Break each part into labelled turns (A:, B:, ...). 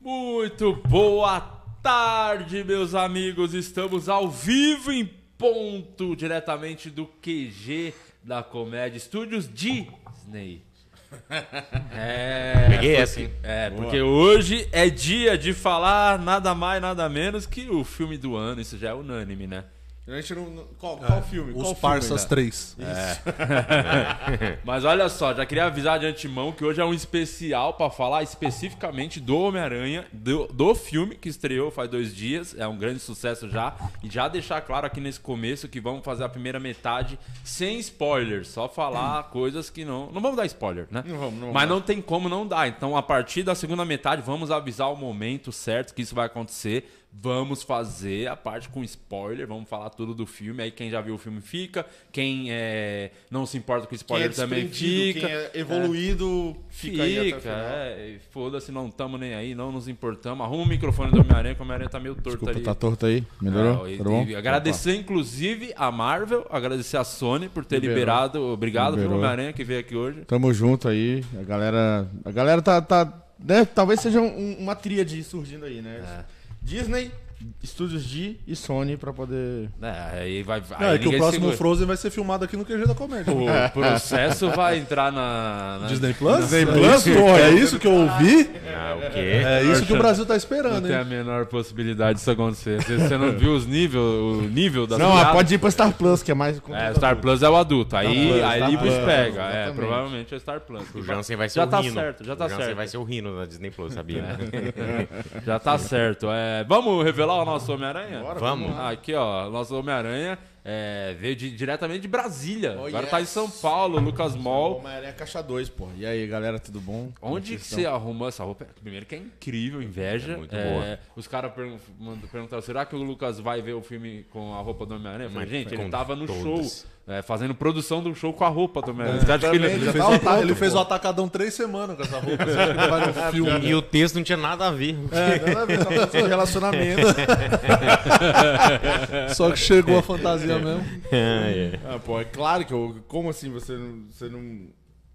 A: Muito boa tarde, meus amigos. Estamos ao vivo em ponto, diretamente do QG da Comédia Estúdios Disney. É,
B: Peguei
A: porque,
B: essa, hein?
A: É, porque hoje é dia de falar nada mais, nada menos que o filme do ano. Isso já é unânime, né?
C: A gente não. não- Qual,
A: É,
C: qual filme?
D: Os
C: qual
D: Parsas
C: filme,
D: 3.
B: É.
A: Mas olha só, já queria avisar de antemão que hoje é um especial pra falar especificamente do Homem-Aranha, do, do filme que estreou faz dois dias, é um grande sucesso já. E já deixar claro aqui nesse começo que vamos fazer a primeira metade sem spoilers, só falar coisas que não. Não vamos dar spoiler, né?
C: Hum. Não vamos, não vamos
A: Mas não tem como não dar. Então, a partir da segunda metade, vamos avisar o momento certo que isso vai acontecer. Vamos fazer a parte com spoiler, vamos falar tudo do filme. Aí quem já viu o filme fica, quem é, não se importa com
C: Quem é
A: spoiler também
C: desprendido,
A: fica.
C: Quem é evoluído fica,
A: Fica,
C: aí até o final.
A: é, e foda-se, não tamo nem aí, não nos importamos. Arruma o microfone do Homem-Aranha, que o Homem-Aranha tá meio torto ali.
D: tá torto aí? Melhorou?
A: É, e-
D: Tá bom?
A: e agradecer, inclusive, a Marvel, agradecer a Sony por ter
D: Liberou.
A: liberado. Obrigado pelo
D: Liberou.
A: Homem-Aranha que veio aqui hoje.
D: Tamo junto aí. A galera. A galera tá. tá né?
C: Talvez seja um- uma tríade surgindo aí,
A: É.
C: né? Disney, Estúdios D e Sony pra poder.
A: É, aí vai.
D: Não,
A: aí
D: é que o
A: ninguém
D: próximo
A: segura.
D: Frozen vai ser filmado aqui no QG da Comédia.
A: O processo vai entrar na. na-
D: Disney Plus? Disney Plus, porra, é isso que eu ouvi?
B: Ah, o quê?
D: É isso que o Brasil tá
A: Não
D: esperando,
A: tem a
D: hein?
A: menor possibilidade disso acontecer. Você você não viu os nível, o nível
C: Tá
A: da
D: Não, ah, pode ir pra Star Plus, que é mais.
A: É, Star Plus é o adulto. Aí,
D: Plus,
A: aí
D: Star
A: Libus
D: Plus,
A: pega. É,
D: exatamente.
A: provavelmente é Star Plus.
B: O Jansen vai ser
A: já
B: o
A: tá
B: Rino.
A: certo, já tá
B: o Jansen
A: certo. É.
B: vai ser o Rino da Disney Plus, sabia?
A: Já tá certo. É, vamos revelar o nosso Homem-Aranha? Ah,
B: Vamos.
A: Aqui, ó. Nosso Homem-Aranha é, veio de- diretamente de Brasília.
C: Oh,
A: Agora
C: yes.
A: tá em São Paulo, Lucas Mall.
C: Homem-Aranha é Caixa 2, pô.
D: E aí, galera, tudo bom?
C: é
A: Onde que você arrumou essa roupa? Primeiro que é incrível, inveja.
B: É muito
A: É,
B: boa.
A: Os caras pergun- mandam- perguntaram, será que o Lucas vai ver o filme com a roupa do Homem-Aranha? Eu falei,
B: Mas
A: gente, ele
B: com
A: tava no
B: todas.
A: show, é, fazendo produção do show com a roupa do Homem-Aranha. Você acha que ele-
D: Ele fez, o ata- tá ele fez o atacadão três semanas com essa roupa. Você acha que ele vai
A: Ah,
D: no filme?
A: né?
B: E o texto não tinha nada a ver.
D: É, nada a ver, tava falando de relacionamento. Só que chegou a fantasia mesmo.
C: Ah, pô, é claro que eu. Como assim você não. Você não.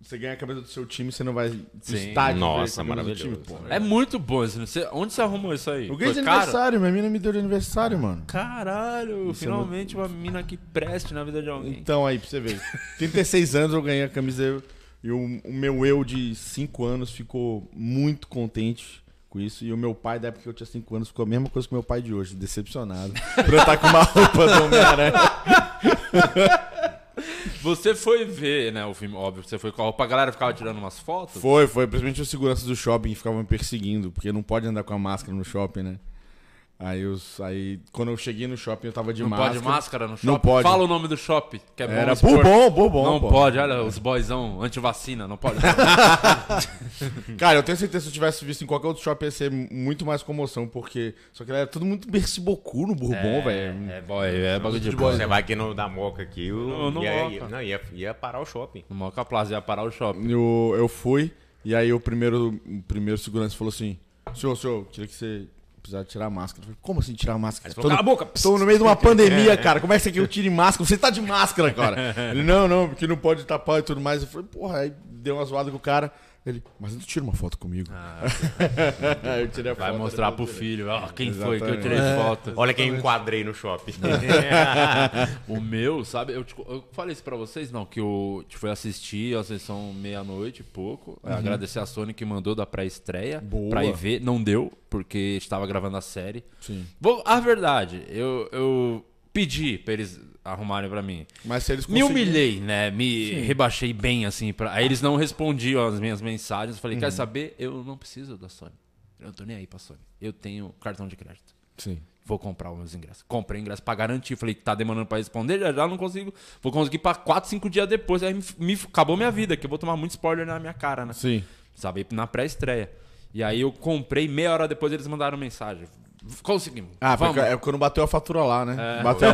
C: Você ganha a cabeça do seu time, você não vai pro
A: Sim.
C: estádio.
B: Nossa,
C: ver a camisa do
B: maravilhoso.
C: pô.
A: É muito bom. isso, né? Você- Onde você arrumou isso aí?
C: Eu ganhei de
A: Foi caro?
C: aniversário, minha mina me deu de aniversário, mano.
A: Caralho, finalmente uma mina que preste na vida de alguém.
C: Então aí, pra você ver. 36 anos eu ganhei a camisa e o, o meu eu de 5 anos ficou muito contente com isso. E o meu pai, da época que eu tinha 5 anos, ficou a mesma coisa que o meu pai de hoje, decepcionado. por eu estar com uma roupa do Homem-Aranha.
A: Você foi ver, né, o filme, óbvio, você foi com a roupa, a galera ficava tirando umas fotos.
C: Foi, foi. Principalmente os seguranças do shopping ficavam me perseguindo, porque não pode andar com a máscara no shopping, né? Aí, eu, aí quando eu cheguei no shopping, eu tava de
A: não
C: máscara.
A: pode máscara no shopping?
C: Não pode.
A: Fala o nome do shopping, que é bom
C: Era
A: expor.
C: Bourbon, Bourbon.
A: Não
C: pô.
A: pode, é. olha, os boyzão antivacina, não pode.
C: Cara, eu tenho certeza que se eu tivesse visto em qualquer outro shopping ia ser muito mais comoção, porque. Só que era todo muito bercibocu no Bourbon, velho.
A: É boy, é bagulho
C: tipo,
A: de boy.
B: Tipo, Você vai aqui no da Moca aqui. o-
A: Não, não
B: ia,
A: Moca.
B: ia, não ia, ia parar o shopping.
A: O Moca Plaza ia parar o shopping.
C: Eu, eu fui, e aí o primeiro, o primeiro segurança falou assim: Senhor, senhor, queria que você precisava tirar a máscara. Eu falei, como assim tirar a máscara? Tô
B: Cala a
C: no,
B: boca!
C: tô no meio de uma pandemia, cara. Como é que você quer que eu tire máscara? Você tá de máscara, cara. Ele, não, não, porque não pode tapar e tudo mais. Eu falei, porra, aí deu uma zoada com o cara. Ele, mas não tira uma foto comigo.
A: Ah.
C: Aí eu tirei É. a
A: Vai
C: foto.
A: mostrar pro filho, ó, quem foi que eu tirei foto.
B: Olha quem eu enquadrei no shopping.
A: É. O meu, sabe? Eu, te- eu falei isso pra vocês, não, que eu te fui assistir a sessão meia-noite e pouco. Agradecer a Sony que mandou da pré-estreia
C: Uhum. Boa.
A: pra ir ver. Não deu, porque estava gravando a série. Sim. Vou, a verdade, eu, eu pedi pra eles arrumarem pra mim.
C: Mas se eles
A: Me
C: conseguirem-
A: humilhei, né? Me rebaixei bem, assim. Pra... Aí eles não respondiam as minhas mensagens. Eu Falei,
C: Uhum.
A: quer saber? Eu não preciso da Sony. Eu não tô nem aí pra Sony. Eu tenho cartão de crédito.
C: Sim.
A: Vou comprar os meus ingressos. Comprei o ingresso pra garantir. Falei que tá demorando pra responder, já, já não consigo. Vou conseguir pra 4, 5 dias depois. Aí me, me- acabou minha vida, que eu vou tomar muito spoiler na minha cara, né?
C: Sim.
A: Sabe? Na pré-estreia. E aí eu comprei, meia hora depois eles mandaram mensagem. Conseguimos.
C: Ah,
A: vamos. É.
C: porque é quando bateu a fatura lá, né? Bateu a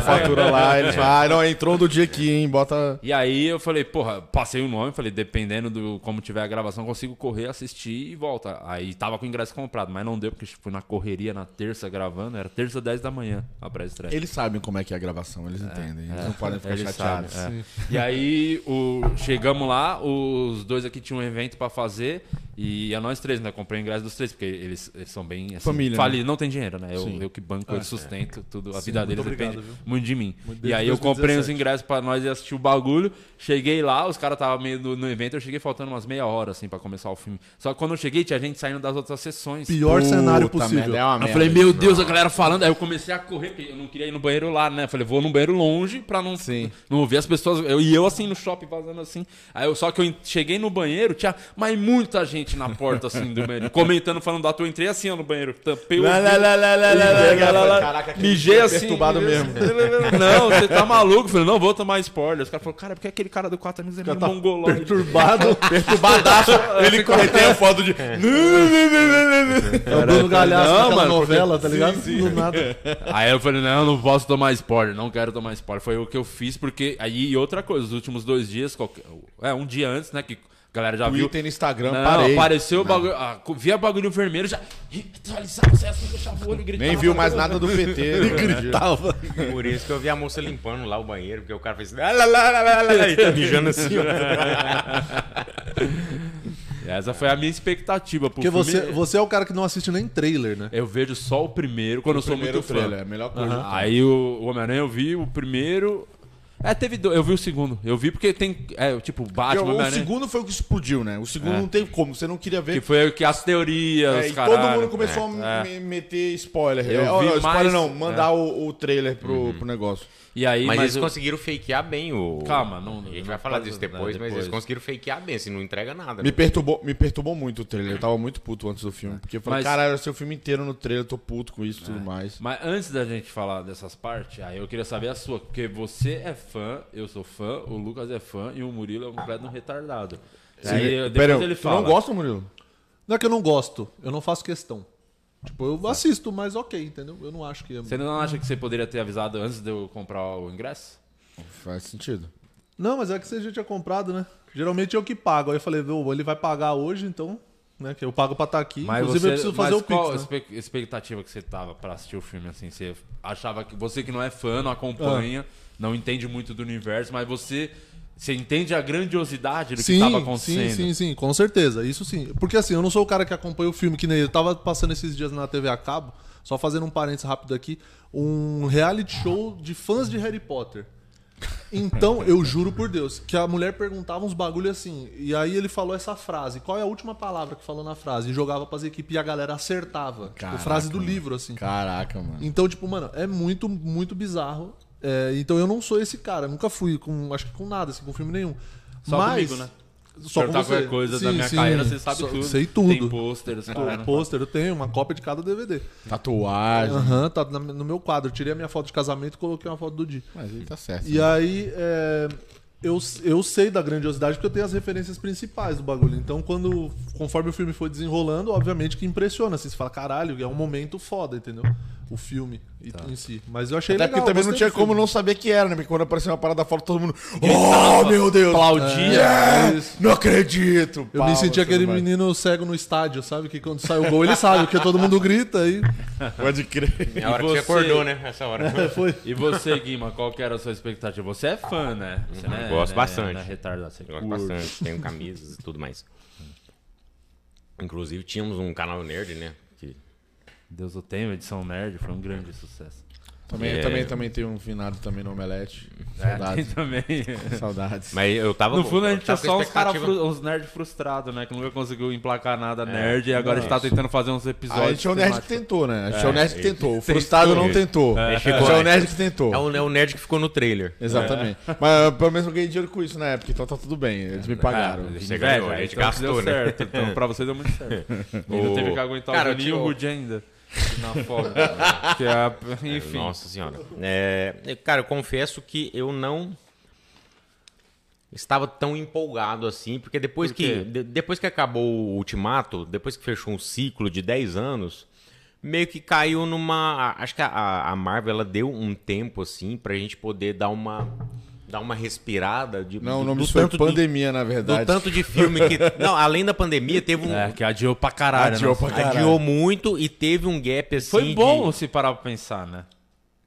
C: fatura lá, eles falam, ah, não, entrou do dia aqui, hein? Bota.
A: E aí eu falei, porra, passei o nome, falei, dependendo do como tiver a gravação, consigo correr, assistir e volta. Aí tava com o ingresso comprado, mas não deu, porque fui na correria na terça gravando, era terça 10 da manhã a pré-estreia.
C: Eles sabem como é que é a gravação, eles entendem. Eles não podem ficar
A: é. Eles
C: chateados.
A: É. sabem, é. E aí o- chegamos lá, os dois aqui tinham um evento pra fazer. E ia nós três, né? Comprei o ingresso dos três, porque eles, eles são bem. Assim,
E: Família,
A: fali- não tem dinheiro, né? Eu, eu que banco, eu sustento tudo. A vida deles depende muito de mim. e aí eu comprei os ingressos pra nós ir assistir o bagulho. Cheguei lá, os caras estavam meio no, no evento, eu cheguei faltando umas meia hora, assim, pra começar o filme. Só que quando eu cheguei, tinha gente saindo das outras sessões.
D: Pior cenário
E: Puta
D: possível.
E: merda, é uma
A: Eu
E: merda
A: falei,
E: isso.
A: meu Deus, a galera falando. Aí eu comecei a correr, porque eu não queria ir no banheiro lá, né? Eu falei, vou num banheiro longe pra não,
E: Sim.
A: não ouvir as pessoas. Eu, e eu assim no shopping vazando assim. Aí eu, só que eu en- cheguei no banheiro, tinha mas muita gente na porta assim do banheiro. Comentando, falando da tua. Eu entrei assim ó, no banheiro, tampei o.
E: Lá, lá,
A: ouvido,
E: lá, lá, lá, lá, lá, lá, lá, lá.
B: Caraca, que
A: Mijei assim.
E: perturbado mesmo.
A: Não, você tá maluco. Eu falei, não, vou tomar spoiler. Os caras falaram, cara, porque aquele cara do quatro amigos é meio mongolóide.
D: Perturbado.
E: Perturbadaço. Ele corretei a foto de.
D: É o Bruno Galhaço
A: Não,
D: naquela
A: mano,
D: novela, tá ligado? Do nada.
A: Aí eu falei, não, não posso tomar spoiler, não quero tomar spoiler. Foi o que eu fiz, porque. Aí, e outra coisa, os últimos dois dias, qualquer- é, um dia antes, né? Que a galera já viu.
E: Twitter, Instagram,
A: Não,
E: parei. É.
A: apareceu o bagulho. Ah, co- via bagulho vermelho, já. Ih, Atualizava, você assim, fechava o olho e gritava.
E: Nem viu mais nada do né? PT. Ele
D: Tava.
B: Por isso que eu vi a moça limpando lá o banheiro, porque o cara fez. "Ah, Lá, lá, lá, lá, lá", e tá mijando assim, ó.
A: Essa foi a minha expectativa pro
D: Porque
A: filme.
D: você, você é o cara que não assiste nem trailer, né?
A: Eu vejo só o primeiro, quando eu sou muito fã.
E: trailer, é a melhor coisa.
A: Aham. Aí o o Homem-Aranha eu vi o primeiro. É, teve dois. Eu vi o segundo. Eu vi porque tem. É, tipo, Batman,
E: Porque o
A: Homem-Aranha.
E: segundo foi o que explodiu, né? O segundo não teve como, você não queria ver.
A: Que foi o que as teorias,
E: É, e
A: caralho. É,
E: todo mundo começou a me- meter spoiler.
A: Eu
E: É, ó,
A: vi
E: spoiler
A: mais- é. Uhum.
E: não, mandar o, o trailer pro, pro negócio.
A: E aí,
B: Mas, eles
A: eu-
B: conseguiram fakear bem o.
A: Calma, não-
B: A gente
A: não
B: vai falar
A: faz-
B: disso
A: né,
B: depois, mas
A: depois.
B: eles conseguiram fakear bem, assim, não entrega nada.
A: Tá
E: Me
B: né?
E: perturbou, me perturbou muito o trailer. Eu tava muito puto antes do filme. Porque eu falei,
A: Mas- É.
E: caralho, eu sei o filme inteiro no trailer, eu tô puto com isso e tudo mais.
A: Mas antes da gente falar dessas partes, aí eu queria saber a sua, porque você é fã, eu sou fã, o Lucas é fã e o Murilo é um completo retardado. aí
E: Sim.
A: depois
E: Pera,
A: ele
E: tu
A: fala.
E: não gosta, Murilo?
D: Não é que eu não gosto, eu não faço questão. Tipo, eu assisto, mas ok, entendeu? Eu não acho que é.
A: Você não acha que você poderia ter avisado antes de eu comprar o ingresso?
E: Faz sentido.
D: Não, mas é que você já tinha comprado, né? Geralmente eu que pago. Aí eu falei, "Vô, ele vai pagar hoje, então, né? Que eu pago pra estar aqui. Inclusive, eu preciso fazer
A: mas
D: o
A: qual a
D: Pix. Né?
A: expe- expectativa que você tava pra assistir o filme assim? Você achava que você que não é fã, não acompanha,
D: Ah.
A: não entende muito do universo, mas você você entende a grandiosidade do que tava acontecendo.
D: sim, sim, sim, com certeza. Isso sim. Porque assim, eu não sou o cara que acompanha o filme, que nem eu tava passando esses dias na TV a cabo, só fazendo um parênteses rápido aqui, um reality show de fãs de Harry Potter. Então, eu juro por Deus, que a mulher perguntava uns bagulho assim, e aí ele falou essa frase, qual é a última palavra que falou na frase? E jogava pras equipes e a galera acertava. Tipo, frase do livro, assim.
E: Caraca, mano.
D: Então, tipo, mano, é muito, muito bizarro. É, então eu não sou esse cara, nunca fui com, acho que com nada, assim, com filme nenhum.
A: Só
D: Mas,
A: comigo, né?
D: Só com
A: Perguntar
D: você.
A: qualquer coisa da
D: Sim,
A: minha
D: sim.
A: carreira, você sabe
D: Só-
A: tudo.
D: Sei tudo.
A: Tem né? pôsteres,
D: Pô,
A: caralho.
D: pôster, eu tenho uma cópia de cada DVD.
A: Uhum.
E: Tatuagem.
D: Aham, tá na- no meu quadro. Eu tirei a minha foto de casamento e coloquei uma foto do Di.
E: Mas ele tá certo.
D: E aí, é, eu, eu sei da grandiosidade porque eu tenho as referências principais do bagulho. Então, quando conforme o filme foi desenrolando, obviamente que impressiona. Assim, você fala, caralho, é um momento foda, entendeu? O filme e- em si. Mas eu achei
E: Tá. Até
D: legal.
E: porque também não
D: gostei
E: tinha
D: do filme.
E: como não saber que era, né? Porque quando apareceu uma parada da foto, todo mundo. oh, meu Deus!
A: aplaudia.
E: Yeah!
D: Isso.
E: Não acredito!
D: Eu me
E: palmas,
D: senti aquele
E: tudo mais.
D: menino cego no estádio, sabe? Que quando sai o gol ele sabe, porque todo mundo grita aí.
E: Pode crer.
B: É a hora
A: E
B: que você
A: você?
B: acordou, né? Essa hora.
D: Foi.
A: E você, Guima, qual que era a sua expectativa? Você é fã, né? Você não é-
B: Uhum. gosto
A: né,
B: bastante.
A: Não é retardado, você
B: Eu gosto bastante, tenho camisas e tudo mais. Inclusive, tínhamos um canal nerd, né? Que
A: Deus o tenha, edição nerd, foi um grande sucesso.
E: Também,
B: É.
E: também, também tem um finado também no Omelete.
A: É, tem
E: Saudades.
A: também.
E: Saudades.
B: Mas eu tava.
A: No fundo, a gente
B: eu
A: é
B: tava com
A: só uns, cara
B: expectativa-
A: fru- uns nerd frustrados, né? Que nunca conseguiu emplacar nada nerd e agora a gente tá
B: isso.
A: tentando fazer uns
E: A
A: episódios.
E: gente é
C: um
E: o nerd que
A: temáticos.
E: tentou, né? A gente é, o nerd que
B: isso.
E: tentou. O frustrado não
B: Isso.
E: tentou. A
B: É.
E: gente é o nerd que tentou.
B: É o, é o nerd que ficou no trailer.
E: Exatamente. Mas pelo menos eu ganhei dinheiro com isso na época, então tá tudo bem. Eles me pagaram.
A: Ah,
B: Você
A: inveja,
B: ganhou, a gente
A: então
B: gastou,
A: deu
B: né?
A: certo. Então, pra você deu muito certo. Ainda
B: O-
A: teve que aguentar
B: Cara,
A: o Juninho e
B: eu-
A: o Rudy ainda. Na foto. né? que é, enfim.
B: Nossa senhora. É, cara, eu confesso que eu não estava tão empolgado assim, porque depois
A: Por quê?
B: que de- depois que acabou o Ultimato, depois que fechou um ciclo de 10 anos, meio que caiu numa, acho que a, a Marvel ela deu um tempo assim pra gente poder dar uma dar uma respirada de
E: Não, o
B: do-
E: nome
B: do
E: disso foi
B: tanto de-
E: pandemia, na
B: do
E: verdade.
B: tanto de filme que não, além da pandemia teve um
A: É, que adiou pra caralho. né?
E: Adiou
A: nossa.
E: pra caralho.
B: adiou muito e teve um gap assim
A: Foi
B: de-
A: bom se parar pra pensar, né?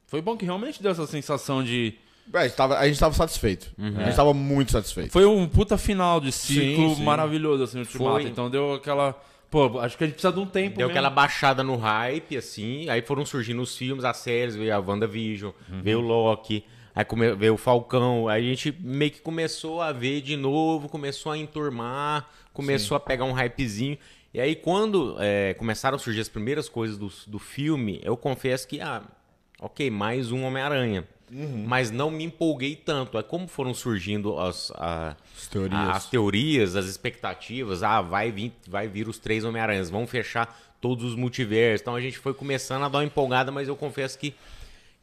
A: Foi bom que realmente deu essa sensação de.
C: É, a gente tava, a gente tava satisfeito. A gente tava muito satisfeito.
A: Foi um puta final de ciclo
B: Sim, sim.
A: maravilhoso, assim, o Ultimato.
B: Foi.
A: Então deu aquela. Pô, acho que a gente precisa de um tempo.
B: Deu
A: mesmo.
B: aquela baixada no hype, assim. Aí foram surgindo os filmes, as séries, veio a WandaVision, veio o Loki, aí come- veio o Falcão. Aí a gente meio que começou a ver de novo, começou a enturmar, começou a pegar um hypezinho. E aí, quando é, começaram a surgir as primeiras coisas do, do filme, eu confesso que, ah, ok, mais um Homem-Aranha. Mas não me empolguei tanto. Aí, como foram surgindo as, a-
C: As teorias.
B: as teorias, as expectativas. Ah, vai vir, vai vir os três Homem-Aranhas, vão fechar todos os multiversos. Então a gente foi começando a dar uma empolgada, mas eu confesso que,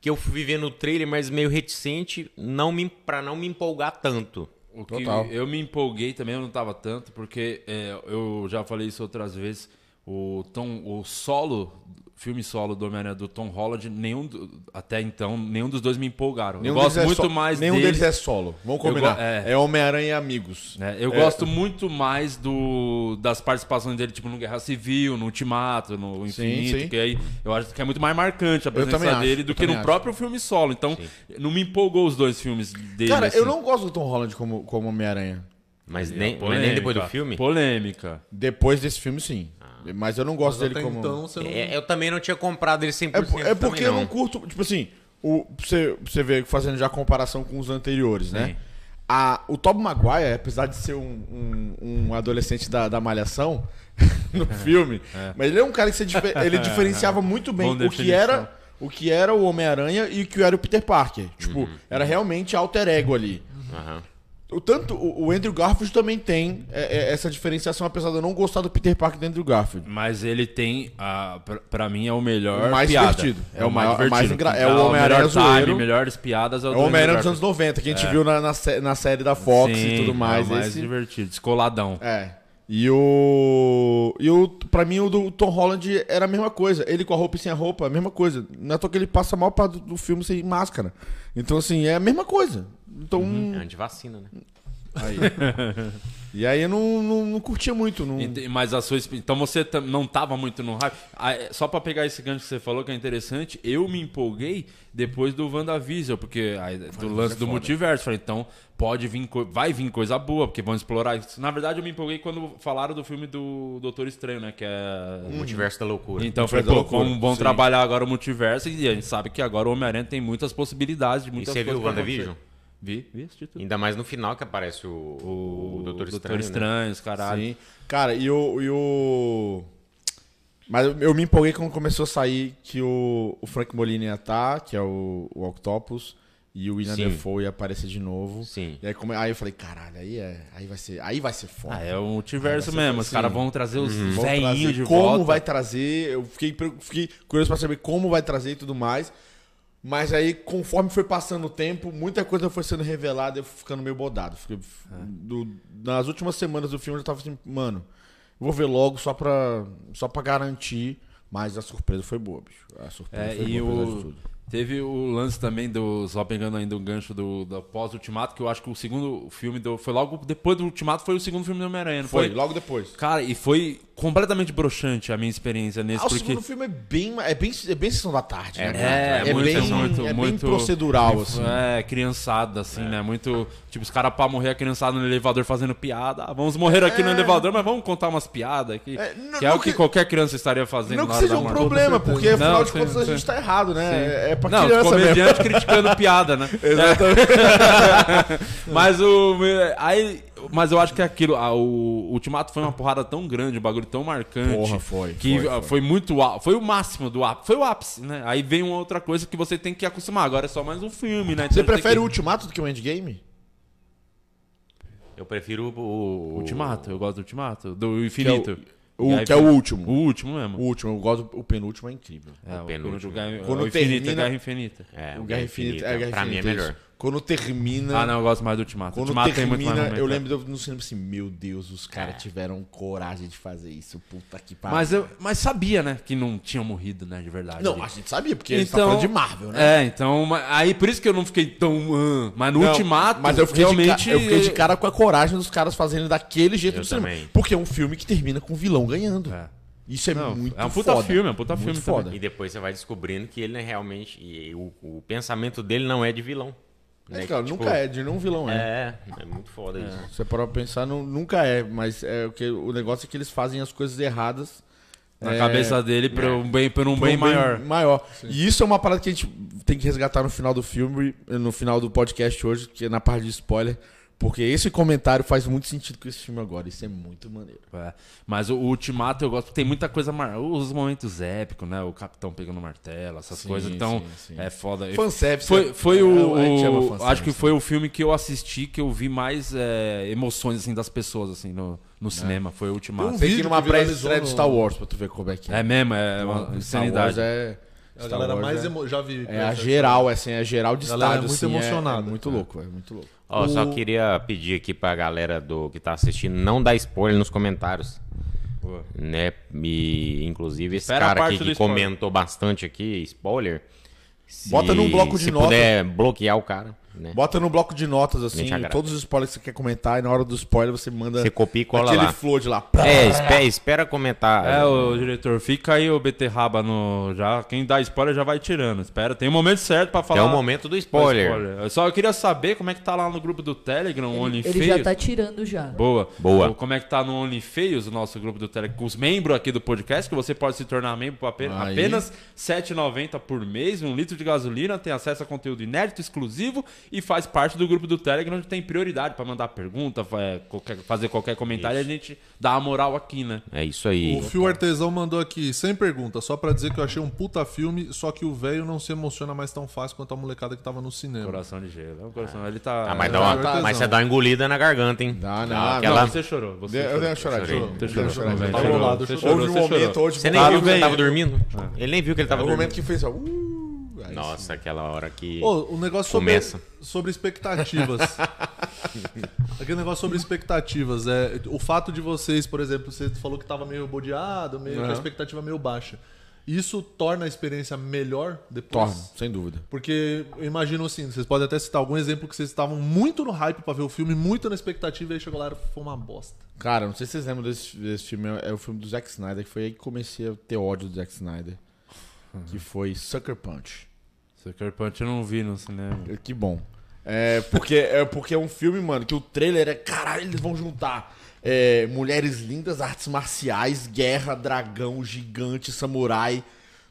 B: que eu fui vivendo o trailer, mas meio reticente não me, pra não me empolgar tanto.
A: O que
C: Total.
A: eu me empolguei também, eu não tava tanto, porque é, eu já falei isso outras vezes. O Tom, o solo, filme solo do Homem-Aranha do Tom Holland, nenhum do- até então, nenhum dos dois me empolgaram.
C: Nenhum
A: eu gosto
C: deles é
A: muito
C: so-
A: mais
C: Nenhum
A: dele,
C: deles é solo. Vamos
A: Eu
C: combinar.
A: go- é.
C: É, Homem-Aranha e Amigos.
A: né? Eu
C: É,
A: gosto muito mais do das participações dele, tipo, no Guerra Civil, no Ultimato, no Infinito,
C: sim.
A: que aí eu acho que é muito mais marcante a
C: também
A: presença
C: acho,
A: dele do
C: eu
A: que no
C: também acho.
A: próprio filme solo. Então, não me empolgou os dois filmes dele.
C: Cara,
A: assim.
C: eu não gosto do Tom Holland como, como Homem-Aranha.
B: Mas é nem, mas
A: é Polêmica,
B: nem depois do filme.
A: Polêmica.
C: Depois desse filme, sim.
A: Ah.
C: Mas eu não gosto
D: Mas
C: dele
D: até
C: como.
D: então você não.
B: É, eu também não tinha comprado ele 100%.
C: É, po- é
B: também
C: porque eu não curto. Tipo assim, o, pra você, pra você ver fazendo já a comparação com os anteriores, né? A, o Tobey Maguire, apesar de ser um, um- um adolescente da, da malhação no filme, mas ele é um cara que você dife- ele diferenciava muito bem
A: Bom
C: o que
A: definição.
C: era o que era o Homem-Aranha e o que era o Peter Parker. Tipo, era realmente alter ego ali.
B: Aham.
C: O tanto o, o Andrew Garfield também tem é, é, essa diferenciação, apesar de eu não gostar do Peter Parker e do Andrew Garfield.
A: Mas ele tem, a, pra, pra mim, é o melhor
C: O mais
A: piada.
C: divertido.
A: É o mais divertido.
C: mais engra- é
A: Dá
C: o Homem-Aranha
A: melhor
C: zoeiro.
A: time, melhores piadas.
C: É
A: do
C: o Homem-Aranha dos
A: Andrew
C: anos 90, que a gente viu na, na, sé- na série da Fox
A: É. Sim,
C: e tudo mais.
A: É o mais
C: Esse-
A: divertido, descoladão.
C: É. E o. E o. Pra mim, o do Tom Holland era a mesma coisa. Ele com a roupa e sem a roupa, a mesma coisa. Não é à toa que ele passa mal para do, do filme sem máscara. Então, assim, é a mesma coisa. Então.
A: Uhum.
B: É antivacina, né?
C: Aí. e aí eu não, não, não curtia muito. Não...
B: Hum.
A: Ente- Mas a sua. exp- Então você tam- não tava muito no hype. Ah, é, Só pra pegar esse gancho que você falou, que é interessante, eu me empolguei depois do WandaVision, porque aí, do
B: é
A: lance do multiverso. Falei, então pode vir. co- Vai vir coisa boa, porque vão explorar isso. Na verdade, eu me empolguei quando falaram do filme do Doutor Estranho, né? Que é.
C: Uhum.
B: O multiverso da Uhum. loucura.
A: Então foi
C: Multiverso da
A: pô,
C: loucura.
A: vamos, vamos
C: Sim.
A: trabalhar agora o multiverso e a gente sabe que agora o Homem-Aranha tem muitas possibilidades de
B: e
A: muitas
B: você viu
A: coisas
B: o
A: pra acontecer.
B: WandaVision?
A: Vi, vi, assisti tudo.
B: Ainda mais no final que aparece o, o,
A: O
B: Doutor
A: Doutor,
B: Estranho.
A: Estranho,
B: né?
A: os caralho.
C: Sim. Cara, e o. E o... Mas eu- eu me empolguei quando começou a sair que o, o Frank Molina ia estar, que é o, o Octopus, e o William
B: Sim.
C: Defoe ia aparecer de novo.
B: Sim.
C: E aí, come- aí eu falei, caralho, aí, é, aí vai ser, aí vai ser foda.
A: Ah, é o multiverso mesmo. Os
C: assim.
A: caras vão trazer os
C: Vão trazer
A: velhinhos de
C: como
A: volta.
C: vai trazer, eu fiquei, pre- fiquei curioso pra saber como vai trazer e tudo mais. Mas aí, conforme foi passando o tempo, muita coisa foi sendo revelada e eu fui ficando meio bodado.
A: É.
C: Fiquei- do- nas últimas semanas do filme eu já tava assim, mano, vou ver logo só pra, só pra garantir. Mas a surpresa foi boa, bicho. A surpresa
A: É,
C: foi
A: e
C: boa, apesar de
A: o...
C: tudo.
A: Teve o lance também do. Só pegando ainda o gancho do, do pós-Ultimato, que eu acho que o segundo filme do. Foi logo depois do Ultimato, foi o segundo filme do Homem-Aranha, não
C: Foi,
A: foi?
C: logo depois.
A: Cara, e foi completamente broxante a minha experiência nesse,
C: Ah, o
A: porque.
C: segundo filme é bem, é bem, é bem sessão da tarde, né?
A: É,
C: É,
A: muito,
C: bem,
A: muito,
C: é bem
A: muito-
C: procedural, assim.
A: É, criançada, assim, né? Muito. Tipo, os caras pra morrer a criançada no elevador fazendo piada. Ah, vamos morrer aqui no elevador, mas vamos contar umas piadas aqui.
C: É, não-
A: que é
C: não
A: o que,
C: que-
A: qualquer criança estaria fazendo
C: Não
A: na
C: que
A: hora
C: seja
A: da
C: um
A: morte.
C: problema, porque afinal de
A: Não,
C: contas a
A: sim,
C: gente
A: sim.
C: tá errado, né? É, é pra
A: Não, os
C: criança mesmo.
A: comediantes criticando piada, né? Exatamente. mas o. Aí, mas eu acho que é aquilo. ah, o Ultimato foi uma porrada tão grande, um bagulho tão marcante.
C: Porra, foi,
A: Que
C: foi,
A: ah,
C: foi.
A: foi muito. á- Foi o máximo do ápice. Foi o ápice, né? Aí vem uma outra coisa que você tem que acostumar. Agora é só mais um filme, né?
C: Você
A: Então tem
C: prefere o
A: que-
C: Ultimato do que o Endgame?
B: Eu prefiro o- o.
A: Ultimato? Eu gosto do Ultimato. Do Infinito.
C: é O,
A: E aí
C: que é o
A: foi-
C: último.
A: O último mesmo.
C: O último, eu gosto, o penúltimo é incrível.
A: É, o
B: penúltimo.
A: Guerra-
C: Quando
A: o Infinito,
C: termina-
A: a Guerra Infinita.
B: É,
C: o Guerra Infinita. É, a Guerra
B: pra mim é
C: Infinita,
B: melhor.
C: isso. Quando termina.
A: Ah, não, eu gosto mais do Ultimato.
C: Quando
A: Ultimato tem muito mais
C: termina,
A: momento,
C: eu
A: é.
C: lembro de eu no cinema assim, meu Deus, os caras tiveram coragem de fazer isso, puta que pariu.
A: Mas, eu, mas sabia, né? Que não tinham morrido, né? De verdade.
C: Não, a gente sabia, porque a gente tá falando de Marvel, né?
A: Então, É, então. ma- Aí por isso que eu não fiquei tão. "Ah", mas no
C: Não,
A: Ultimato.
C: mas eu fiquei,
A: realmente.
C: de, ca- eu fiquei de cara com a coragem dos caras fazendo daquele jeito
B: Eu
C: no cinema.
B: também.
C: Porque é um filme que termina com o vilão ganhando.
A: É.
C: Isso é
A: Não,
C: muito
A: é um puta
C: foda.
A: filme, é um puta
C: Muito
A: filme
C: foda.
A: também.
B: E depois você vai descobrindo que ele é realmente. e o, o pensamento dele não é de vilão.
C: É,
B: né?
C: cara,
B: Que, tipo,
C: nunca é, de nenhum vilão é.
B: É, é muito foda isso.
C: Você para pra pensar, não- nunca é, mas é o que o negócio é que eles fazem as coisas erradas
A: Na
C: é,
A: cabeça dele, pra um bem, pra um
C: pra um
A: bem maior.
C: maior. E isso é uma parada que a gente tem que resgatar no final do filme, no final do podcast hoje, que é na parte de spoiler, porque esse comentário faz muito sentido com esse filme agora, isso é muito maneiro.
A: É, Mas o, o Ultimato eu gosto, tem muita coisa. Mar... Os momentos épicos, né? O Capitão pegando martelo, essas
C: Sim,
A: coisas. Então,
C: sim, sim.
A: é foda. Eu-
C: Fanservice.
A: Foi, foi
C: É,
A: o.
C: a gente ama
A: o-
C: fanservice. né?
A: acho que foi o filme que eu assisti que eu vi mais é, emoções assim, das pessoas assim, no, no cinema. Foi o Ultimato.
C: É. Tem que ir
D: vídeo
C: numa
D: que viralizou
C: pré-estreia do
D: no-
C: Star Wars pra tu ver como é que é.
A: É mesmo, é uma
C: Star Wars
A: insanidade.
C: é...
D: A galera mais
A: né?
C: é...
D: emo... já vi.
C: É a geral, assim, é geral de
D: Galera, é
C: estádio,
D: muito
C: assim,
D: emocionada.
C: É, muito louco, é muito louco.
B: Ó, só
D: O-
B: queria pedir aqui pra galera do que tá assistindo não dar spoiler nos comentários.
A: Boa.
B: Né? E, inclusive, esse
A: Espera a
B: cara
A: parte
B: aqui
A: do
B: que
A: spoiler.
B: comentou bastante aqui, spoiler. se-
C: Bota num bloco de
B: se
C: nota.
B: puder bloquear o cara, né?
C: Bota no bloco de notas, assim,
B: Gente, agrada.
C: todos os spoilers que você quer comentar, e na hora do spoiler você manda.
B: Você copia e cola
C: aquele
B: lá.
C: flow de lá.
B: É, espera, espera comentar.
A: É, o diretor, fica aí o beterraba no. Já, quem dá spoiler já vai tirando. Espera, tem um momento certo pra falar.
B: é o momento do spoiler.
A: Eu Só eu queria saber como é que tá lá no grupo do Telegram, o Only
E: Ele já
A: Feios.
E: tá tirando já.
A: Boa.
B: Boa.
A: O- Como é que tá no OnlyFeios, o nosso grupo do Telegram, com os membros aqui do podcast, que você pode se tornar membro por apenas,
C: Aí.
A: apenas R$ 7,90 por mês, um litro de gasolina, tem acesso a conteúdo inédito, exclusivo e faz parte do grupo do Telegram, onde tem prioridade pra mandar pergunta, fa- é, qualquer- fazer qualquer comentário e a gente dá a moral aqui, né?
B: É isso aí.
D: O Fio Artesão mandou aqui, sem pergunta, só pra dizer que eu achei um puta filme, só que o velho não se emociona mais tão fácil quanto a molecada que tava no cinema.
A: Coração de gelo. é um coração- Ele tá.
B: Ah, mas, dá
D: é
B: uma-
D: artesão.
B: mas você dá uma engolida na garganta, hein?
C: Dá, não,
B: Dá
A: Não,
B: aquela-
A: você chorou. Você
C: Eu dei
A: chorou.
C: uma choradinha.
A: Você
C: Dei
A: chorou.
C: uma
A: Você chorou.
D: Tá
C: choradinha.
A: velho.
C: Tava
A: Chorou,
D: rolado,
A: você
D: eu
A: chorou,
C: Houve um
A: você chorou.
C: momento, hoje
B: Você nem viu que ele
A: bem.
B: tava dormindo? Ele nem viu que ele tava
C: O
B: dormindo.
C: momento que fez, ó. Uh, aí
B: Nossa, aquela hora que.
D: Ô, o negócio sobre,
B: Começa.
D: sobre expectativas. Aquele negócio sobre expectativas. É, o fato de vocês, por exemplo, você falou que tava meio bodeado, meio com a expectativa meio baixa. Isso torna a experiência melhor depois?
C: Torna, sem dúvida.
D: Porque eu imagino assim, vocês podem até citar algum exemplo que vocês estavam muito no hype pra ver o filme, muito na expectativa, e aí chegou lá e foi uma bosta.
C: Cara, não sei se vocês lembram desse, desse filme, é o filme do Zack Snyder, que foi aí que comecei a ter ódio do Zack Snyder. Que foi Sucker Punch.
A: Sucker é Punch eu não vi no cinema.
C: Que bom. É porque, é porque é um filme, mano, que o trailer é. Caralho, eles vão juntar é, mulheres lindas, artes marciais, guerra, dragão, gigante, samurai.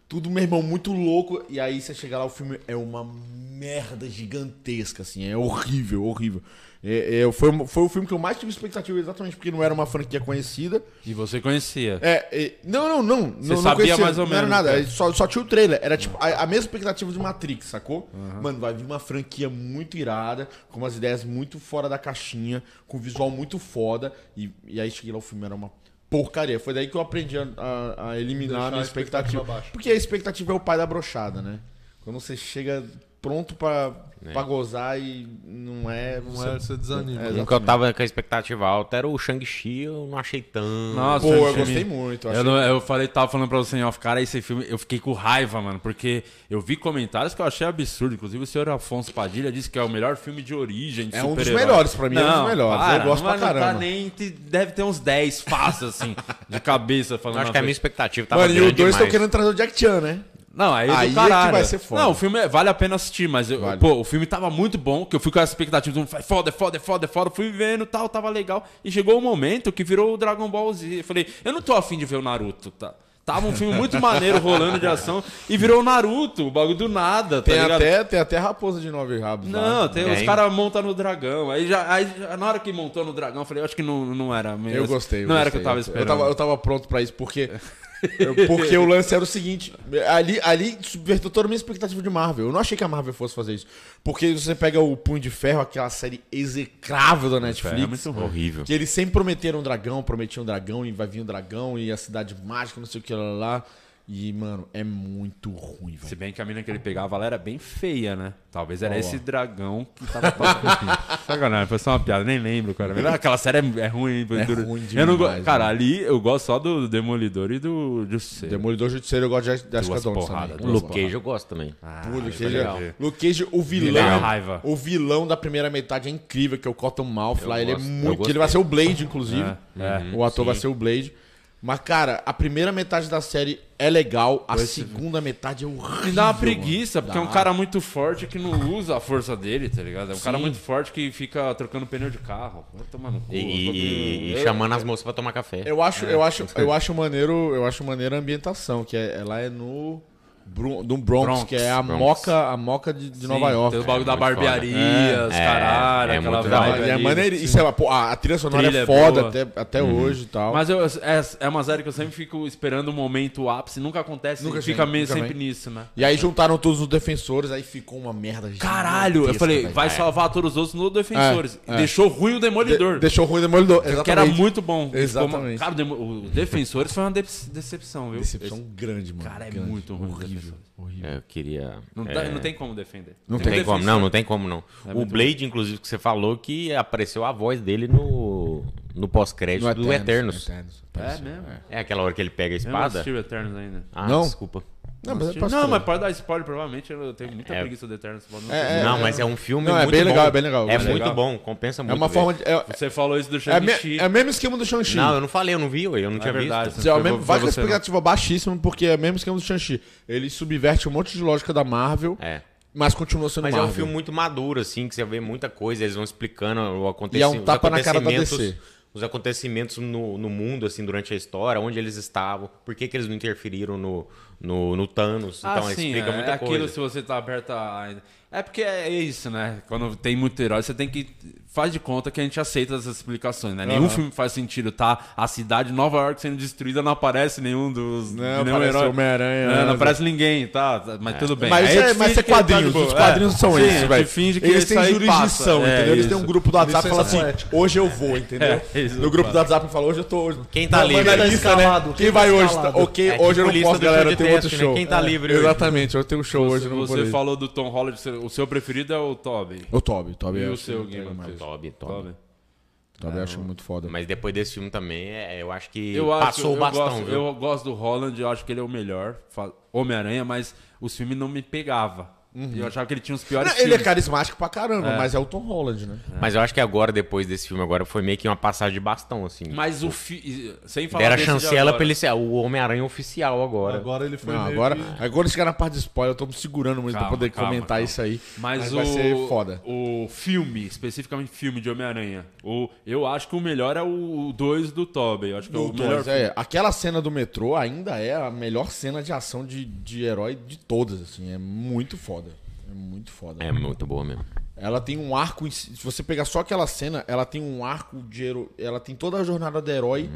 C: Tudo, meu irmão, muito louco. E aí você chega lá, o filme é uma merda gigantesca, assim. É horrível, horrível. É, é, foi, o- foi o filme que eu mais tive expectativa, exatamente porque não era uma franquia conhecida.
A: E você conhecia.
C: É, é, não, não, não. não, não
A: sabia
C: conhecia,
A: mais ou
C: não era
A: menos, é.
C: nada.
A: cara.
C: Só, só tinha o trailer. Era tipo a, a mesma expectativa de Matrix, sacou? Mano, vai vir uma franquia muito irada, com umas ideias muito fora da caixinha, com um visual muito foda. E, e aí cheguei lá, o filme era uma porcaria. Foi daí que eu aprendi a, a- a eliminar
D: Deixar
C: a minha
D: a expectativa
C: expectativa.
D: baixa.
C: porque a expectativa é o pai da brochada, né? Quando você chega pronto pra,
A: É.
C: pra gozar e não é.
D: Não
C: você-
D: é você desanima.
C: É,
B: Um que eu tava com a expectativa alta era o Shang-Chi, eu não achei tanto.
A: Nossa,
C: Pô, eu
A: achei-
C: gostei muito.
A: Eu,
C: achei-
A: não- eu falei, tava falando pra você em off, cara, esse filme, eu fiquei com raiva, mano, porque eu vi comentários que eu achei absurdo. Inclusive, o senhor Afonso Padilha disse que é o melhor filme de origem. De
C: É um dos
A: super-herói.
C: melhores, pra mim, é um dos melhores. Eu gosto
A: não,
C: pra
A: não tá
C: caramba.
A: nem, entre- deve ter uns 10 fácil, assim, de cabeça falando.
B: Eu acho
A: uma
B: que é
A: coisa.
B: a minha expectativa tava
C: Mano, e o
B: grande
C: 2 estão
B: demais.
C: querendo trazer o Jack Chan, né?
A: Não, aí,
C: Aí é
A: do
C: que
A: caralho.
C: vai ser foda.
A: Não, o filme é- vale a pena assistir, mas eu,
C: Vale.
A: pô, o filme tava muito bom, que eu fui com a expectativa do filme, foda, é foda, é foda, é foda, fui vendo, tal, tava legal, e chegou o momento que virou o Dragon Ball Z. Eu falei, eu não tô afim de ver o Naruto, tá? Tava um filme muito maneiro rolando de ação e virou o Naruto, o bagulho do nada, tá
C: Tem
A: ligado?
C: até, tem até raposa de nove rabos lá.
A: Não, tem, os
B: Tem.
A: caras montam no dragão. Aí, já, aí já- na hora que montou no dragão, eu falei, eu acho que não, não era mesmo.
C: Eu gostei.
A: Não era o que eu tava
C: gostei.
A: esperando.
C: Eu tava, eu tava pronto pra isso, porque... eu- porque o lance era o seguinte, ali, ali subverteu toda a minha expectativa de Marvel. Eu não achei que a Marvel fosse fazer isso. Porque você pega o Punho de Ferro, aquela série execrável da
A: é
C: Netflix.
B: É, Horrível.
C: Que eles sempre prometeram um dragão, prometiam um dragão, e vai vir um dragão, e a cidade mágica, não sei o que lá. lá. E, mano, é muito ruim, velho.
A: Se bem que a mina que ele pegava lá era bem feia, né? Talvez era
C: Ó, ó.
A: esse dragão que tava Sacanagem, foi só uma piada, nem lembro, cara. Mas Aquela série é, é ruim,
C: É
A: dura.
C: ruim
A: eu não go-
B: né?
C: demais,
A: Cara, ali eu gosto só do Demolidor e do Justiceiro.
C: Demolidor Judiciário, eu gosto de Jessica
A: Duas
C: Jones
A: porradas,
C: também.
B: O Luke Cage eu gosto também.
C: Pô, Luke
B: foi
C: Cage,
B: legal.
C: é- Luke Cage, o
A: Legal.
C: vilão.
A: Raiva.
C: O vilão da primeira metade é incrível, que é o Cotton Mouth lá. Ele é
B: gosto, eu
C: muito. que
B: gostei.
C: Ele vai ser o Blade, inclusive.
A: É, é.
C: o ator vai ser o Blade. Mas, cara, a primeira metade da série é legal, a segunda metade é horrível.
A: Me dá uma
C: mano.
A: preguiça, porque é um
C: Dá.
A: cara muito forte que não usa a força dele, tá ligado? É um cara muito forte que fica trocando pneu de carro. Vai tomar no cu.
B: E,
A: eu tô
B: e- e- e
A: com-
B: chamando as moças pra tomar café.
C: Eu acho,
A: É,
C: eu acho, eu acho maneiro, eu acho maneiro a ambientação, que é, ela é no Bru- no Bronx,
A: Bronx,
C: que é a
B: Bronx.
C: moca, a moca de, de Nova
A: Sim,
C: York.
A: Tem o bagulho
B: É
A: da
B: muito foda.
A: barbearia, os
B: É,
A: caralho,
B: é
A: aquela
B: muito da hora.
A: vibe
C: E é
A: ali.
C: maneiro, isso é, pô, a, a trilha sonora
A: Trilha é
C: é foda
A: boa. Uhum.
C: até, até hoje e tal.
A: Mas eu- é, é uma série que eu sempre fico esperando o momento ápice, nunca acontece,
C: Nunca
A: fica
C: chega,
A: meio
C: nunca
A: sempre
C: vem. é
A: nisso, né?
C: E aí juntaram todos os defensores, aí ficou uma merda.
A: Caralho, eu
C: gigantesca,
A: falei,
C: velho. É.
A: vai salvar todos os outros no Defensores. E Deixou ruim o Demolidor.
C: De- deixou ruim o demolidor. Exatamente.
A: que era muito bom.
C: Exatamente.
A: Ficou uma- Cara, o Demo- o Defensores foi uma de- decepção, viu?
C: Decepção grande, mano.
A: Cara, é
C: grande.
A: muito ruim.
C: Horrível. horrível.
B: Eu queria.
A: Não,
B: é,
A: dá- não tem como defender.
B: não
A: um
B: tem como,
A: defensor.
B: não, não tem como não. o Blade, inclusive, que você falou que apareceu a voz dele no, no
C: No
B: pós-crédito do
C: Eternos,
B: Eternos.
C: Eternos.
A: É
C: Apareceu.
A: mesmo?
B: É aquela hora que ele pega a
A: Eu não
B: espada?
A: assisti o Eternos ainda.
B: Ah,
C: Não.
B: desculpa.
C: Não, mas é
A: não,
C: pra-
A: mas pode dar spoiler, provavelmente. Eu tenho muita
B: É.
A: preguiça do Eternos. pode não
C: É,
A: ter-
B: não, mas é um filme
C: Não, é
B: muito
C: bem
B: bom.
C: legal, é bem legal.
B: É
C: Bem
B: muito
A: legal.
B: bom, compensa muito.
C: É uma
B: ver.
C: forma de. É,
A: Você falou isso do
C: é, me-
A: Shang-Chi.
C: é o mesmo esquema do Shang-Chi.
B: Não, eu não falei, eu não vi, eu não tinha
A: verdade,
B: visto.
A: você
C: Você é o
A: Foi
C: mesmo,
A: vo-
C: vai
A: foi
C: com a
A: você, não.
C: expectativa baixíssima, porque é o mesmo esquema do Shang-Chi. Ele subverte um monte de lógica da Marvel,
B: É.
C: mas continua sendo
B: Mas é
C: Marvel.
B: um filme muito maduro, assim, que você vê muita coisa, eles vão explicando o
C: E é
B: acontecimento.
C: um tapa na cara da DC.
B: Os acontecimentos no, no mundo, assim, durante a história, onde eles estavam, por que, que eles não interferiram no, no, no Thanos.
A: Ah,
B: então, eles
A: sim,
B: explicam
A: é,
B: muita
A: é aquilo
B: coisa.
A: se você tá aberto a... É porque é isso, né? Quando tem muito herói, você tem que... Faz de conta que a gente aceita essas explicações, né? Nenhum filme faz sentido, tá? A cidade de Nova York sendo destruída não aparece nenhum dos...
C: Não
A: nenhum
C: aparece
A: herói.
C: Homem-Aranha,
A: Não, não
C: né?
A: aparece ninguém, tá? Mas tudo bem.
C: Mas
A: Aí
C: isso
A: a
C: é,
A: gente
C: mas
A: finge
C: isso é
A: que ele tá de
C: quadrinhos,
A: boa.
C: os quadrinhos
A: É.
C: são
A: Sim, a
C: esses,
A: gente
C: velho.
A: finge que
C: Eles
A: isso aí
C: têm jurisdição,
A: passa. É,
C: entendeu? Eles têm
A: isso.
C: um grupo do WhatsApp que fala assim,
D: Licença poética.
C: hoje eu vou, entendeu?
A: É, isso,
C: no grupo
A: cara.
C: do WhatsApp fala, hoje eu tô... Hoje.
B: Quem tá
C: Não,
B: livre?
C: manda
B: Quem tá
C: lista, né?
D: escalado?
C: Quem,
D: Quem
C: vai
D: tá
C: hoje?
D: escalado?
C: Ok,
B: É,
C: hoje
B: tipo
C: eu não
B: lista
C: posso,
B: do
C: galera,
B: show
C: eu
B: de
C: tenho outro
B: teste, né?
C: show.
B: Quem tá
C: É,
B: livre hoje?
C: Exatamente, eu tenho um show hoje, eu não vou
A: Você
C: poder.
A: falou do Tom Holland, seu- o seu preferido é o Toby.
C: O Toby, Toby
A: E
C: eu
A: o
C: acho
A: seu,
C: muito
A: Game
C: legal.
A: of É,
B: Toby, Toby.
A: Toby.
C: Toby eu acho muito foda.
B: Mas depois desse filme também, é, eu acho que
A: Eu acho,
B: passou
A: eu
B: o bastão,
A: gosto,
B: viu?
A: Eu gosto do Holland, eu acho que ele é o melhor fa- Homem-Aranha, mas os filmes não me pegava. Eu achava que ele tinha os piores
C: Uhum. Não, ele é
A: filmes.
C: carismático pra caramba, mas é o Tom Holland, né?
B: Mas eu acho que agora, depois desse filme, agora foi meio que uma passagem de bastão, assim.
A: Mas o fi... sem falar
B: Deram a
A: desse de
B: chancela
A: agora.
B: pra ele ser o Homem-Aranha oficial agora.
D: Agora ele foi
C: Não,
D: meio
C: agora, tá
D: que-
C: agora chegar na parte de spoiler, eu tô me segurando muito
A: Calma,
C: pra poder
A: calma,
C: comentar
A: calma.
C: isso aí.
A: Mas, o,
C: vai ser foda.
A: o filme, especificamente filme de Homem-Aranha. O... Eu acho que o melhor é o 2 do Tobey. Eu acho que é o
C: Do
A: melhor.
C: dois, é, aquela cena do metrô ainda é a melhor cena de ação de, de herói de todas, assim. É muito foda. É muito foda.
B: É muito boa mesmo.
C: Ela tem um arco. em si- Se você pegar só aquela cena, ela tem um arco de herói. Ela tem toda a jornada do herói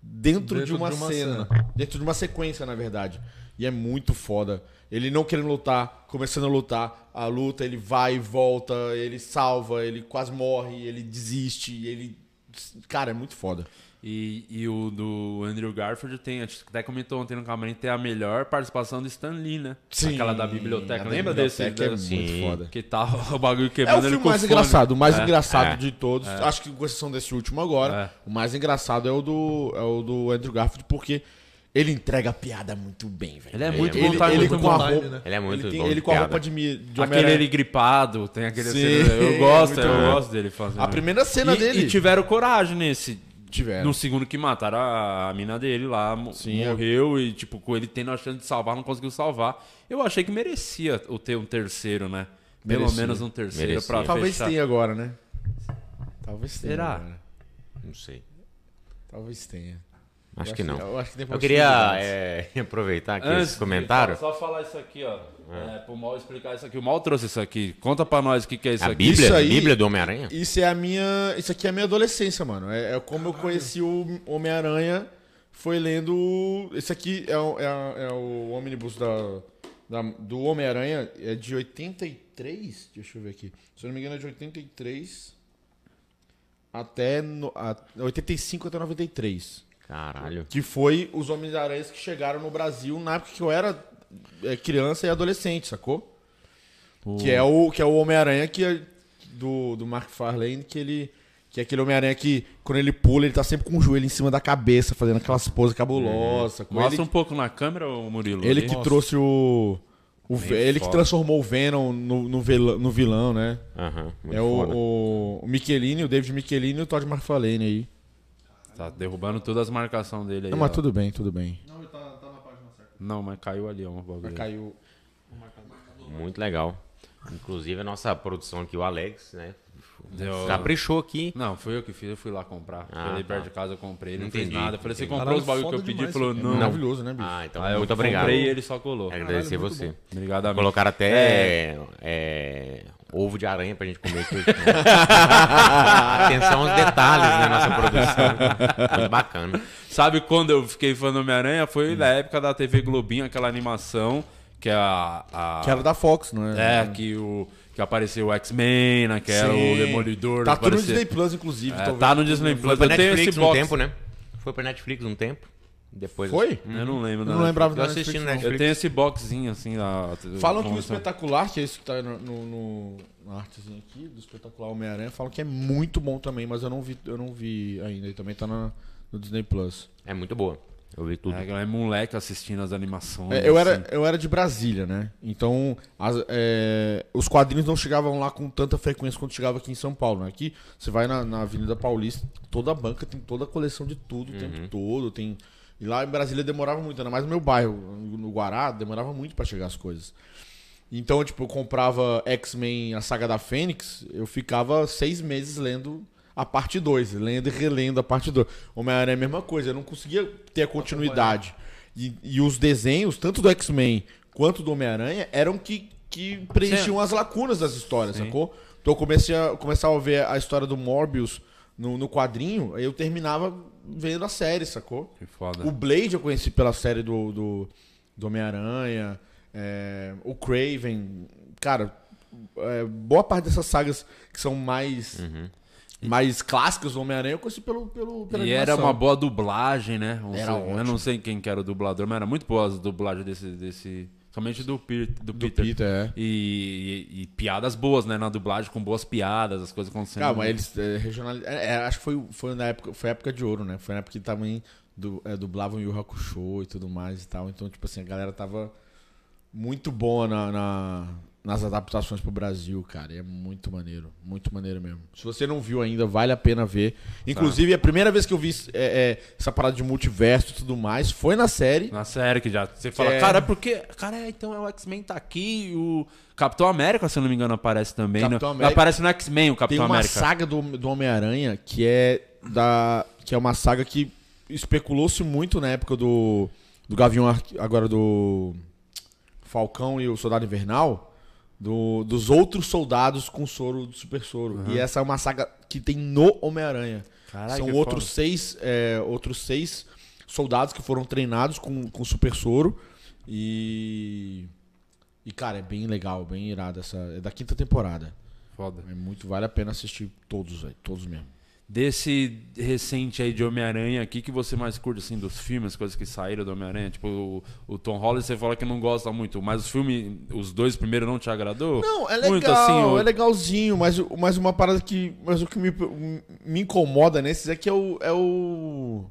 C: dentro, de uma, cena. Dentro de uma sequência, na verdade. E é muito foda. Ele não querendo lutar, começando a lutar, a luta, ele vai e volta, ele salva, ele quase morre, ele desiste, ele. Cara, é muito foda.
A: E, e o do Andrew Garfield tem, a gente até comentou ontem no Camarim, tem a melhor participação do Stan Lee, né?
C: Sim,
A: Aquela da
C: a
A: biblioteca.
C: da
A: Lembra
C: biblioteca é
A: desse?
C: muito foda.
A: Que tá o bagulho
C: É
A: quebrando
C: o
A: ele
C: filme
A: com
C: mais
A: fone.
C: engraçado, o mais
A: É.
C: engraçado
B: É.
C: de todos. Acho que com exceção desse último agora, o mais engraçado é o do é o do Andrew Garfield porque ele entrega a piada muito bem, velho.
A: Ele é muito
B: Ele-
A: bom, tá
C: ele
A: muito
C: com a
A: bom.
D: time,
C: roupa,
D: né?
B: Ele é muito
C: ele, tem-
B: bom
C: ele
B: de
C: com a
B: piada.
C: roupa de, mi- de
A: Aquele
C: Homem-Aranha.
A: ele gripado, tem aquele.
C: Sim.
A: cena- Eu gosto,
C: Muito
A: eu
C: bom.
A: gosto dele fazer.
C: A primeira cena
A: e,
C: dele
A: E tiveram coragem nesse.
C: tiveram.
A: No segundo que mataram a, a mina dele lá, mo-
C: Sim,
A: morreu e, tipo, com ele tendo a chance de salvar, não conseguiu salvar. Eu achei que merecia o ter um terceiro, né? Pelo
C: Merecia.
A: menos um terceiro
B: Merecia.
A: pra
C: Talvez
A: fechar.
C: tenha agora, né? Talvez tenha.
A: Será?
C: agora, né?
B: Não sei.
C: Talvez tenha.
B: Acho que não.
C: Eu acho que tem
B: Eu queria
C: possibilidades.
B: é, aproveitar aqui
A: Antes
B: esse comentário.
A: de- Só falar isso aqui, ó. É, pro Mal explicar isso aqui. O Mal trouxe isso aqui. Conta pra nós o que, que é isso
B: A
A: aqui.
B: Bíblia?
C: Isso
B: a
C: aí-
B: Bíblia do Homem-Aranha?
C: Isso é a minha. Isso aqui é a minha adolescência, mano. É, é como eu conheci o Homem-Aranha. Foi lendo. Esse aqui é, o- é a- é o ônibus da, da- do Homem-Aranha. É de 83? Deixa eu ver aqui. Se eu não me engano, é de 83 até. No, a- 85 até 93.
B: Caralho.
C: Que foi os Homens-Aranhas que chegaram no Brasil na época que eu era é, criança e adolescente, sacou? Que é o, que é o Homem-Aranha que é do, do Mark Farlane, que ele. Que é aquele Homem-Aranha que, quando ele pula, ele tá sempre com o joelho em cima da cabeça, fazendo aquelas poses cabulosas. sacou?
A: Mostra
C: ele,
A: um pouco na câmera, ô Murilo.
C: ele
A: ali.
C: que trouxe o. o Ve- ele que
A: foda.
C: transformou o Venom no, no, vilão, no vilão, né?
B: Aham. muito
C: é
B: foda.
C: o, o, o Michelini, o David Michelini e o Todd Mark Farlane aí.
A: Tá derrubando todas as marcações dele aí.
C: Não, mas
A: ó.
C: tudo bem, tudo bem.
D: Não, tá, tá na página certa.
A: Não, mas caiu ali, ó, um bagulho.
C: Caiu.
B: Muito legal. Inclusive a nossa produção aqui, o Alex, né?
A: Deu-
B: Caprichou aqui.
A: Não, foi eu que fiz, eu fui lá comprar.
B: Ah,
A: Falei perto
B: tá.
A: de casa, eu comprei, ele não
B: Entendi.
A: fez nada. Falei, você
B: Entendi.
A: comprou os
D: Caralho,
A: bagulho que eu
D: foda
A: pedi? Ele
D: demais,
A: falou,
D: cara.
A: não.
C: Maravilhoso, né, bicho?
B: Ah, então
A: Aí eu
B: muito obrigado.
A: comprei e ele só colou.
B: Agradecer
D: Caralho, muito
B: você.
A: Obrigado, amigo.
B: Colocaram
A: É.
B: até é, ovo de aranha pra gente comer aqui hoje. Atenção aos detalhes da nossa produção. Muito bacana.
A: Sabe quando eu fiquei fã do Homem-Aranha?
B: Hum.
A: Foi na época da TV Globinho, aquela animação que a. a-
C: Que era da Fox, não é?
A: É, que, o, que apareceu o X-Men, né? Que era
C: Sim.
A: o Demolidor.
C: Tá tudo no
A: apareceu-
C: Disney Plus, inclusive.
A: É,
C: tô
A: tá
C: vendo.
A: no Disney Plus.
B: Foi pra
A: Eu tenho
B: Netflix
A: esse
B: um
A: box.
B: tempo, né? Foi pra Netflix um tempo. Depois
C: Foi?
A: Eu não lembro,
C: Eu
A: né?
C: não lembrava
B: Eu assisti no
A: Eu
B: Netflix.
A: tenho esse boxzinho, assim, da.
C: Falam que o
A: com-
C: espetacular, que é isso que tá no, no, no- na artezinha aqui, do espetacular Homem-Aranha, falam que é muito bom também, mas eu não vi, eu não vi ainda. E também tá na- no Disney Plus.
B: É muito boa. Eu vi tudo.
A: É, é moleque assistindo as animações.
C: É, eu,
A: assim.
C: era, eu era de Brasília, né? Então, as- é, os quadrinhos não chegavam lá com tanta frequência quanto chegava aqui em São Paulo. Né? Aqui, você vai na, na Avenida Paulista, toda a banca tem toda a coleção de tudo o tempo todo. Tem... E lá em Brasília demorava muito, ainda mais no meu bairro, no Guará, demorava muito pra chegar as coisas. Então, tipo, eu comprava X-Men, a saga da Fênix, eu ficava seis meses lendo a parte 2, lendo e relendo a parte 2. Homem-Aranha é a mesma coisa, eu não conseguia ter a continuidade. E, e os desenhos, tanto do X-Men quanto do Homem-Aranha, eram que, que preenchiam as lacunas das histórias, sacou? Então eu comecei a, começava a ver a história do Morbius no, no quadrinho, aí eu terminava vendo a série, sacou?
A: Que É foda.
C: O Blade eu conheci pela série do, do, do Homem-Aranha, é, o Craven. Cara, é, boa parte dessas sagas que são mais, mais clássicas do Homem-Aranha eu conheci pelo, pelo, pela
A: E era
C: animação.
A: uma boa dublagem, né? Não
C: Era
A: sei-
C: ótimo.
A: eu não sei quem que era o dublador, mas era muito boa a dublagem desse. desse somente do, Pir, do,
C: Do
A: Peter.
C: Peter, é.
A: E, e- e piadas boas, né? Na dublagem, com boas piadas, as coisas acontecendo.
C: Calma, eles é, regionali- é, é, acho que foi, foi na época, foi a época de ouro, né? Foi na época que também du, é, dublavam Yu Hakusho e tudo mais e tal. Então, tipo assim, a galera tava muito boa na- na- nas adaptações pro Brasil, cara. E é muito maneiro, muito maneiro mesmo. Se você não viu ainda, vale a pena ver. Inclusive, a primeira vez que eu vi é, é, essa parada de multiverso e tudo mais foi na série.
A: Na série que já. Você fala,
C: É.
A: cara, porque. Cara, é, então é o X-Men tá aqui. O Capitão América, se eu não me engano, aparece também.
C: Capitão
A: né?
C: América-
A: Aparece no X-Men o
C: Tem
A: Capitão
C: uma
A: América.
C: saga do, do Homem-Aranha que é da que é uma saga que especulou-se muito na época do do Gavião Ar- agora do Falcão e o Soldado Invernal do- dos outros soldados com soro do Super Soro. E essa é uma saga que tem no Homem-Aranha.
A: Caralho,
C: São
A: que
C: outros
A: foda.
C: seis é, outros seis soldados que foram treinados com com Super Soro e e cara, é bem legal, bem irado essa é da quinta temporada.
A: Foda.
C: É muito, vale a pena assistir todos, velho. Todos mesmo.
A: Desse recente aí de Homem-Aranha, o que, que você mais curte, assim, dos filmes, coisas que saíram do Homem-Aranha? Tipo, o, o Tom Holland, você fala que não gosta muito, mas os filmes, os dois primeiros não te agradou?
C: Não, é
A: Muito,
C: legal,
A: assim, o-
C: é legalzinho, mas, o- mas uma parada que. Mas o que me, me incomoda nesses é que é o. É o.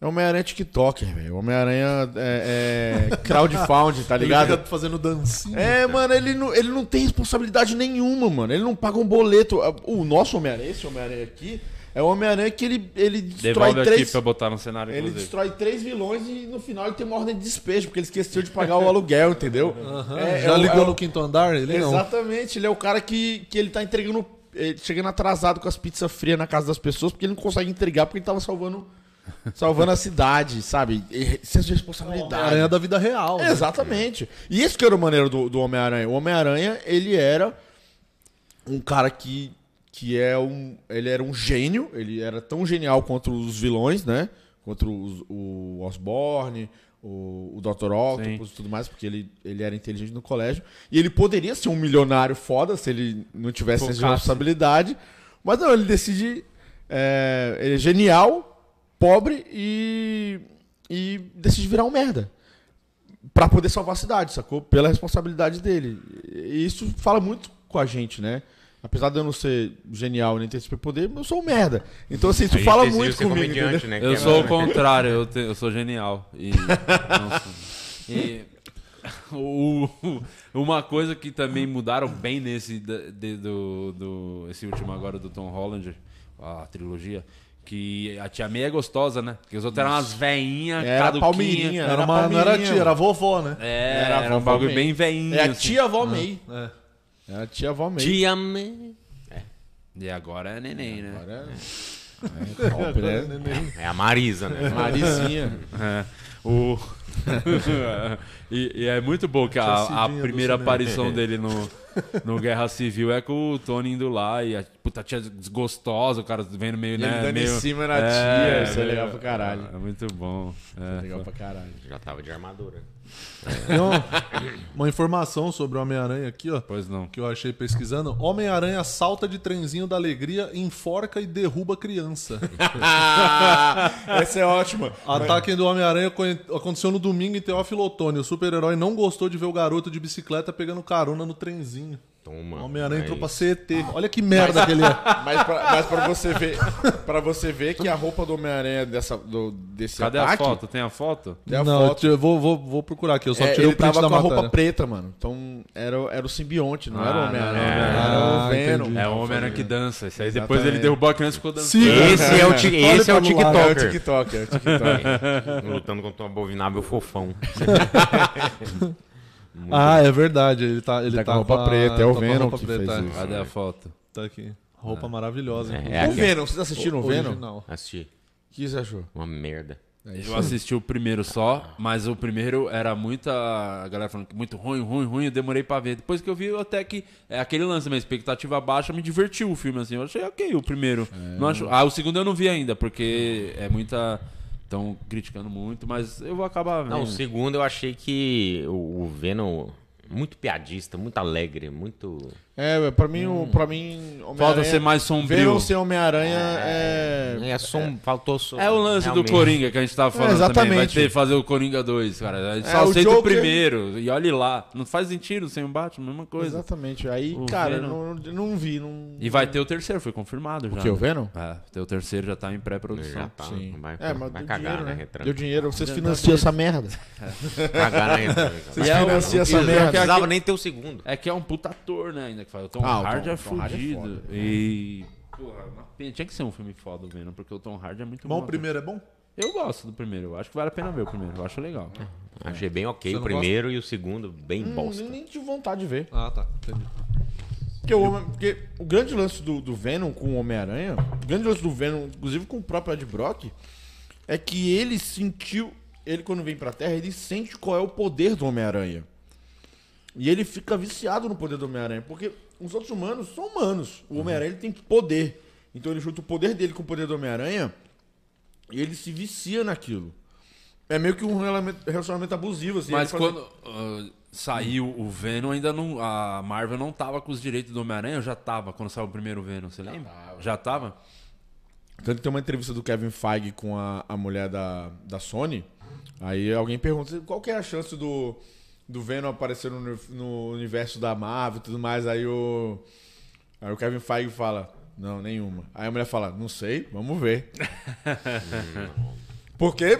C: É o Homem-Aranha TikToker, velho. O Homem-Aranha é, é crowdfunding, tá
D: Ele
C: ligado?
D: fica fazendo dancinha.
C: É, mano, ele não, ele não tem responsabilidade nenhuma, mano. Ele não paga um boleto. O nosso Homem-Aranha, esse Homem-Aranha aqui, é o Homem-Aranha que ele, ele destrói
A: Devolve
C: três.
A: aqui pra botar no cenário,
C: Ele
A: inclusive.
C: destrói três vilões e no final ele tem uma ordem de despejo, porque ele esqueceu de pagar o aluguel, entendeu?
D: Aham,
C: É,
D: Já
C: é o-
D: ligou
C: é o-
D: no quinto andar? Ele um não.
C: Exatamente, ele é o cara que, que ele tá entregando. eh, Chegando atrasado com as pizzas frias na casa das pessoas, porque ele não consegue entregar, porque ele tava salvando, salvando a cidade, sabe? E eh, senso de responsabilidade.
D: Aranha da vida real. né?
C: Exatamente. E esse que era o maneiro do, do Homem-Aranha. O Homem-Aranha, ele era um cara que, que é um. Ele era um gênio, ele era tão genial contra os vilões, né? Contra os- o Osborne, o, o Dr. Octopus e tudo mais, porque ele, ele era inteligente no colégio. E ele poderia ser um milionário foda se ele não tivesse essa
A: Focasse.
C: responsabilidade. Mas não, ele decide. É, ele é genial, pobre e. e decide virar um merda. Pra poder salvar a cidade, sacou? Pela responsabilidade dele. E isso fala muito com a gente, né? Apesar de eu não ser genial e nem ter superpoder, eu sou um merda. Então, assim, isso
B: A gente
C: fala
B: decidiu
C: muito
B: ser
C: comigo,
B: comediante,
C: entendeu?
B: né?
A: Eu
B: Que é
A: sou o
B: bacana.
A: contrário, eu, te- eu sou genial. E, nossa. E o- o- uma coisa que também mudaram bem nesse da- de- do, do- esse último agora do Tom Holland, a trilogia, Que a tia Meia é gostosa, né? Porque os outros eram umas veinhas,
C: Era
A: caduquinha.
C: palmeirinha.
D: Era
C: Era
D: uma, não era
C: palmeirinha.
D: tia, era vovó, né?
A: É,
C: Era
A: era,
C: a
A: um
C: vovó
A: bagulho
C: May.
A: bem veinho.
C: É a
A: assim.
C: tia avó May.
D: É.
C: É a tia avó May.
B: Te amei.
A: E agora é neném, né?
C: Agora é- é top, né?
B: É a Marisa, né?
C: Marizinha.
A: É. O... e, e é muito bom que
D: Tia
A: a, a
D: Cidinha do
A: primeira
D: cinema.
A: aparição dele no, no Guerra Civil é com o Tony indo lá e a puta tia desgostosa, o cara vendo meio,
C: E
A: né?
C: ele dando em
A: meio...
C: cima na
A: É,
C: tia. Isso é
A: meio-
C: legal pra caralho. Tá
A: É muito bom. É.
C: Legal pra caralho.
B: Já tava de armadura.
D: Tem uma, uma informação sobre o Homem-Aranha aqui, ó.
A: Pois não.
D: Que eu achei pesquisando. Homem-Aranha salta de trenzinho da alegria, enforca e derruba criança.
A: Ah!
C: Essa é ótima.
D: Ataque do Homem-Aranha co- aconteceu no domingo em Teófilo Otoni. O super-herói não gostou de ver o garoto de bicicleta pegando carona no trenzinho.
B: Toma.
D: O Homem-Aranha entrou pra
B: mas-
D: CET. Olha que merda que ele é.
C: Mas pra, mas pra você ver, para você ver que a roupa do Homem-Aranha dessa do, desse
A: Cadê a
C: ataque,
A: foto? Tem a foto?
C: Tem a
D: não, eu
C: foto.
D: te- eu vou, vou, vou procurar aqui. Eu só
C: é,
D: tirei
C: ele
D: o print
C: tava
D: da
C: com a roupa
D: matéria.
C: preta, mano. Então era, era o simbionte, não era
A: Ah,
C: o Homem-Aranha.
A: não, não,
C: Era
D: não.
C: o
D: Ah,
C: Venom.
D: entendi.
A: É o Homem-Aranha que dança. Isso aí depois ele
C: Exatamente.
A: derrubou a criança e ficou dançando.
D: Sim.
B: Esse é o, ti-
D: Olha
B: esse é o
D: pra Luara,
C: Ah, é o
B: TikToker.
C: TikTok, é o TikTok.
B: Lutando contra um abominável fofão.
D: Ah, é verdade. Ele tá, ele
C: Tá
D: tá,
C: com roupa preta, é o
D: tá com
C: Venom
D: roupa
C: que fez isso.
A: Cadê a foto?
D: Tá aqui. Roupa maravilhosa. hein?
B: É
C: o
B: aqui.
C: Venom, vocês assistiram o Venom? O
D: Original.
B: Assisti.
C: que você achou?
B: Uma merda.
A: Eu assisti o primeiro só, mas o primeiro era muita. A galera falando que muito ruim, ruim, ruim, eu demorei pra ver. Depois que eu vi, eu até que. É aquele lance, minha expectativa baixa, me divertiu o filme, assim. Eu achei ok o primeiro.
C: É.
A: Não acho, ah, o segundo eu não vi ainda, porque é muita. Estão criticando muito, mas eu vou acabar vendo.
B: Não, o segundo eu achei que o, o Venom. Muito piadista, muito alegre, muito.
C: É, pra mim, o pra mim Homem-Aranha-
A: Falta ser mais
C: Venom
A: sombrio.
C: ser Homem-Aranha é...
B: É, som, faltou som.
A: É o lance
B: realmente.
A: do Coringa que a gente tava falando também. Vai
C: exatamente.
A: ter que fazer o Coringa 2, cara. A gente só
C: É, o
A: aceita o
C: Joker-
A: primeiro. E olhe lá. Não faz sentido sem o Batman, mesma coisa.
C: Exatamente. Aí,
A: O
C: cara, eu
A: Venom.
C: não, não vi, não...
A: E vai ter o terceiro, foi confirmado já.
C: que, o
A: né?
C: Venom?
A: É, ter o terceiro já tá em
B: Já
A: pré-produção.
B: tá,
C: Sim.
B: Vai,
C: é, mas
B: vai
C: deu
B: cagar
C: dinheiro,
B: na
C: né?
B: retranca.
C: Deu dinheiro, vocês financiam essa merda.
B: Cagar na retranca.
C: Vocês
A: E é o-
C: financiam essa
A: o- Pior
B: Não
A: que
C: merda.
A: a-
B: precisava nem ter o segundo.
A: É que é um puta ator, né, ainda que faz. O Tom
C: Ah, o
A: Hardy
C: Tom-
A: é
C: Tom Hardy é
A: fudido. e... Porra, uma pena. Tinha que ser um filme foda o Venom, porque o Tom Hardy é muito
D: Bom,
A: bom.
D: o primeiro é bom?
A: Eu gosto do primeiro. Eu acho que vale a pena ver o primeiro. Eu acho legal.
B: Achei bem ok
D: Você
B: o
D: não
B: primeiro e o segundo bem
A: Hum,
B: bosta.
C: Hum, Nem tive vontade de ver.
D: Ah, tá. Entendi.
C: Porque o, Homem- porque o grande lance do, do Venom com o Homem-Aranha, o grande lance do Venom, inclusive com o próprio Ed Brock, é que ele sentiu, ele quando vem pra Terra, ele sente qual é o poder do Homem-Aranha. E ele fica viciado no poder do Homem-Aranha, porque os outros humanos são humanos.
A: Uhum.
C: O Homem-Aranha ele tem poder. Então ele junta o poder dele com o poder do Homem-Aranha e ele se vicia naquilo. É meio que um relacionamento, relacionamento abusivo, assim.
A: Mas
C: Ele fala
A: quando ah, saiu o Venom, ainda não. A Marvel não tava com os direitos do Homem-Aranha, ou já tava quando saiu o primeiro Venom, você lembra? Já tava?
C: Tanto que tem uma entrevista do Kevin Feige com a, a mulher da, da Sony. Aí alguém pergunta qual que é a chance do, do Venom aparecer no, uni- no universo da Marvel e tudo mais. Aí o, aí o Kevin Feige fala, não, nenhuma. Aí a mulher fala, não sei, vamos ver. Porque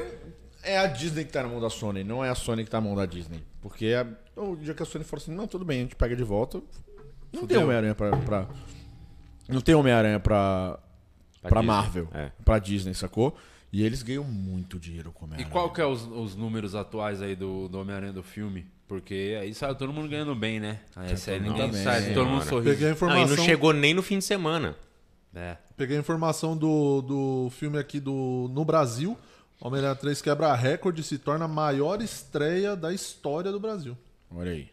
C: é a Disney que tá na mão da Sony, não é a Sony que tá na mão da Disney. Porque a- o dia que a Sony falou assim, não, tudo bem, a gente pega de volta. Não tem Homem-Aranha pra, pra... Não tem Homem-Aranha pra, pra,
B: Disney.
C: Marvel,
B: É.
C: pra Disney, sacou? E eles ganham muito dinheiro
A: E
C: com Homem-Aranha.
A: qual que é os, os números atuais aí do, do Homem-Aranha do filme? Porque aí saiu todo mundo ganhando bem, né? Aí sai, ninguém
C: bem,
A: sai, todo mundo
B: senhora.
A: sorrindo.
D: Peguei a
B: Não, e
D: informação.
B: não chegou nem no fim de semana.
A: É.
D: Peguei a informação do, do filme aqui do no Brasil. Homem-Aranha 3 quebra recorde e se torna a maior estreia da história do Brasil.
C: Olha aí.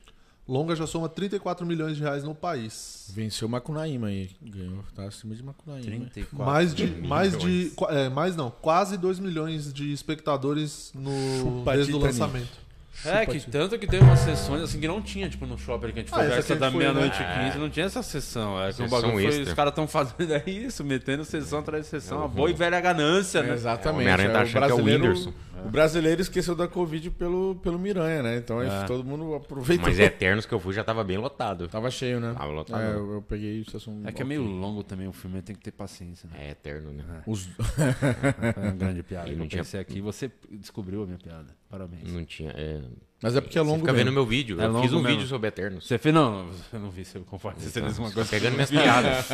D: Longa já soma 34 milhões de reais no país.
C: Venceu o Macunaíma aí. Ganhou, tá acima de Macunaíma.
A: 34.
D: Mais de, mais de. qua- É, mais não, quase 2 milhões de espectadores no,
C: Chupa,
D: desde o
C: Titanic.
D: lançamento.
A: É, que tanto que tem umas sessões assim que não tinha, tipo, no shopping que a gente
D: Ah,
A: foi,
D: essa
A: essa,
D: que
A: da
D: foi, né?
A: meia-noite e 15, não tinha essa sessão. É que o
B: É. Sessão
A: bagulho foi,
B: extra. É
A: os caras estão fazendo é isso, metendo sessão atrás de sessão, a boa e velha ganância, né?
B: O
C: Exatamente.
B: Homem-Aranha tá
C: é,
B: achando que é o Whindersson.
C: o brasileiro esqueceu da Covid pelo, pelo Miranha, né? Então aí
A: É.
C: todo mundo aproveitou.
B: Mas Eternos que eu fui já tava bem lotado.
C: Tava cheio, né?
B: Tava lotado.
C: É, eu, eu peguei isso assim,
A: É que é meio longo também o filme, tem que ter paciência, né?
B: É Eterno, né?
C: Os...
A: Foi uma grande piada. que
B: E É. não
A: Eu
B: tinha-
A: pensei aqui, você descobriu a minha piada. Parabéns.
B: Não tinha. É...
C: Mas é porque é
B: Você
C: longo
B: fica vendo
C: mesmo.
B: meu vídeo.
A: É
B: eu fiz
A: longo
B: um
A: mesmo.
B: vídeo sobre Eternos. Tá
A: Você fez? Não, eu não vi você compartilhando uma coisa.
B: Pegando minhas piadas.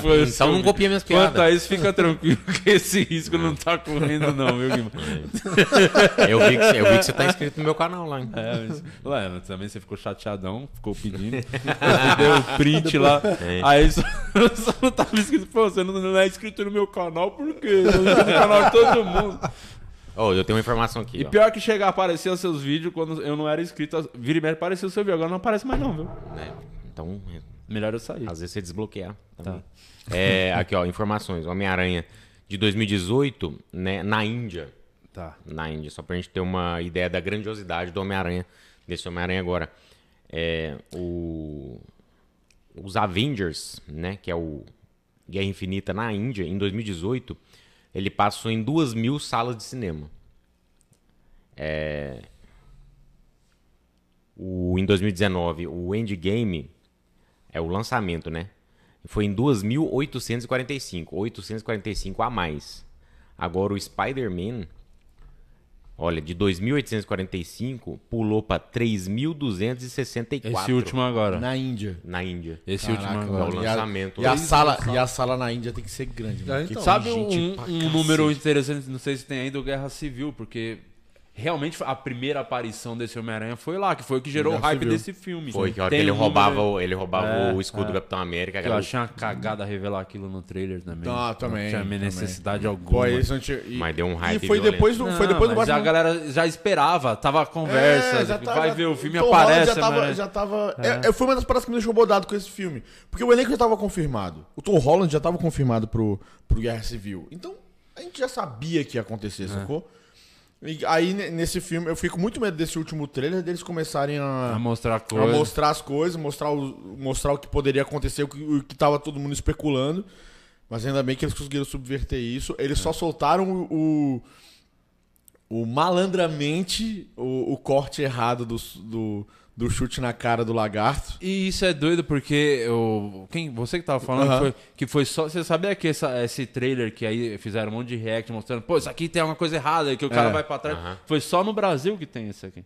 A: Foi o seu
B: Então não
A: vídeo.
B: copia minhas
A: Quanto a
B: piadas.
A: isso, fica tranquilo que esse risco não tá correndo, não, viu, Guilherme?
B: Eu vi, que, eu vi que você tá inscrito no meu canal lá, hein?
A: É, mas... Ué, mas também você ficou chateadão, ficou pedindo. Você deu o print lá. Aí só, só não tava escrito, pô, você não, não é inscrito no meu canal, por quê? Eu sou inscrito no canal de todo mundo.
B: Ó, eu tenho uma informação aqui.
A: E
B: ó.
A: pior que chegar a aparecer os seus vídeos quando eu não era inscrito. Vira e mexe, apareceu o seu vídeo. Agora não aparece mais, não, viu? Ah,
B: É, então,
A: Melhor eu sair.
B: às vezes você desbloquear. também. É, aqui, ó, informações. Homem-Aranha de 2018, né, na Índia.
A: Tá.
B: Na Índia, só pra gente ter uma ideia da grandiosidade do Homem-Aranha, desse Homem-Aranha agora. É, o- os Avengers, né, que é o Guerra Infinita na Índia, em 2018, ele passou em 2 mil salas de cinema. É, o, em 2019, o Endgame é o lançamento, né? Foi em 2.845, 845 a mais. Agora o Spider-Man, olha, de 2.845 pulou pra 3.264
A: Esse último agora.
C: Na Índia.
B: na Índia.
A: Esse
C: Caraca,
A: último agora.
B: mano.
C: mano.
B: é o
C: E a-
B: lançamento.
C: E a, sala, e a sala na Índia tem que ser grande.
D: É,
C: mano.
D: então.
A: Sabe um,
B: gente pra
A: um número interessante, não sei se tem ainda, o Guerra Civil, porque realmente a primeira aparição desse Homem-Aranha foi lá, que foi o que gerou o
C: Guerra
A: hype
C: Civil.
A: desse filme.
B: Foi que a hora
A: Tem
B: que ele
A: um
B: roubava,
A: número-
B: o, ele roubava
A: É,
B: o escudo
A: é.
B: do Capitão América. a
A: Eu
B: galera-
A: achei uma cagada revelar aquilo no trailer também.
C: Ah, também,
A: Não tinha
C: também.
A: necessidade alguma.
C: Pô, eles não tinham- e-
B: Mas deu um hype
C: E foi
B: violento.
C: depois do,
A: Não,
C: foi depois do
A: mas é a
C: Batman.
A: galera já esperava, tava a conversa,
C: É, já tá-
A: vai
C: já-
A: ver o filme,
C: Tom Holland
A: aparece, né?
C: Já tava.
A: Homem-Aranha.
C: Já tava é. é, foi uma das paradas que me deixou bodado com esse filme. Porque o elenco já tava confirmado. O Tom Holland já tava confirmado pro, pro Guerra Civil. Então, a gente já sabia que ia
A: É.
C: acontecer, sacou? E aí, ne- nesse filme, eu fico muito medo desse último trailer deles começarem
A: Pra
C: a,
A: mostrar
C: pra
A: coisa.
C: mostrar as coisas, mostrar o, mostrar o que poderia acontecer, o que, o que tava todo mundo especulando. Mas ainda bem que eles conseguiram subverter isso. Eles só soltaram o, o, o malandramente o, o corte errado do, s- do, do chute na cara do lagarto.
A: E isso é doido porque eu, quem, você que tava falando
C: Aham.
A: foi- que foi só. Você sabia que essa- esse trailer que aí fizeram um monte de react mostrando, pô, isso aqui tem alguma coisa errada, que o cara vai pra trás. Foi só no Brasil que tem isso aqui.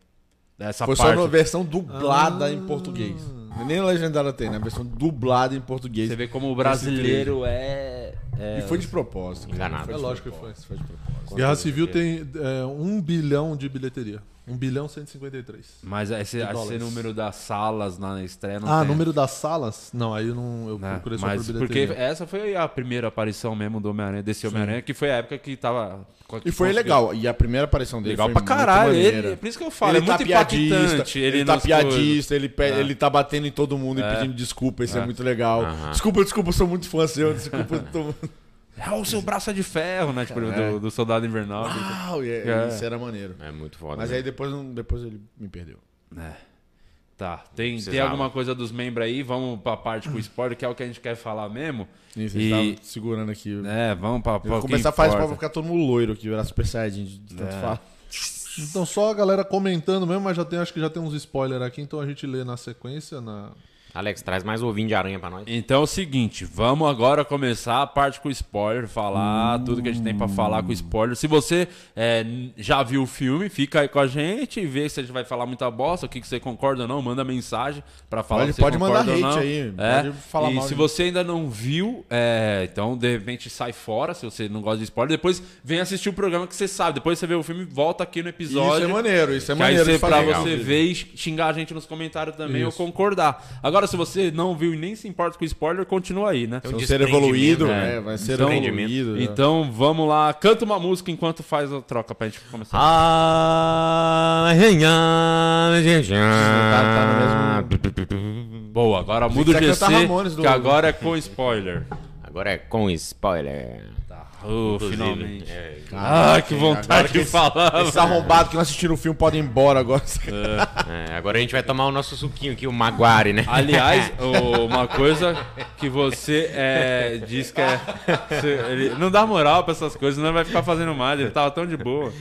A: Essa
C: Foi
A: parte.
C: só na versão dublada em português. é Nem legendada tem, né? Versão dublada em português.
A: Você vê como o brasileiro é. é-
C: E foi de propósito.
B: Enganado.
C: Foi
D: É
C: de
D: lógico que foi.
C: propósito, foi de propósito.
D: Guerra Civil tem é, 1 bilhão de bilheteria. 1 bilhão 153.
A: Mas esse, esse
D: dólares.
A: número das salas na estreia não
D: ah,
A: tem.
D: número das salas? Não, aí eu, não, eu
A: né?
D: procurei só
A: Mas
D: por
A: porque
D: bilheteria.
A: essa foi a primeira aparição mesmo do Homem-Aranha, desse Homem-Aranha, que foi a época que tava.
C: E foi legal. E a primeira aparição dele
A: Legal
C: foi
A: pra
C: muito
A: caralho.
C: maneira.
A: Ele, por isso que eu falo, é
C: tá
A: muito
C: piadista,
A: impactante.
C: Ele, tá
A: nas coisas. É.
C: piadista, ele, pe- ele tá batendo em todo mundo e pedindo desculpa, isso é, muito legal. Desculpa, desculpa, eu sou muito fã seu, desculpa. eu tô...
A: É o seu braço é de ferro, né? Tipo,
C: É.
A: do, do Soldado Invernal.
C: Uau, e-
A: É.
C: Isso era maneiro.
B: É muito foda.
C: Mas
B: né?
C: aí depois, não- depois ele me perdeu.
A: Tá, tem, tem
B: Precisava.
A: alguma coisa dos membros aí? Vamos pra parte com o spoiler, que é o que a gente quer falar mesmo.
C: Isso,
A: E-
C: ele tava segurando aqui. Eu
A: É, vamos pra. pra
C: vou
A: o que
C: começar a fazer pra
A: importa. É.
C: ficar todo mundo loiro aqui, virar super saiyajin de de tanto falar.
D: Então só a galera comentando mesmo, mas já tem, acho que já tem uns spoilers aqui, então a gente lê na sequência, na...
B: Alex, traz mais um ovinho de aranha pra nós.
A: Então é o seguinte, vamos agora começar a parte com spoiler,
C: Hum.
A: falar tudo que a gente tem pra falar com spoiler. Se você é, n- já viu o filme, fica aí com a gente e vê se a gente vai falar muita bosta, o que, que você concorda ou não, manda mensagem pra falar
C: Pode-
A: se você
C: pode mandar
A: concorda ou
C: hate
A: não.
C: aí,
A: É,
C: pode falar
A: E
C: mal
A: se
C: de mim.
A: você ainda não viu, é, então de repente sai fora, se você não gosta de spoiler, depois vem assistir o programa que você sabe, depois você vê o filme, volta aqui no episódio.
C: Isso é maneiro, isso é
A: Que aí
C: maneiro.
A: você,
C: de
A: pra
C: fazer.
A: você ver e xingar a gente nos comentários também ou concordar. Agora, se você não viu e nem se importa com spoiler, continua aí, né?
B: um
C: Vai Então, ser
B: desprendimento,
C: evoluído,
A: né?
C: né? Vai ser
A: Então-
C: evoluído. né?
A: Então vamos lá, canta uma música enquanto faz a troca pra gente
C: Ah.
A: começar.
B: Ah, Tá,
A: Boa, agora muda o
C: que
A: GC,
C: cantar Ramones do-
A: que agora é com spoiler.
B: Agora é com spoiler.
A: Oh,
B: Inclusive,
A: finalmente.
B: é,
A: Ah, que vontade de falar.
C: Esses arrombados que não assistiram o filme podem ir embora agora.
B: é, agora a gente vai tomar o nosso suquinho aqui, o Maguari,
A: Ah,
B: né?
A: Aliás, ô, uma coisa que você é, diz que é. você- ele não dá moral pra essas coisas, não vai ficar fazendo mais, ele tava tão de boa.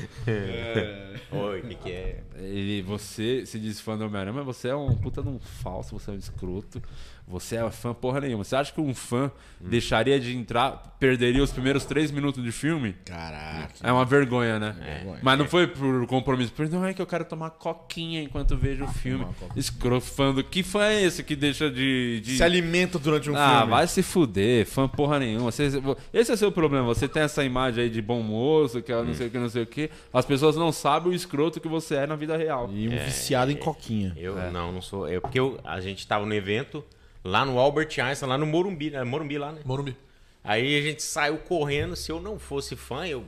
B: Oi, o que, que é?
A: Ele, você se diz fã do Homem-Aranha, mas você é um puta de um falso, você é um
C: Hum.
A: escroto. Você é fã porra nenhuma. Você acha que um fã deixaria de entrar, perderia os primeiros três minutos de filme.
C: Caraca.
A: É uma vergonha, né?
C: vergonha.
A: Mas não foi por compromisso. Por não é que eu quero tomar coquinha enquanto vejo
C: Ah,
A: o filme. Escrofando. Que fã é esse que deixa de. de-
C: Se alimenta durante um
A: Ah,
C: filme.
A: vai se fuder, fã porra nenhuma. Você- esse é o seu problema. Você tem essa imagem aí de bom moço, que é
C: Hum.
A: não sei o que, não sei o que. As pessoas não sabem o escroto que você é na vida real.
C: E um viciado em coquinha.
B: Eu não, não sou. Eu, porque eu- a gente tava no evento lá no Albert Einstein, lá no Morumbi, né? Morumbi lá, né?
D: Morumbi.
B: Aí a gente saiu correndo. Se eu não fosse fã, eu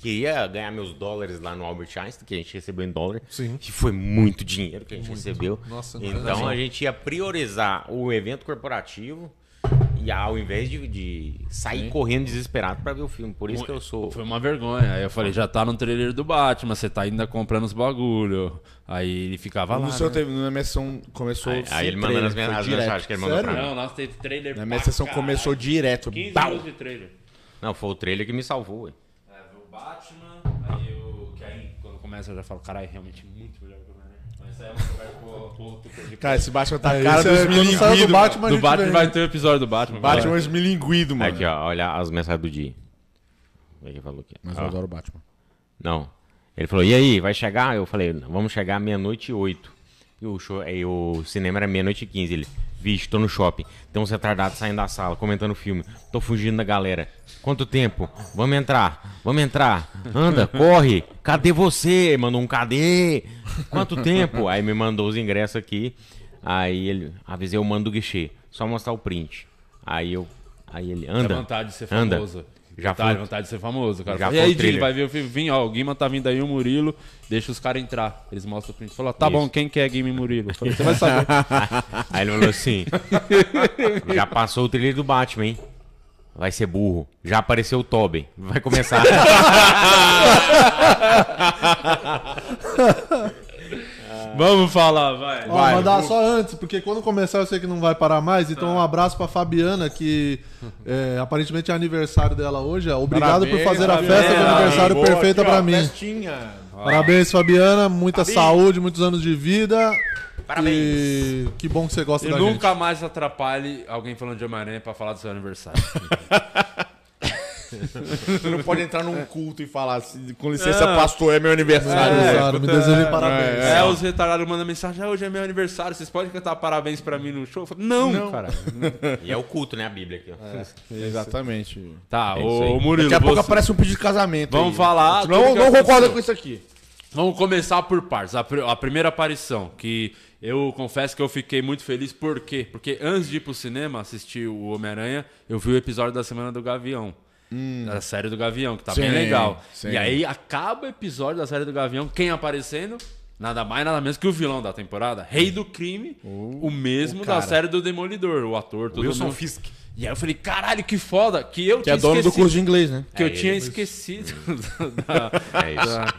B: queria ganhar meus dólares lá no Albert Einstein, que a gente recebeu em dólar.
D: Sim.
B: Que foi muito dinheiro que a gente recebeu.
D: Nossa,
B: então
D: imagina.
B: a gente ia priorizar o evento corporativo e ao invés de, de sair correndo desesperado pra ver o filme. Por isso que eu sou.
A: Foi uma vergonha. Aí eu falei, já tá no trailer do Batman, você tá ainda comprando os bagulho. Aí ele ficava lá.
C: No seu
A: né?
C: teve, na minha sessão começou.
B: Aí, aí
C: sem
B: ele mandando as,
C: trailer,
B: men-
C: foi
B: as
C: direto.
B: mensagens que ele mandou pra mim.
A: Não, nossa, teve trailer.
C: Na minha
A: pra
C: sessão
A: caralho.
C: começou direto.
A: 15
C: Bau!
A: minutos de trailer.
B: Não, foi o trailer que me salvou. ué.
A: É, o Batman, aí eu. Que aí quando começa eu já falo, caralho, é realmente muito melhor que o Homem-Aranha. Mas isso aí é uma conversa com outro
C: Cara, esse Batman tá a
D: É,
C: cara
D: esse
C: dos
D: é- quando saiu do
C: milinguidos. mano.
D: Batman, a
A: Do
D: gente
A: Batman
D: vê.
A: vai ter o episódio do Batman.
C: Batman é esmilinguido, mano.
B: Aqui, ó, olha as mensagens do dia. Ele falou aqui.
C: Mas
B: ó.
C: eu adoro o Batman.
B: Não. Ele falou, e aí, vai chegar? Eu falei, "Não, vamos chegar meia-noite e oito. E o, show, aí o cinema era meia-noite e quinze. Ele, vixe, tô no shopping. Tem uns retardados saindo da sala, comentando o filme. Tô fugindo da galera. Quanto tempo? Vamos entrar, vamos entrar. Anda, corre. Cadê você? Mandou um cadê? Quanto tempo? Aí me mandou os ingressos aqui. Aí ele, avisei o mando do guichê. Só mostrar o print. Aí eu, aí ele, anda.
A: É vontade de ser
B: anda.
A: famoso.
B: Já
A: vontade,
B: foi.
A: vontade de ser famoso, cara.
B: Já
A: Fala,
B: foi
A: e aí,
B: o
A: Dini,
B: trailer.
A: vai ver o filme. Vim, ó, o Guima tá vindo aí, o Murilo. Deixa os caras entrar. Eles mostram o print. Falou, tá
B: Isso.
A: bom, quem que é Guima e Murilo? Eu Falei, você vai saber.
B: Aí ele falou assim: Já passou o trilho do Batman, hein? Vai ser burro. Já apareceu o Tobin. Vai começar.
A: Vamos falar, vai.
D: Ó, mandar só antes, porque quando começar eu sei que não vai parar mais. Então,
C: Tá.
D: um abraço pra Fabiana, que é, aparentemente é aniversário dela hoje. ó. Obrigado por
C: Parabéns,
D: fazer a
C: Fabiana.
D: festa de aniversário
C: Boa,
D: perfeita
C: aqui, ó,
D: pra mim.
C: Festinha.
D: Parabéns, Fabiana. Muita saúde, muitos anos de vida.
B: Parabéns.
D: E que bom que você gosta
A: E
D: da
A: nunca mais atrapalhe alguém falando de Homem-Aranha pra falar do seu aniversário.
C: Você não pode entrar
A: É.
C: num culto e falar assim, com licença, pastor, é meu aniversário.
D: gente.
C: É.
D: Claro, me desejei parabéns.
A: É, os retardados mandam mensagem, ah, hoje é meu aniversário, vocês podem cantar parabéns pra mim no show? Eu falo, não, cara.
B: e é o culto, né? A Bíblia aqui. ó.
C: Exatamente.
A: Tá,
B: É isso aí.
A: ô Murilo,
C: Daqui a pouco
A: você-
C: aparece um pedido de casamento.
A: Vamos
C: aí.
A: falar
C: Tu
A: tudo
C: Não,
A: que
C: não
A: aconteceu.
C: concorda com isso aqui.
A: Vamos começar por partes. A, pr- a primeira aparição, que eu confesso que eu fiquei muito feliz. Por quê? Porque antes de ir pro cinema assistir o Homem-Aranha, eu vi o episódio da Semana do Gavião. Da série do Gavião, que tá bem
C: Hum. Sim,
A: legal.
C: sim.
A: E aí acaba o episódio da série do Gavião, quem aparecendo? Nada mais, nada menos que o vilão da temporada. Rei do crime, o mesmo
C: Hum. o cara.
A: da série do Demolidor, o ator. Todo
B: Wilson
A: mundo.
B: Fisk.
A: E aí eu falei, caralho, que foda, que eu
C: Que é dono do curso de inglês, né?
A: que
B: É
A: eu
B: ele,
A: tinha
B: mas-
A: esquecido da,
B: É isso.
A: da-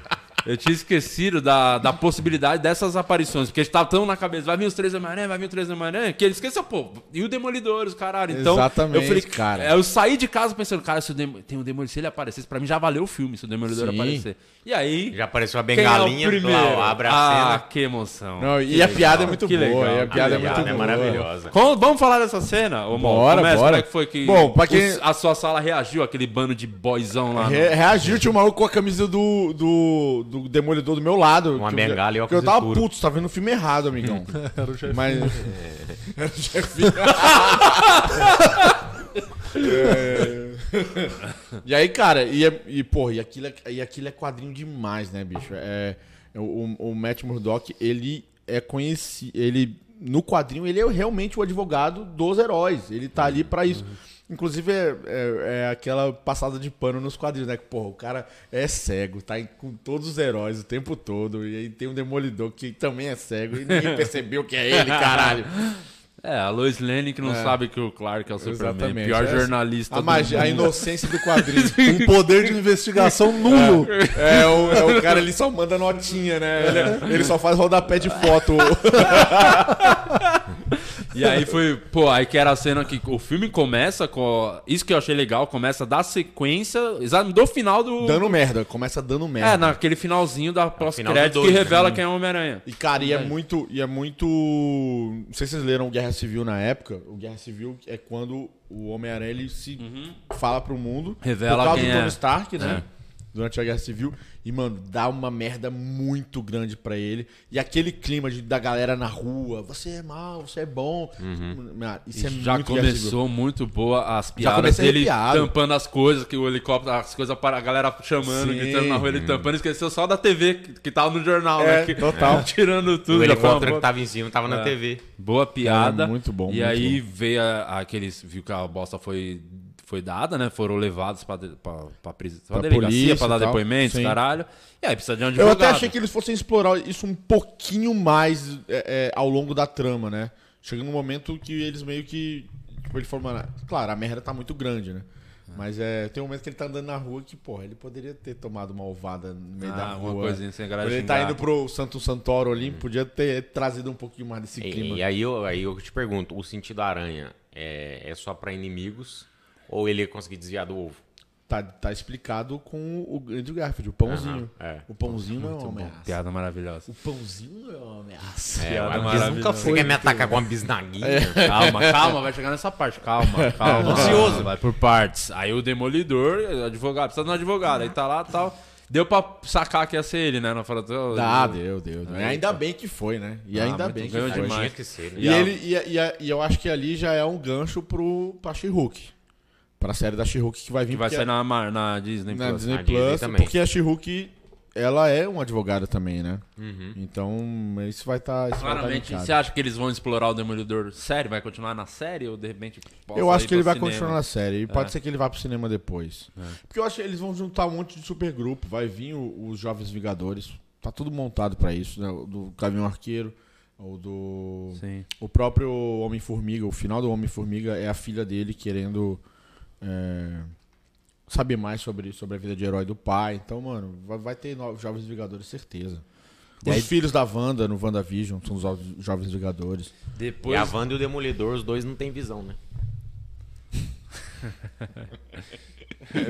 A: eu tinha esquecido da, da possibilidade dessas aparições, porque estava tão na cabeça, vai vir os três Homem-Aranha, vai vir os três Homem-Aranha, que ele esqueceu, pô, e o Demolidor, os caralho. Então,
C: Exatamente,
A: eu falei,
C: cara.
A: Eu saí de casa pensando, cara, se o Demo- tem o Demolidor, se ele aparecesse, pra mim já valeu o filme, se o Demolidor
C: Sim.
A: aparecer. E aí,
B: Já apareceu a
A: quem é o
B: bengalinha.
A: primeiro?
B: lá, abre a
A: ah,
B: cena.
A: que emoção.
C: Não, e a piada é muito
A: que
C: boa.
A: legal.
C: e a piada
B: A
C: é muito boa.
B: piada é maravilhosa.
A: Com- vamos falar dessa cena, ô Mol?
C: Bora,
A: Começa,
C: bora.
A: Como é que foi que
C: Bom, pra quem-
A: os- a sua sala reagiu àquele bando de boyzão lá? no-
C: Re- reagiu, tinha um maluco com a camisa do, do, do Demolidor do meu lado.
B: Uma
C: Que-
B: bengala e
C: Porque eu
B: óculos
C: tava
B: escuro.
C: puto, você tá vendo o filme errado, amigão.
D: Era o chefe.
C: Mas. Era o chefinho. É. E aí, cara, e, é- e porra, e aquilo, é, e aquilo é quadrinho demais, né, bicho? É, é o, o Matt Murdock, ele é conhecido. Ele, no quadrinho, ele é realmente o advogado dos heróis. Ele tá ali pra isso. Inclusive, é, é- é aquela passada de pano nos quadrinhos, né? Que, porra, o cara é cego, tá em- com todos os heróis o tempo todo. E aí tem um Demolidor que também é cego e ninguém percebeu que é ele, caralho.
A: É, a Lois Lane que não sabe que o Clark é o Superman.
C: Exatamente.
A: Pior
C: É,
A: jornalista
C: A,
A: do
C: magia, a
A: mundo.
C: inocência do quadrinho.
D: Um poder de investigação nulo.
C: É, o, é o cara ele só manda notinha, né? Ele, ele só faz rodapé de foto.
A: E aí foi, pô, aí que era a cena que o filme começa com. Isso que eu achei legal, começa da sequência, exato, do final do.
C: Dando merda, começa dando merda.
A: É, naquele finalzinho da
B: É, final do
A: pós-crédito que
B: dois, né?
A: revela quem é o Homem-Aranha.
C: E, cara, e é muito. E é muito. Não sei se vocês leram Guerra Civil na época. O Guerra Civil é quando o Homem-Aranha ele se fala pro mundo.
A: Revela
C: por causa
A: quem
C: do
A: é.
C: Tony Stark, né? Durante a Guerra Civil. E, mano, dá uma merda muito grande pra ele. E aquele clima de, da galera na rua. Você é mal, você é bom. Mano, Isso é
A: Uhum. Já
C: muito Guerra Civil.
A: começou muito boa as piadas
C: comecei
A: dele
C: arrepiado.
A: tampando as coisas, que o helicóptero, as coisas para a galera chamando,
C: Sim.
A: gritando na rua, ele tampando, esqueceu só da TV que, que tava no jornal,
C: É,
A: né? Que,
C: total.
A: Tirando tudo. é
B: O
A: já foi uma
B: helicóptero
A: boa,
B: que tava em cima tava na TV.
A: boa piada.
C: Cara, muito bom,
A: E
C: muito
A: aí veio a- aqueles. Viu que a bosta foi, foi dada, né? Foram levados pra, de- pra, pra, pris- pra
C: Pra
A: delegacia,
C: polícia
A: pra dar
C: e tal.
A: depoimentos,
C: Sim.
A: caralho. E aí precisa de um
C: Eu
A: advogado.
C: até achei que eles fossem explorar isso um pouquinho mais é, é, ao longo da trama, né? Chega num momento que eles meio que. Tipo, ele falou, mano, claro, a merda tá muito grande, né? Mas é, tem um momento que ele tá andando na rua que, porra, ele poderia ter tomado uma ovada no meio
A: Ah,
C: da
A: alguma
C: rua.
A: coisinha sem a galera
C: Quando ele tá
A: xingar.
C: indo pro Santo Santoro ali, podia ter trazido um pouquinho mais desse clima.
B: E, e aí, eu, aí eu te pergunto, o sentido aranha é, é só pra inimigos ou ele conseguir desviar do ovo?
C: Tá, tá explicado com o Andrew Garfield, o pãozinho.
B: Aham, é.
C: O pãozinho não é uma ameaça.
A: Piada maravilhosa.
C: O pãozinho não é uma ameaça.
B: É,
A: Piada
B: o
A: maravilhosa.
B: nunca foi. Você quer me atacar com uma bisnaguinha?
A: Calma, calma, vai chegar nessa parte. Calma, calma. Ansioso. Vai por partes. Aí o demolidor, advogado, precisa de um advogado. Aí tá lá e tal. Deu pra sacar que ia ser ele, né? Não falou. "Ô,
C: Dá, deu, deu. deu. Ainda bem que foi, né? E
A: Ah,
C: ainda
A: muito
C: bem que
A: grande
C: foi.
B: Tinha
A: demais.
B: que ser, né?
C: E, ele, e, a- e a- e eu acho que ali já é um gancho pro, pra She-Hulk. Pra série da She-Hulk que vai vir
A: Que vai
C: porque
A: sair na, Mar- na Disney.
C: na
A: Plus.
C: Disney
B: Na Disney
C: Plus.
B: também.
C: porque a She-Hulk, ela é uma advogada também, né? Então, isso vai estar. Tá, isso vai
A: Uhum.
C: tá
A: Claramente, é
C: linkado.
A: você acha que eles vão explorar o Demolidor sério? Vai continuar na série ou de repente. possa
C: eu acho
A: ir
C: que ele
A: pro
C: vai
A: cinema? É.
C: continuar na série. E pode ser que ele vá pro cinema depois. Porque eu acho que eles vão juntar um monte de supergrupo. Vai vir o- os Jovens Vingadores. Tá tudo montado pra isso, né? O Do Gavião Arqueiro, o do.
A: Sim.
C: O próprio Homem-Formiga, o final do Homem-Formiga é a filha dele querendo é, saber mais sobre, sobre a vida de herói do pai. Então, mano, vai, vai ter novos Jovens Vingadores, certeza. Os filhos da Wanda no WandaVision são os jo- Jovens Vingadores.
B: E
A: Depois.
B: a Wanda e o Demolidor, os dois não têm visão, né?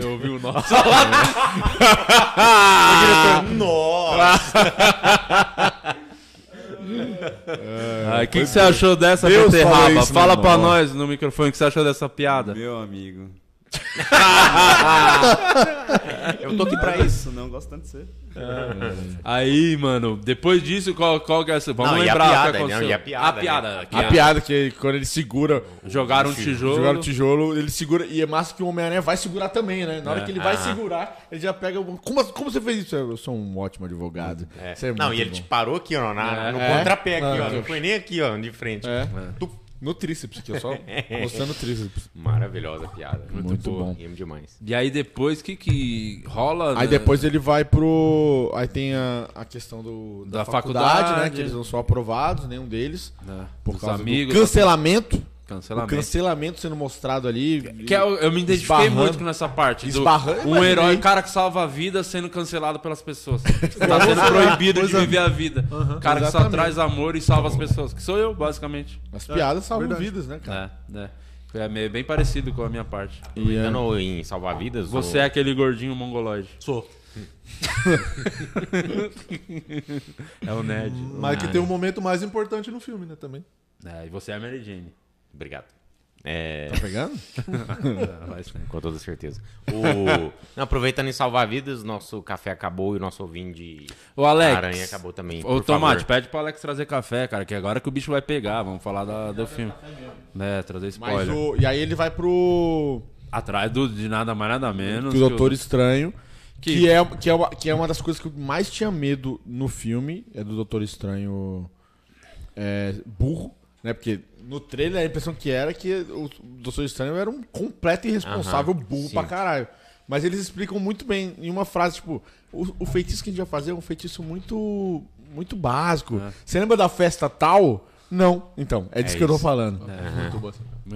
A: Eu ouvi o nome.
C: Ah!
B: Nossa!
A: O que, que você achou dessa,
C: Deus
A: Beterraba?
C: falou
A: Fala,
C: isso, meu
A: pra
C: irmão.
A: nós no microfone o que você achou dessa piada.
F: Meu amigo.
B: Eu tô aqui pra isso.
F: Isso não gosto tanto de ser.
A: Aí, mano, depois disso, qual, qual que é essa? Vamos
B: Não, e a
A: lembrar o que
B: piada,
A: aconteceu.
B: não, e a piada,
A: A piada.
B: né?
A: que é,
C: A piada que quando ele segura.
A: Jogaram um tijolo.
C: Jogaram o tijolo, ele segura. E é massa que o Homem-Aranha vai segurar também, né? Na hora que ele vai
B: Ah.
C: segurar, ele já pega. o- Como, como você fez isso? Eu sou um ótimo advogado.
B: É.
C: Você é
B: não,
C: muito
B: e ele
C: bom.
B: te parou aqui, ó, na,
A: É.
B: no
C: É.
B: contrapé aqui, ó.
C: É.
B: Não foi nem aqui, ó, de frente.
C: É. No tríceps, que eu só mostrando o tríceps.
B: Maravilhosa a piada. Muito,
C: boa. bom.
B: Amo demais.
A: E aí depois que que rola?
C: Aí
A: né?
C: depois ele vai pro. Aí tem a, a questão do,
A: Da faculdade,
C: né? Que eles não são aprovados, nenhum deles.
A: É.
C: Por
A: Os
C: causa
A: amigos,
C: do cancelamento. O
A: Cancelamento.
C: cancelamento sendo mostrado ali.
A: Que é eu, eu me identifiquei
C: Esbarrando.
A: muito nessa parte. Do,
C: Esbarrando,
A: um
C: imagina
A: herói,
C: aí.
A: cara que salva a vida sendo cancelado pelas pessoas. tá sendo proibido de viver a vida. Um cara que só
C: Exatamente.
A: traz amor e salva as pessoas. Que sou eu, basicamente.
C: As piadas salvam
D: É, verdade.
C: vidas, né, cara?
A: É, é. É meio- bem parecido com a minha parte.
C: E, é,
B: Dando em salvar vidas?
A: Você é aquele gordinho mongoloide.
D: Sou.
A: É o Ned.
D: Mas que tem um momento mais importante no filme, né, também.
A: É, e você é a Mary Jane.
B: Obrigado. É,
C: Tá pegando?
A: É, vai sim.
B: com toda certeza. O- Não, aproveitando em salvar vidas, nosso café acabou e o nosso ovinho de
A: Ô, Alex.
B: aranha acabou também.
A: Ô,
B: por
A: Tomate,
B: favor.
A: pede pro Alex trazer café, cara, que agora que o bicho vai pegar. Vamos falar da- do filme. É, trazer
C: Mas
A: spoiler.
C: o, e aí ele vai pro.
A: Atrás do, de nada mais, nada menos.
C: Que o Doutor Estranho.
A: Que-
C: Que, é, que, é uma, que é uma das coisas que eu mais tinha medo no filme. É do Doutor Estranho é, burro, né? Porque no trailer a impressão que era que o Doutor Estranho era um completo irresponsável
B: Aham,
C: burro
B: sim.
C: pra caralho. Mas eles explicam muito bem em uma frase, tipo, o, o feitiço que a gente vai fazer é um feitiço muito muito básico. Você lembra da festa tal? Não. Então, é disso que eu tô
B: isso.
C: falando.
D: Muito boa.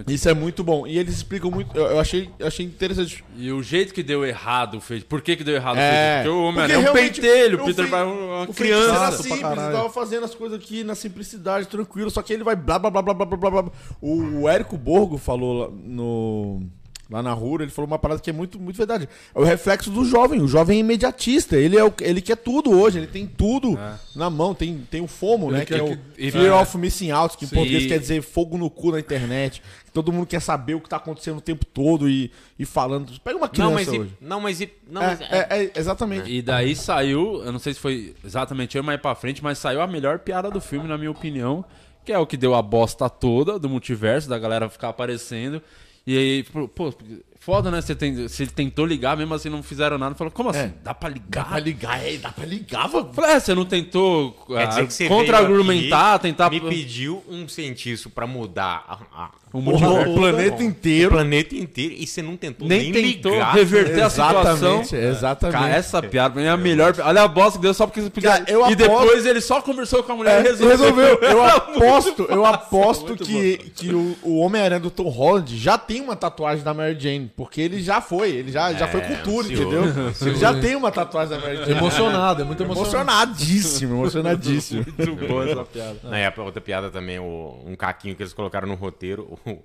C: Isso é muito bom. E eles explicam muito. Eu, eu achei, eu achei interessante.
A: E o jeito que deu errado fez. Por que, que deu errado
C: É.
A: fez? Porque o
C: Porque
A: Homem-Aranha é um
C: realmente
A: pentelho.
C: eu
A: O Peter
C: fui-
A: vai uma
C: O feitiço
A: criança.
C: era assim.
D: pra
C: simples,
D: caralho.
C: tava fazendo as coisas aqui na simplicidade, tranquilo, só que ele vai blá blá blá blá blá blá blá. blá. O Érico Borgo falou lá no lá na rua, ele falou uma parada que é muito muito verdade. É o reflexo do jovem, o jovem é imediatista, ele é o, ele quer tudo hoje, ele tem tudo na mão, tem tem o FOMO, né, que
D: quer
C: é o
A: que-
C: Fear
A: é.
C: of Missing Out, que em
A: Sim.
C: português quer dizer fogo no cu na internet. Todo mundo quer saber o que tá acontecendo o tempo todo e, e falando. Pega uma criança
B: Não, mas e,
C: hoje.
B: não, mas e, não,
C: É,
B: mas-
C: é, é, exatamente.
A: E daí saiu, eu não sei se foi exatamente eu mais pra frente, mas saiu a melhor piada do filme, na minha opinião, que é o que deu a bosta toda do multiverso, da galera ficar aparecendo. E aí, pô, pô, foda, né? Você, tem, você tentou ligar, mesmo assim não fizeram nada. Falou, como assim? Dá pra ligar?
C: É. Dá pra ligar, é, dá pra ligar,
A: Eu Falei, é, você não tentou
B: Quer
A: ah,
B: É dizer que você veio
A: contra-argumentar,
B: aqui,
A: tentar...
B: Me pediu um cientista pra mudar a- a-
A: O
B: o,
A: multiverso.
C: o planeta inteiro.
B: planeta inteiro e você não tentou nem,
A: nem tentou
B: ligar.
A: reverter a situação.
C: Exatamente, exatamente.
A: Cara, essa piada pra mim é a melhor. piada. Olha a bosta que deu só porque você podia.
C: Cara, eu
A: e
C: aposto-
A: depois ele só conversou com a mulher
C: É,
A: e resolveu.
C: Eu aposto, eu aposto
A: muito
C: que, que o, o Homem-Aranha do Tom Holland já tem uma tatuagem da Mary Jane, porque ele já foi, ele já, já foi cultura,
B: ansioso,
C: entendeu? Ele já tem uma tatuagem da Mary Jane.
D: Emocionado, é muito emocionado.
C: Emocionadíssimo, emocionadíssimo.
A: Muito boa essa piada.
B: Na época, outra piada também, o- um caquinho que eles colocaram no roteiro. O,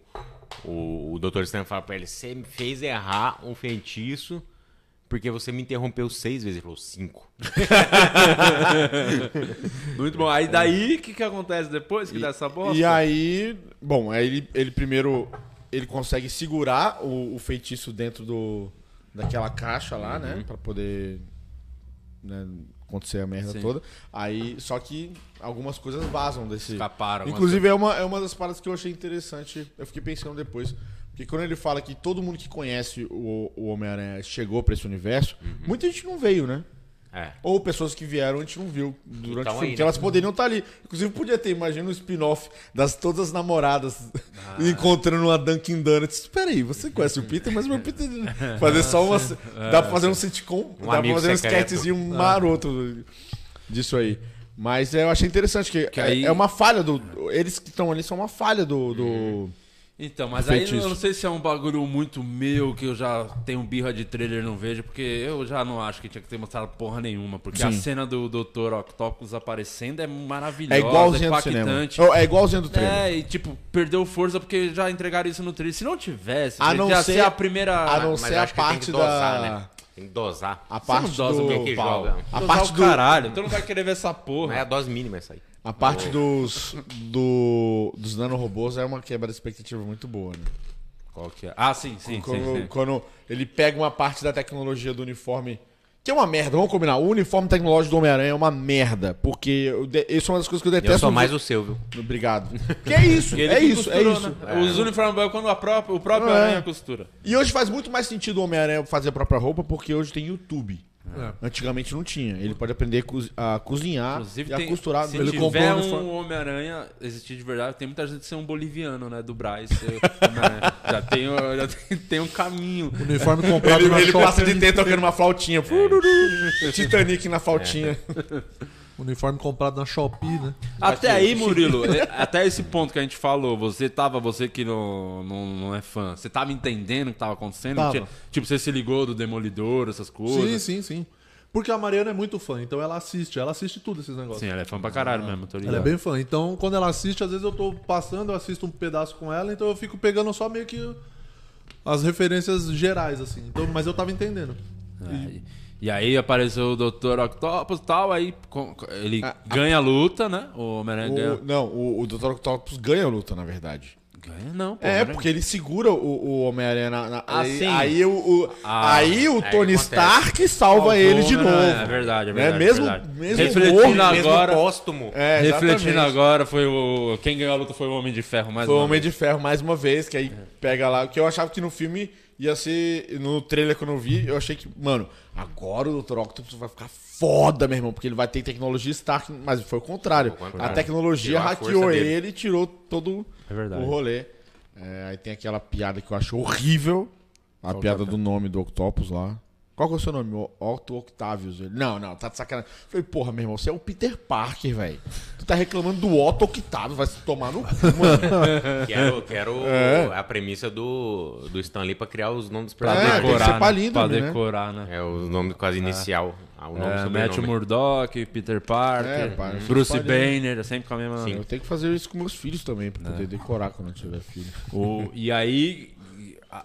B: o, o Dr. Stan fala pra ele: Você me fez errar um feitiço porque você me interrompeu seis vezes. Ele falou: Cinco.
A: Muito bom. Aí daí, o que, que acontece depois que dá essa bosta?
C: É. E aí, bom, aí ele, ele primeiro ele consegue segurar o, o feitiço dentro do daquela caixa lá, né, Pra poder né, acontecer a merda
A: Sim.
C: toda. Aí, só que algumas coisas vazam desse
A: Escaparam.
C: Inclusive é uma é uma das paradas que eu achei interessante. Eu fiquei pensando depois porque quando ele fala que todo mundo que conhece o, o Homem-Aranha chegou pra esse universo, muita gente não veio, né?
B: É.
C: Ou pessoas que vieram a gente não viu durante
B: Então
C: o filme,
B: aí,
C: que
B: né?
C: elas poderiam estar ali. Inclusive podia ter, imagina um spin-off das todas as namoradas encontrando uma Dunkin Donuts. Espera aí, você conhece o Peter, mas meu Peter fazer só uma dá pra fazer um sitcom, dá pra
B: amigo
C: fazer um
B: secreto.
C: sketchzinho maroto disso aí. Mas é, eu achei interessante que, é-
A: aí-
C: é uma falha do eles que estão ali são uma falha do, do...
A: Então, mas aí
C: Feitiço.
A: eu não sei se é um bagulho muito meu que eu já tenho birra de trailer e não vejo, porque eu já não acho que tinha que ter mostrado porra nenhuma. Porque a cena do Dr. Octopus aparecendo é maravilhosa,
C: é igualzinho do cinema.
A: impactante.
C: É igualzinho do trailer.
A: É, e tipo, perdeu força porque já entregaram isso no trailer. Se não tivesse,
C: A não
A: já
C: ser-
A: ser a primeira.
C: a não
B: Mas
C: ser
B: eu
C: a
B: acho que tem
C: parte
B: que dosar,
C: da
B: né? Tem que dosar.
C: a parte
A: dosa
C: do
A: quem
B: que
C: Paulo.
B: joga.
C: A
A: Dosar
C: parte
A: o
C: do
A: caralho. Então não vai querer ver essa
B: Não é a
A: porra.
B: dose mínima essa aí.
C: A parte dos, do, dos nanorobôs é uma quebra de expectativa muito boa, né?
A: Qual que é? Ah, sim, sim, sim.
C: Quando,
A: sim.
C: quando ele pega uma parte da tecnologia do uniforme, que é uma merda, vamos combinar, o uniforme tecnológico do Homem-Aranha é uma merda, porque eu de- isso é uma das coisas que eu detesto.
B: Eu sou
C: no-
B: mais o seu, viu?
C: Obrigado. Que é isso,
A: Ele
C: é
A: que
C: isso, é
A: costurou,
C: isso.
A: né? Os uniformes boy, quando a própria, o próprio
C: É.
A: Aranha costura.
C: E hoje faz muito mais sentido o Homem-Aranha fazer a própria roupa, porque hoje tem YouTube.
D: É.
C: Antigamente não tinha. Ele pode aprender a cozi- a cozinhar
A: Inclusive,
C: e a
A: tem,
C: costurar.
A: se
C: ele comprou
A: tiver
C: um uniforme.
A: um Homem-Aranha existir de verdade, tem muita gente que ser um boliviano, né? Do Braz. ser Homem-Aranha. já tem, o- já tem, tem um caminho.
D: Uniforme comprado na Shopping.
C: ter tocando uma flautinha.
A: É.
C: Titanic na flautinha.
D: Uniforme comprado na Shopee, né?
A: Até aí, Murilo, é, até esse ponto que a gente falou, você tava, você que não, não, não é fã, você tava entendendo o que tava acontecendo?
D: Tava.
A: Tinha- Tipo, você se ligou do Demolidor, essas
D: Sim,
A: coisas. Sim,
D: sim, sim. Porque a Mariana é muito fã, então ela assiste, ela assiste tudo esses negócios.
A: ela é fã pra
C: Ah.
A: caralho mesmo, tô ligado.
D: Ela é bem fã. Então, quando ela assiste, às vezes eu tô passando, eu assisto um pedaço com ela, então eu fico pegando só meio que as referências gerais, assim. Então, mas eu tava entendendo.
A: Aí- E aí apareceu o Dr. Octopus e tal, aí com- ele ganha a luta, né? O Homem-Aranha ganha.
C: Ah, O- não, o, o Dr. Octopus ganha a luta, na verdade.
A: Ganha não, pô.
C: É,
A: né?
C: porque ele segura o, o Homem-Aranha na, na-
A: Ah,
C: aí,
A: sim.
C: aí o, o-
A: Ah,
C: aí o
B: aí
C: Tony
B: acontece.
C: Stark salva
A: Salvou,
C: ele de
A: né?
C: novo.
A: É verdade, é verdade,
C: Né? Mesmo,
A: verdade.
C: mesmo
A: Refletindo
C: morre,
A: agora-
B: Mesmo póstumo.
C: É, exatamente.
A: Refletindo agora, foi o. Quem ganhou a luta foi o Homem de Ferro, mais
C: Foi o
A: uma
C: Homem
A: vez.
C: de Ferro mais uma vez, que aí
A: É.
C: pega lá. Que eu achava que no filme ia ser. No trailer que eu não vi, eu achei que, mano, agora o Dr. Octopus vai ficar foda, meu irmão, porque ele vai ter tecnologia Stark, mas foi o contrário.
B: Foi o contrário.
C: A tecnologia
B: Tirou a
C: hackeou
B: força dele.
C: ele e tirou todo
A: É verdade.
C: o rolê.
A: é
C: É, aí tem aquela piada que eu acho horrível. A piada do nome do Octopus lá. Qual Qual que é o seu nome? O- Otto Octavius. Ele, não, não, tá de sacanagem. Eu falei, porra, meu irmão, você é o Peter Parker, velho. Tu tá reclamando do Otto Octavius, vai se tomar no cu, mano.
B: Que
C: É.
B: era, o- que era o- a premissa do, do Stanley pra criar os nomes dos
A: Pra
C: É, tem
B: personagens.
C: que ser
A: decorar, né?
C: palíndromo,
A: Pra
C: né?
A: decorar, né?
B: É, os nomes quase inicial. ah, O nome
A: É,
B: é,
A: Matthew
B: sobrenome.
A: Murdock, Peter
C: né? É,
A: Parker,
C: pá,
A: Hum.
C: esses
A: Bruce
C: pode-
A: Banner, é sempre com a mesma...
C: Eu tenho que fazer isso com meus filhos também, pra
A: É.
C: poder decorar quando eu tiver filho.
A: O- e aí a-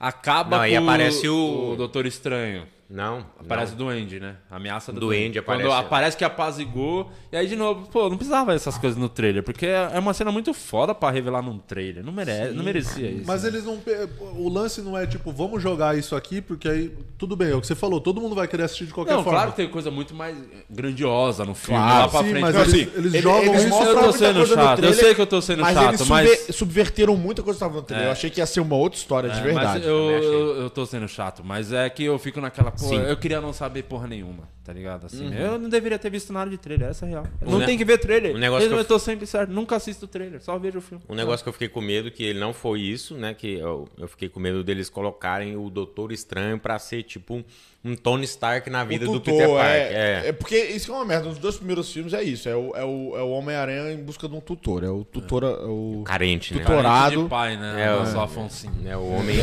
A: acaba
B: Não, aí
A: com
B: aparece o-
A: Doutor Estranho.
B: Não,
A: Aparece
B: aparece.
A: o Duende, né? A ameaça do
B: Duende aparece,
A: Quando
B: é.
A: aparece que apazigou. E aí, de novo, pô, não precisava essas coisas no trailer. Porque é é uma cena muito foda pra revelar num trailer. Não, merece, não merecia isso.
D: Mas é
A: né?
D: eles não. pe- O lance não é tipo, vamos jogar isso aqui, porque aí. Tudo bem, é o que você falou, todo mundo vai querer assistir de qualquer
A: Não,
D: forma.
A: claro que tem coisa muito mais grandiosa no filme.
C: Claro.
A: lá pra
D: Sim,
A: frente. assim,
D: mas assim,
A: Não,
D: eles- eles jogam
A: mostram
D: isso
C: pra
A: Eu tô
C: muita
A: sendo
C: coisa no
A: chato, eu
C: trailer,
A: sei que eu tô sendo
C: mas
A: chato,
C: eles
A: mas-
C: subverteram muita coisa que tava no trailer. Eu achei que ia ser uma outra história, de
A: é,
C: verdade.
A: Mas eu,
B: também achei.
A: eu, eu tô sendo chato, mas é que eu fico naquela. Pô, eu queria não saber porra nenhuma, tá ligado? Assim, Eu não deveria ter visto nada de trailer, essa é a real. não
B: ne-
A: tem que ver trailer.
B: o negócio
A: eu,
B: que eu
A: eu tô sempre certo, nunca assisto trailer, só vejo o filme.
B: Um negócio que eu fiquei com medo que ele não foi isso, né? Que eu, eu fiquei com medo deles colocarem o Doutor Estranho pra ser tipo um, um Tony Stark na vida
C: O
B: do
C: tutor,
B: Peter Parker.
C: É,
B: É.
C: é porque isso que é uma merda. Nos dois primeiros filmes é isso. É o, é o, é o Homem-Aranha em busca de um tutor. É o tutor. É o...
B: Carente, né?
C: Tutor. Dourado.
A: de pai, né?
B: É,
A: É,
B: é.
A: o nosso Afonso.
B: É o homem.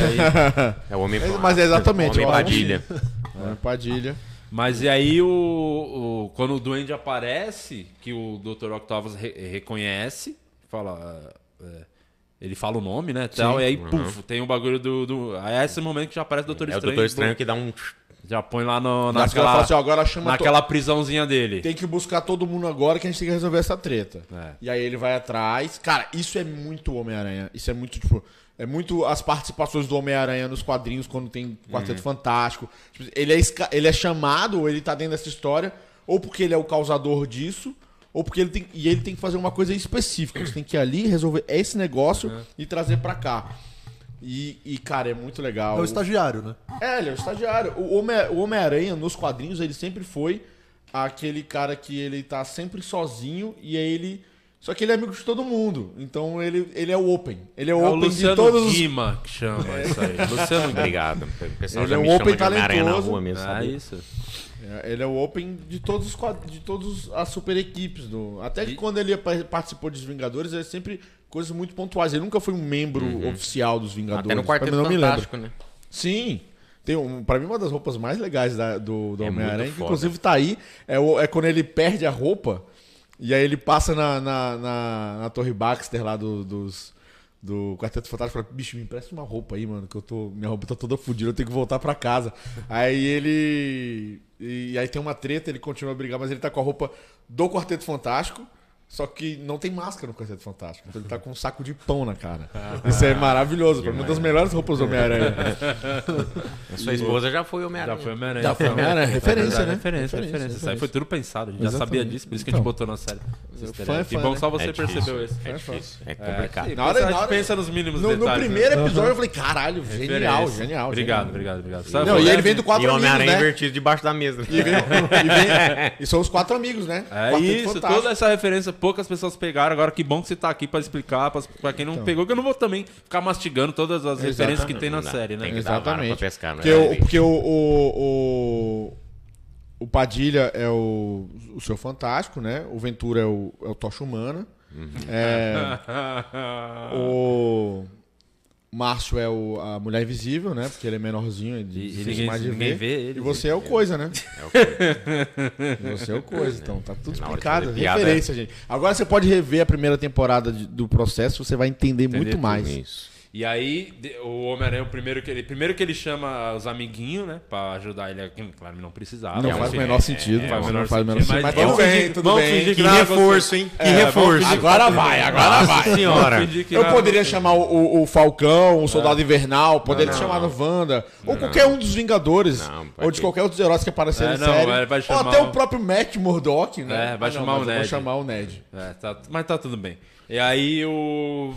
B: É o homem.
C: É, mas é exatamente,
B: Homem
C: ó,
B: Padilha.
C: Homem é, Padilha.
A: Mas e aí, o, o- quando o Duende aparece, que o Dr. Octavus re- reconhece, fala. é, ele fala o nome, né? Tal, e aí,
C: Uhum.
A: puf, tem o bagulho do. do aí é esse momento que já aparece o Doutor
B: É o
A: Estranho.
B: Doutor Estranho que dá um.
A: Já põe lá no,
C: Mas ela fala
A: naquela,
C: assim, ó, agora chama to-
A: naquela prisãozinha dele.
C: Tem que buscar todo mundo agora que a gente tem que resolver essa treta.
A: É.
C: E aí ele vai atrás. Cara, isso é muito Homem-Aranha. Isso é muito, tipo. É muito as participações do Homem-Aranha nos quadrinhos quando tem Quarteto Fantástico. Tipo, ele, é esca- ele é chamado, ou ele tá dentro dessa história, ou porque ele é o causador disso, ou porque ele tem. E ele tem que fazer uma coisa específica. Você tem que ir ali, resolver esse negócio e trazer pra cá. E, e, cara, é muito legal.
D: É o estagiário, né?
C: É, ele é o estagiário. O Homem- o Homem-Aranha, nos quadrinhos, ele sempre foi aquele cara que ele tá sempre sozinho e aí ele. Só que ele é amigo de todo mundo. Então ele, ele é o open. Ele é o
A: É o
C: open de todos
A: Luciano
C: os. É.
A: Guima que chama isso aí. Luciano Guima.
B: Obrigado. O pessoal
C: Ele
B: já
C: é um
B: me chama
C: open
B: de Homem-Aranha na
C: talentoso.
B: rua mesmo,
A: Ah,
B: sabe?
A: isso.
C: É, Ele é o open de todos os quad- de todas as super equipes. Do... Até que quando ele pa- participou dos Vingadores, ele sempre. Coisas muito pontuais. Ele nunca foi um membro oficial dos Vingadores.
B: Uhum. Até no
C: quarto
B: Quarteto
C: não me lembro.
B: Fantástico, né?
C: Sim. Tem um, pra mim, uma das roupas mais legais da- do, do
B: É
C: Homem-Aranha,
B: muito
C: que
B: foda.
C: inclusive tá aí, é, o- é quando ele perde a roupa e aí ele passa na, na, na- na Torre Baxter lá do, dos, do Quarteto Fantástico e fala: bicho, me empresta uma roupa aí, mano, que eu tô. Minha roupa tá toda fodida, eu tenho que voltar pra casa. Aí ele. E aí tem uma treta, ele continua a brigar, mas ele tá com a roupa do Quarteto Fantástico. Só que não tem máscara no Quarteto Fantástico. Então ele tá com um saco de pão na cara. Isso é maravilhoso. Pra mim, uma das melhores roupas do Homem-Aranha.
B: A sua esposa já foi
A: Já
B: Homem-Aranha.
A: foi Homem-Aranha.
C: Já foi Homem-Aranha.
A: É
C: Referência,
A: verdade,
C: né?
A: Referência, referência.
C: Referência,
A: Isso aí
C: referência.
A: foi tudo pensado. A gente já
C: Exatamente.
A: sabia disso, por isso que a gente
C: Então.
A: botou na série. esse
C: Fã
A: easter
C: é
A: egg.
C: fã,
A: que bom
C: né?
A: só você
B: É difícil,
A: percebeu isso.
B: É difícil. É complicado.
A: Sim,
C: Na hora-
A: pensa-
C: na hora-
A: pensa nos mínimos
C: No, no
A: detalhes. né?
C: primeiro episódio eu falei, caralho, genial,
A: Referência.
C: genial.
A: Obrigado,
C: genial.
A: obrigado, obrigado.
C: Não, e ele vem do
B: e
C: quatro amigos,
B: Homem-Aranha
C: né?
B: invertido debaixo da mesa.
C: E, vem- e vem- e são os quatro amigos, né?
A: É
C: Quarteto
A: isso,
C: Fantástico.
A: toda essa referência poucas pessoas pegaram. Agora que bom que você tá aqui pra explicar pra, pra quem não
C: Então.
A: pegou, que eu não vou também ficar mastigando todas as referências que tem na
B: Não dá.
A: série, né?
B: Tem que dar vara
C: Exatamente.
B: pra pescar, não
C: porque o,
B: é?
C: porque o, o, o- o Padilha é o, o seu fantástico, né? O Ventura é o, é o Tocha Humana.
A: Uhum.
C: É, o Márcio é o, a Mulher Invisível, né? Porque ele é menorzinho,
A: E-
C: ele
A: e
C: difícil
A: ninguém-
C: mais de
A: ninguém
C: ver.
A: vê ele,
C: e você é o Coisa, né?
B: É o quê?
C: Você é o coisa, então. Tá tudo
B: Na hora de
C: explicado.
B: fazer piada,
C: Referência,
A: é.
C: gente. Agora você pode rever a primeira temporada de- do processo, você vai entender, muito
A: tudo
C: mais.
B: Isso.
A: E aí, de- o Homem-Aranha, o primeiro que ele. Primeiro que ele chama os amiguinhos, né? Pra ajudar ele. que, Claro, não precisava.
C: Não
A: É um
C: faz o
A: filme.
C: menor sentido.
A: é,
C: faz-
A: é o
C: não
A: menor
C: faz o menor
A: sentido,
C: sentido. Mas,
A: mas é um
C: tudo bem,
A: vídeo-
C: tudo
A: vamos
C: bem.
A: fingir
B: Que
A: Graça.
B: reforço, hein? Que
C: É, vamos
B: reforço.
C: fingir- Agora vai, agora vai.
B: senhora.
A: Fingir que
C: Eu
A: nada-
C: poderia chamar o, o- o Falcão, o Soldado Invernal, poderia chamar o Wanda, ou qualquer um dos Vingadores,
B: Não, pode
C: ou de
B: ir.
C: qualquer outro dos heróis que apareceram
A: É,
C: em
A: não,
C: série.
A: vai- vai
C: ou
A: chamar
C: até o...
A: o-
C: próprio Matt Murdock, né?
A: É, vai
C: Ah,
A: chamar
C: mas
A: o
C: eu vou
A: Ned.
C: chamar o Ned.
A: É, tá- mas tá tudo bem. E aí o.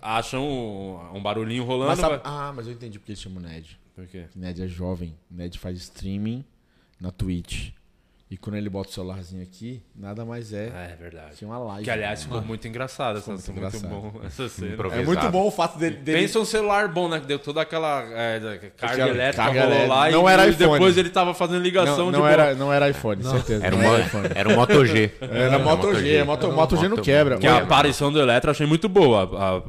A: Acham um, um barulhinho rolando.
C: Mas sabe-
A: vai-
C: Ah, mas eu entendi porque ele chama o Ned.
A: Por quê?
C: Ned é jovem. Ned faz streaming na Twitch. E quando ele bota o celularzinho aqui, nada mais é
A: É, é verdade.
C: que uma live.
A: Que, aliás,
C: né?
A: ficou muito engraçado essa,
C: muito
A: muito
C: engraçado.
A: bom essa cena.
B: Improvisado.
C: é muito bom o fato dele. dele-
A: Pensa um celular bom, né? Que deu toda aquela é, da- carga
C: Aquela
A: elétrica
C: carga
A: rolou
C: elétrica.
A: lá
C: Não
A: e
C: era
A: e
C: iPhone.
A: depois ele tava fazendo ligação tipo,
C: não,
A: de
C: não
A: boa.
C: era, não era iPhone, certeza.
B: Era,
C: não
B: uma,
C: era iPhone.
B: era um Moto G.
C: Era Moto G, é Moto, Moto G não quebra.
A: Que a aparição do Eletro eu achei muito boa.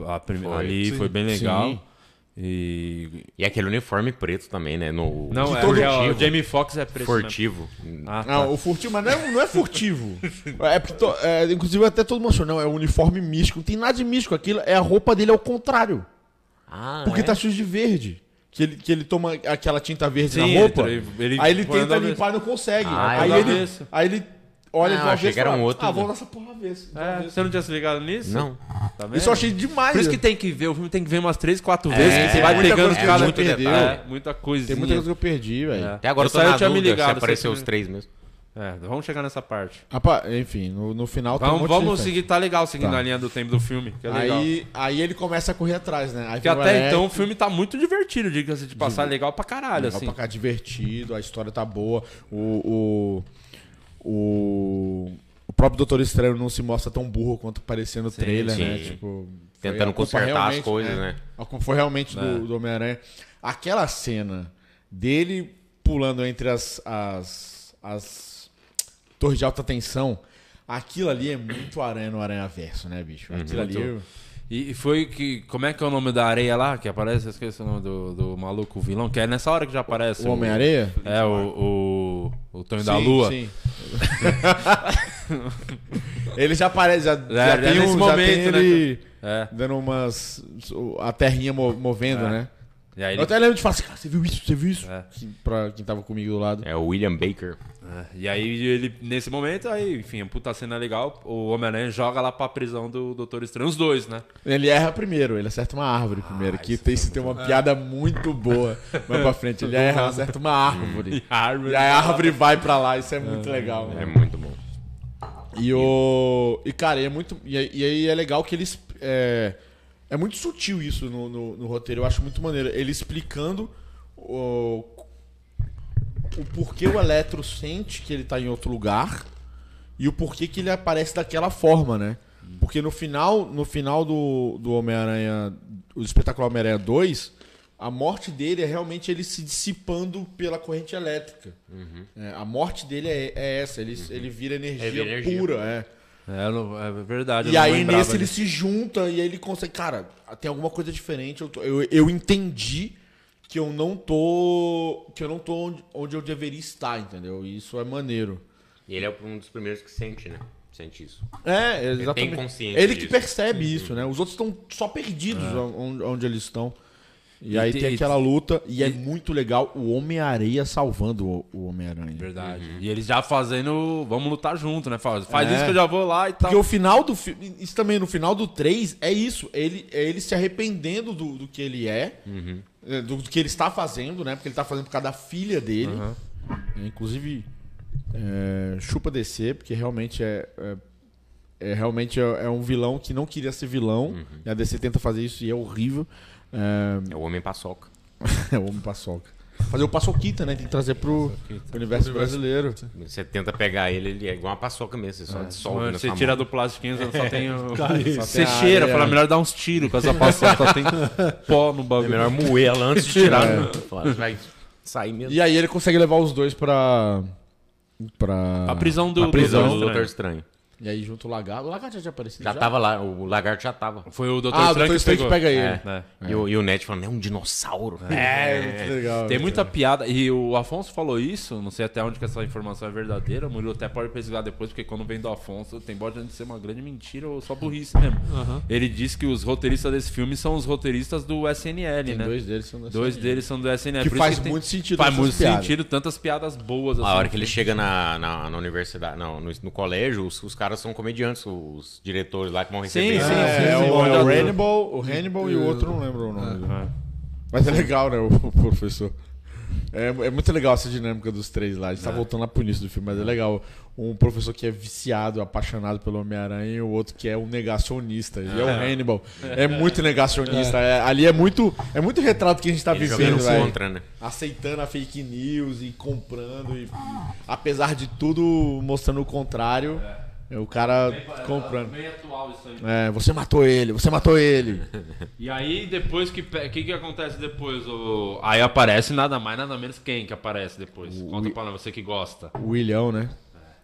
A: A, a, a prim-
B: Foi.
A: ali
G: Sim.
A: foi bem legal.
C: Sim.
A: E.
B: E aquele uniforme preto também, né? No...
A: Não, é, porque, ó, o
B: furtivo.
A: Jamie Foxx é preto.
B: furtivo.
A: mesmo. Ah, tá.
C: tipo. Não, o furtivo, mas não é, não é furtivo. É porque, to- é, inclusive, até todo mundo achou, não, é um uniforme místico. Não tem nada de místico aquilo, é a roupa dele ao contrário.
B: Ah,
C: Porque
B: é?
C: tá sujo de verde. Que ele, que ele toma aquela tinta verde
A: Sim,
C: na roupa.
A: ele- ele- assim.
C: aí ele
A: põe
C: tenta
A: do avesso.
C: limpar e não consegue.
B: Ah,
C: aí,
A: é do
C: ele,
A: avesso.
C: aí ele olha
B: Ah,
C: do avesso
B: eu achei que era
C: e fala,
B: um outro,
C: Ah,
B: né?
C: vou nessa porra avesso. do
A: É,
C: avesso."
A: você não tinha se ligado nisso?
B: Não.
A: Tá vendo?
C: Isso eu achei demais.
A: Por isso que
C: né?
A: tem que ver, o filme tem que ver umas 3, 4 vezes, que você vai
C: muita
A: pegando
C: coisa que
A: cada
C: a gente perdeu.
A: É, muita coisinha.
C: tem muita coisa que eu perdi, velho.
A: É.
B: Até agora eu
A: Essa
B: tô
A: aí
B: na
A: eu tinha me
B: dúvida se
A: ligado,
B: apareceu
A: essa
B: os três mesmo.
A: É, vamos chegar nessa parte.
C: Rapaz, enfim, no, no final tem um
A: Vamos,
C: monte de
A: vamos
C: gente.
A: seguir, tá legal, seguindo
C: Tá.
A: a linha do tempo do filme, que é legal.
C: Aí, aí ele começa a correr atrás, né? Aí
A: Porque
C: fica,
A: até
C: "É,
A: então o filme tá muito divertido, diga-se de passar, legal pra caralho,
C: Legal
A: assim.
C: pra cá, é um divertido, a história tá boa. O. O. O, o próprio Doutor Estranho não se mostra tão burro quanto parecia no trailer,
B: sim.
C: né? Tipo. foi
B: Tentando
C: a culpa
B: consertar as
C: realmente, é.
B: coisas, né?
C: A culpa Foi realmente
A: É.
C: do, do Homem-Aranha. Aquela cena dele pulando entre as. as. as torres de alta tensão. Aquilo ali é muito aranha no aranha verso, né, bicho? Aquilo ali.
A: Uhum. Muito. E e foi que. Como é que é o nome da areia lá? Que aparece, eu esqueci o nome do, do maluco vilão, que é nessa hora que já aparece.
C: O Homem-Areia?
A: É, o. O, o Tonho
C: Sim,
A: da Lua.
C: sim. ele já aparece, já, já
A: É, já
C: tem
A: nesse
C: um, já
A: momento,
C: tem ele
A: É.
C: dando umas. a terrinha mo- movendo, né?
A: E aí
C: Eu
A: É. ele
C: até lembro de falar assim, cara, você viu isso? Você viu isso?
A: É.
C: Que- pra quem tava comigo do lado.
B: É o William Baker.
A: É, E aí ele, nesse momento, aí, enfim, a puta cena é legal, o Homem-Aranha joga lá pra prisão do Doutor Estranho, os dois, né?
C: Ele erra primeiro, ele acerta uma árvore primeiro. que tem, isso tem uma piada muito boa mais pra frente. Ele erra, acerta uma árvore.
A: Árvore.
C: e aí a árvore vai pra lá, isso é muito legal. né?
B: É muito bom.
C: E o. E, cara, é muito. E, aí- e aí é legal que eles. É, é muito sutil isso no, no, no roteiro. Eu acho muito maneiro. Ele explicando o, o porquê o Eletro sente que ele tá em outro lugar e o porquê que ele aparece daquela forma, né? Porque no final, no final do, do Homem-Aranha. O espetáculo Homem-Aranha 2, a morte dele é realmente ele se dissipando pela corrente elétrica. É, a morte dele é, é essa, ele, ele vira energia,
B: Ele vira energia.
C: pura. É.
A: É, eu não- é verdade. eu
C: E
A: não
C: aí
A: lembrava
C: nesse ele
A: disso.
C: se junta e aí ele consegue. Cara, tem alguma coisa diferente. Eu, tô- eu, eu entendi que eu não tô. Que eu não tô onde, onde eu deveria estar, entendeu? E isso é maneiro.
B: E ele é um dos primeiros que sente, né? Sente isso.
C: É, exatamente.
B: tem consciência
C: ele que
B: disso.
C: percebe isso, né? Os outros estão só perdidos onde, onde eles estão. E, aí
A: tem-
C: tem aquela luta, e, é muito legal o Homem-Areia salvando o, o Homem-Aranha.
A: Verdade. Uhum. E eles já fazendo. Vamos lutar junto, né? Faz, faz
C: É.
A: isso que eu já vou lá e tal.
C: Porque o final do filme. Isso também, no final do 3, é isso. Ele, é ele se arrependendo do, do que ele é, é, do, do que ele está fazendo, né? Porque ele está fazendo por causa da filha dele. É, Inclusive, é, chupa descer, porque realmente é. é é, realmente é, é um vilão que não queria ser vilão.
A: Uhum.
C: E a DC tenta fazer isso e é horrível. É,
B: É o Homem Paçoca.
C: é o homem paçoca. Fazer o paçoquita, né? Tem que trazer pro, pro universo brasileiro.
B: Você tenta pegar ele, ele é igual uma paçoca mesmo. Você só dissolve na
A: Você
B: sua
A: tira
B: mão.
A: do plastiquinho, você só tem. o-
C: tem
A: Você
C: a
A: cheira,
C: areia.
A: fala é melhor dar uns tiros com essa paçoca, só tem pó no
B: É
A: bagulho.
B: melhor moer ela antes de tirar. né? Fala, Vai sair mesmo.
C: E aí ele consegue levar os dois pra. Pra.
A: A prisão É. do.
B: A prisão
A: do
B: do Doutor Estranho.
C: E aí junto o lagarto. O lagarto já tinha aparecido.
B: Já tava lá, o lagarto já tava.
A: Foi o Doutor
C: Ah, o
A: Estranho
C: Doutor
A: que
C: Strange
A: pegou.
C: pega ele.
B: É. E, o, e o Ned falando, é um dinossauro.
C: É, muito legal.
A: Tem muita piada. E o Afonso falou isso, não sei até onde que essa informação é verdadeira. O Murilo até pode pesquisar depois, porque quando vem do Afonso, tem bode de ser uma grande mentira ou só burrice mesmo. Ele diz que os roteiristas desse filme são os roteiristas do SNL,
C: Tem
A: né? Dois,
C: dois deles são da série.
A: deles são do SNL.
C: Que
A: Por isso
C: faz
A: tem-
C: muito sentido.
A: Faz
C: essas
A: muito
C: piadas.
A: sentido, tantas piadas boas assim.
B: A hora que ele chega na, na, na universidade, não, no, no colégio, os, os caras são comediantes, os diretores lá que vão receber.
A: Sim,
C: É,
B: ele.
A: sim,
C: é,
A: sim, sim.
C: o, é o
A: Olha,
C: é. Hannibal, o Hannibal e o outro, não lembro o nome. dele. Mas é legal, né? O, o professor. É, é muito legal essa dinâmica dos três lá. A gente tá voltando lá pro início do filme, mas é legal. Um professor que é viciado, apaixonado pelo Homem-Aranha, e o outro que é um negacionista. E é o Hannibal. É muito negacionista. É, ali é muito, é muito retrato que a gente tá
B: Ele
C: vivendo,
B: jogando
C: velho.
B: contra, né?
C: Aceitando a fake news e comprando. E, apesar de tudo, mostrando o contrário. é O cara comprando.
A: Meio atual isso aí.
C: É, você matou ele, você matou ele.
A: E aí, depois que. pe- O que, que acontece depois? ô? Aí aparece nada mais, nada menos quem que aparece depois. Conta pra nós, você que gosta.
C: O William, né?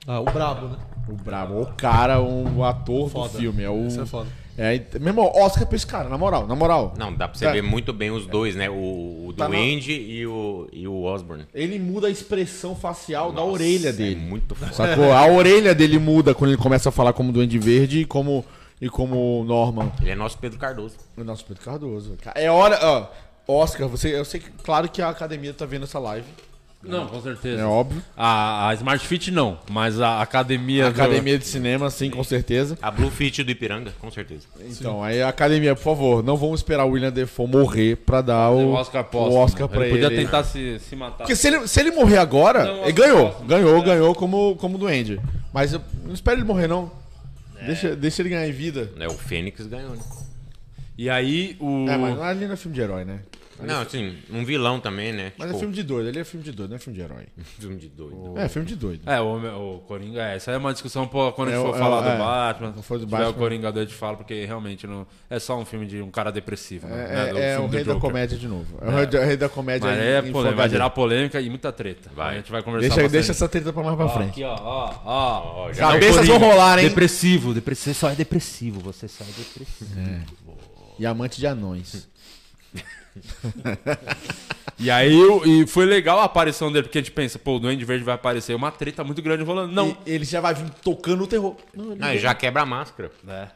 D: Ah, o brabo, né?
C: O brabo, o cara, o ator do
D: Foda.
C: filme. É o...
D: Isso é foda.
C: É, ent- meu irmão, Oscar pra esse cara, na moral, na moral.
B: Não, dá pra você
C: Tá.
B: ver muito bem os dois, né? O, o do
C: Tá na-
B: Andy e o, e o Osborne.
C: Ele muda a expressão facial da
B: Nossa,
C: orelha
B: é
C: dele.
B: muito foda.
C: Sacou? A orelha dele muda quando ele começa a falar como Duende Verde e como, e como Norman.
B: Ele é nosso Pedro Cardoso.
C: O nosso Pedro Cardoso. cara. É hora. Ó, Oscar, você, eu sei que, claro que a academia tá vendo essa live.
A: Não, com certeza.
C: É óbvio.
A: A, a Smart Fit não, mas a academia.
C: A
A: do-
C: academia de cinema, sim, com certeza.
B: A Blue Fit do Ipiranga, com certeza.
C: Então, aí a academia, por favor, não vamos esperar o William Defoe morrer pra dar o,
A: O Oscar
C: o
A: posta.
C: Oscar pra ele.
A: podia tentar se, se matar.
C: Porque se ele, se ele morrer agora,
A: Não,
C: ele
A: eu
C: ganhou.
A: gosto.
C: Ganhou, ganhou como, como duende. Mas eu não espero ele morrer, não.
A: É.
C: Deixa, deixa ele ganhar em vida.
B: É, o Fênix ganhou, né?
A: E aí o.
C: É, mas ali não é filme de herói, né?
B: Não, assim, um vilão também, né?
C: Mas é
B: Tipo,
C: filme de doido, ali é filme de doido, não é filme de herói.
A: Tipo-
B: filme de doido.
C: É, filme de doido.
A: É, o, Homem- o Coringa, é, essa é uma discussão pô, quando a gente
C: É,
A: for
C: é,
A: falar
C: é.
A: do Batman.
C: Quando
A: Se
C: for do
A: tiver
C: Batman.
A: o Coringa doido de fala, porque realmente não, é só um filme de um cara depressivo.
C: É,
A: né?
C: é- é o
A: filme do
C: rei da
A: Joker.
C: comédia de novo. É o rei, da- rei da comédia
A: Mas
C: em-
A: é,
C: em
A: polêmica, vai
C: folgadinho.
A: gerar polêmica e muita treta. A gente vai conversar
C: Deixa,
A: bastante.
C: deixa essa treta pra mais pra
A: Ó,
C: frente.
A: Aqui, ó, ó, ó. É
B: já
C: Cabeças vão rolar, hein?
A: Depressivo, depressivo, você só é depressivo, você só é depressivo.
C: E amante de anões.
A: E aí o- e foi legal a aparição dele, porque a gente pensa, pô, o Duende Verde vai aparecer, uma treta muito grande rolando. Não.
C: E ele já vai vir tocando o terror. Não, ele-
B: Não, ele já quebra a máscara.
A: É,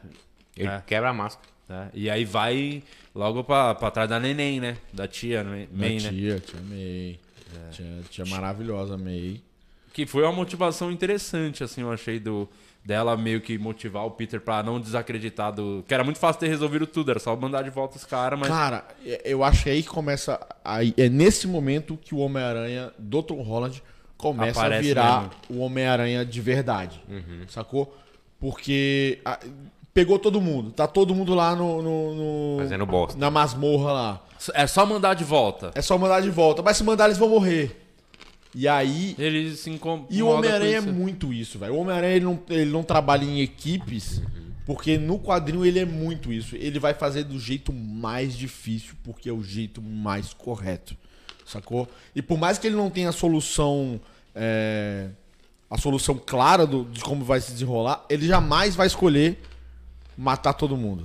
B: Ele
A: É.
B: quebra a máscara.
A: é. E aí vai logo pra, pra trás da neném, né? Da tia, né? Mãe,
C: Minha
A: né? É.
C: tia, tia May. Tia, tia maravilhosa, May.
A: Que foi uma motivação interessante, assim, eu achei do dela meio que motivar o Peter pra não desacreditar do. Que era muito fácil ter resolvido tudo, era só mandar de volta os caras, mas.
C: Cara, é- eu acho que aí que começa. aí- é nesse momento que o Homem-Aranha do Tom Holland começa a
A: Aparece Uhum.
C: virar o Homem-Aranha de verdade. Sacou? Porque a- pegou todo mundo. Tá todo mundo lá no. no- no-
B: Fazendo bosta.
C: Na masmorra lá.
A: É só mandar de volta.
C: É só mandar de volta. Mas se mandar, eles vão morrer. E aí.
A: Ele se incomoda.
C: E o Homem-Aranha é
A: com isso.
C: muito isso, velho. O Homem-Aranha ele não, ele não trabalha em equipes, porque no quadrinho ele é muito isso. Ele vai fazer do jeito mais difícil, porque é o jeito mais correto. Sacou? E por mais que ele não tenha a solução. é, a solução clara do- de como vai se desenrolar, ele jamais vai escolher matar todo mundo.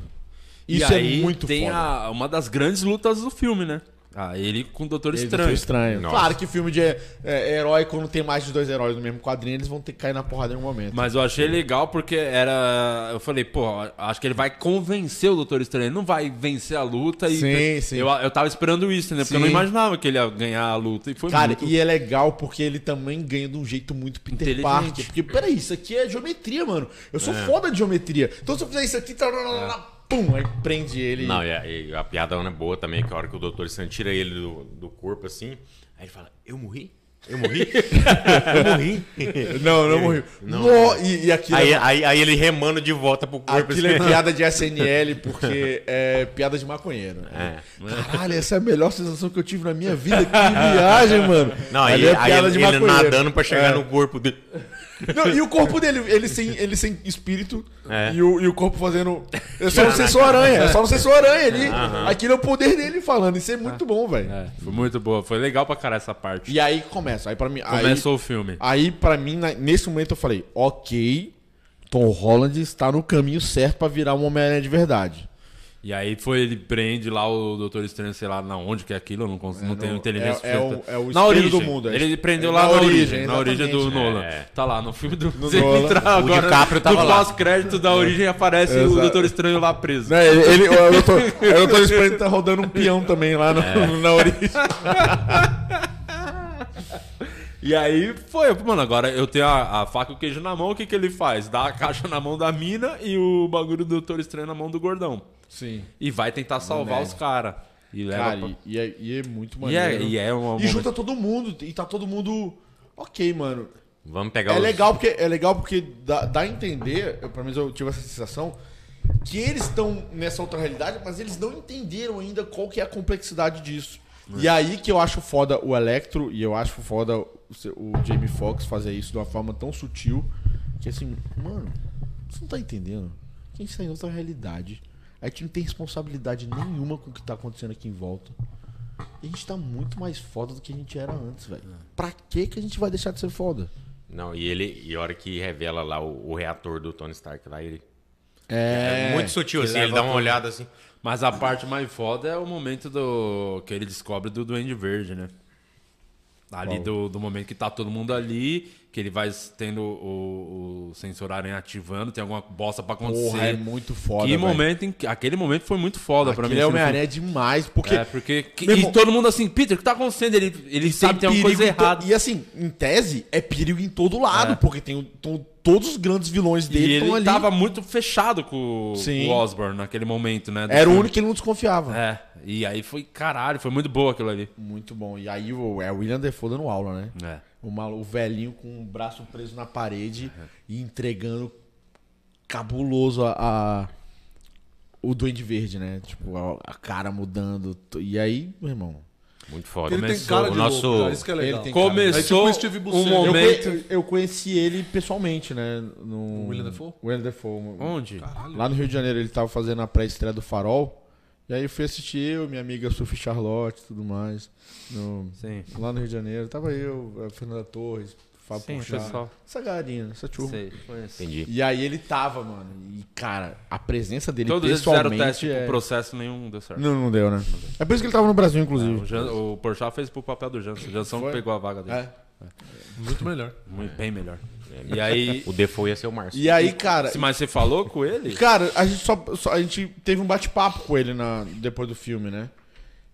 A: E
C: Isso
A: aí
C: é muito
A: tem
C: foda.
A: a- uma das grandes lutas do filme, né? Ah, ele com o Doutor
C: Ele
A: Estranho.
C: foi estranho.
B: Nossa.
C: Claro que filme de é, herói, quando tem mais de dois heróis no mesmo quadrinho, eles vão ter que cair na porrada em algum momento.
A: Mas eu achei legal porque era. Eu falei, pô, acho que ele vai convencer o Doutor Estranho. Ele não vai vencer a luta. E
C: Sim, sim.
A: Eu, eu tava esperando isso, né? Porque eu não
C: Sim.
A: imaginava que ele ia ganhar a luta. E foi
C: Cara,
A: muito.
C: e é legal porque ele também ganha de um jeito muito Peter
A: Inteligente.
C: Parker. Porque, peraí, isso aqui é geometria, mano. Eu sou
B: É.
C: foda de geometria. Então se eu fizer isso aqui, tá, pum, aí prende ele.
B: Não, e a, e a piada é boa também, que a hora que o Doutor Sam tira ele do, do corpo, assim, aí ele fala, eu morri? Eu morri? eu morri?
C: não, não morreu. No- E, e aquilo,
B: aí,
C: é,
B: aí, aí ele remando de volta pro corpo.
C: aquilo
B: assim.
C: é piada de SNL, porque é piada de maconheiro.
B: É.
C: Caralho, essa é a melhor sensação que eu tive na minha vida. Que viagem, mano.
B: Não, aí,
C: Ali é
B: aí ele, ele nadando pra chegar no corpo dele.
C: Não, e o corpo dele, ele sem, ele sem espírito
B: É.
C: e, o, e o corpo fazendo. É só não ser sua aranha, é só não ser sua aranha ali. Aquilo é o poder dele falando, isso é muito bom, velho.
A: É, foi muito boa. Foi legal pra caralho essa parte.
C: E aí começa, aí pra mim. aí-
A: Começou o filme.
C: Aí, pra mim, na- nesse momento eu falei, ok, Tom Holland está no caminho certo pra virar um Homem-Aranha de verdade.
A: E aí foi, ele prende lá o Doutor Estranho, sei lá, na onde que é aquilo, eu não, consigo, não tenho inteligência.
C: é- é o-
A: suficiente.
C: é o
A: na
C: espelho
A: origem
C: do mundo, é.
A: Ele prendeu
C: É
A: lá
C: na
A: na
C: origem,
A: origem, na origem do
C: exatamente.
A: Nolan.
B: É.
A: Tá lá, no filme do...
C: No
A: Se
C: Nolan.
A: entrar
B: O DiCaprio tava
A: no
B: lá.
A: pós-crédito da origem aparece o
C: Exato.
A: Doutor Estranho lá preso.
C: Né, ele, ele, o Doutor o Doutor Estranho tá rodando um peão também lá no-
A: É.
C: na origem.
A: E aí foi, mano, agora eu tenho a, a faca e o queijo na mão, o que que ele faz? Dá a caixa na mão da mina e o bagulho do Doutor Estranho na mão do gordão.
C: Sim.
A: E vai tentar salvar os caras. E leva
C: Cara,
A: pra-
C: e- e, é, e é muito
A: E é,
C: maneiro.
A: e é uma.
C: E junta todo mundo, e tá todo mundo. Ok, mano.
B: Vamos pegar
C: É
B: os-
C: legal porque, é legal porque dá, dá a entender, eu, pelo menos eu tive essa sensação, que eles estão nessa outra realidade, mas eles não entenderam ainda qual que é a complexidade disso. E aí que eu acho foda o Electro, e eu acho foda o, seu- o Jamie Foxx fazer isso de uma forma tão sutil, que assim, mano, você não tá entendendo. A gente tá em outra realidade. A gente não tem responsabilidade nenhuma com o que tá acontecendo aqui em volta. A gente tá muito mais foda do que a gente era antes, velho. Pra que que a gente vai deixar de ser foda?
B: Não, e ele, e a hora que revela lá o, o reator do Tony Stark lá, ele.
C: É,
B: É, muito sutil, assim, ele dá uma olhada assim.
A: Mas a parte mais foda é o momento do que ele descobre do Duende Verde, né? Ali do, do momento que tá todo mundo ali, que ele vai tendo o, o sensor aranha ativando, tem alguma bosta pra acontecer.
C: Porra, é muito foda.
A: que
C: velho.
A: momento, em que- aquele momento foi muito foda pra mim.
C: Aquele
A: assim,
C: é
A: no
C: Homem-Aranha demais, porque.
A: É, porque. que-
C: Meu irmão-
A: e todo mundo assim, Peter, o que tá acontecendo? Ele, ele sabe que tem alguma
C: perigo
A: coisa
C: em to-
A: errada. É.
C: E assim, em tese, é perigo em todo lado, porque tem o- tão- todos os grandes vilões
A: E
C: dele
A: ele
C: estão ali.
A: tava muito fechado com, o-
C: Sim.
A: com o Osborn naquele momento, né? do
C: Era o
A: filme.
C: único que ele não desconfiava.
A: É, e aí foi caralho, foi muito boa aquilo ali.
C: Muito bom. E aí o, é o William Defoe dando aula, né?
A: É.
C: O, malu- o velhinho com o braço preso na parede e entregando cabuloso a, a- o Duende Verde, né? Tipo, a, a cara mudando. t- E aí, meu irmão.
B: Muito foda.
D: Ele tem
A: Começou
D: cara
B: o
D: de
B: nosso-
D: louco, cara, isso que é legal.
C: Ele tem-
A: Começou
D: É tipo o Steve
A: um
D: Buscemi.
C: Eu,
A: momento.
C: conhe- eu conheci ele pessoalmente, né? No...
D: O Willem Dafoe?
C: William Defoe.
A: Onde?
C: Lá no Rio de Janeiro ele tava fazendo a pré-estreia do Farol. E aí eu fui assistir eu, minha amiga Sophie Charlotte e tudo mais. no-
A: Sim.
C: Lá no Rio de Janeiro. Tava eu, a Fernanda Torres, Fábio
A: Sim,
C: Porchat.
A: pessoal.
C: Essa galerinha, essa turma.
A: Sei, conheço.
B: Entendi.
C: E aí ele tava, mano. E, cara, a presença dele
A: Todos eles fizeram
C: pessoalmente...
A: teste,
C: é-
A: pro processo nenhum deu certo.
C: Não, não deu, né? É por isso que ele tava no Brasil, inclusive.
A: O, Jan, o Porchat fez pro papel do Jansson. O Jansson
C: Foi?
A: pegou a vaga dele.
C: É.
D: Muito melhor.
A: Muito bem melhor. E aí.
B: O Defoe ia ser o Márcio.
C: E aí, É. cara...
A: se- Mas você falou com ele?
C: Cara, a gente só, só- a gente teve um bate-papo com ele na, depois do filme, né?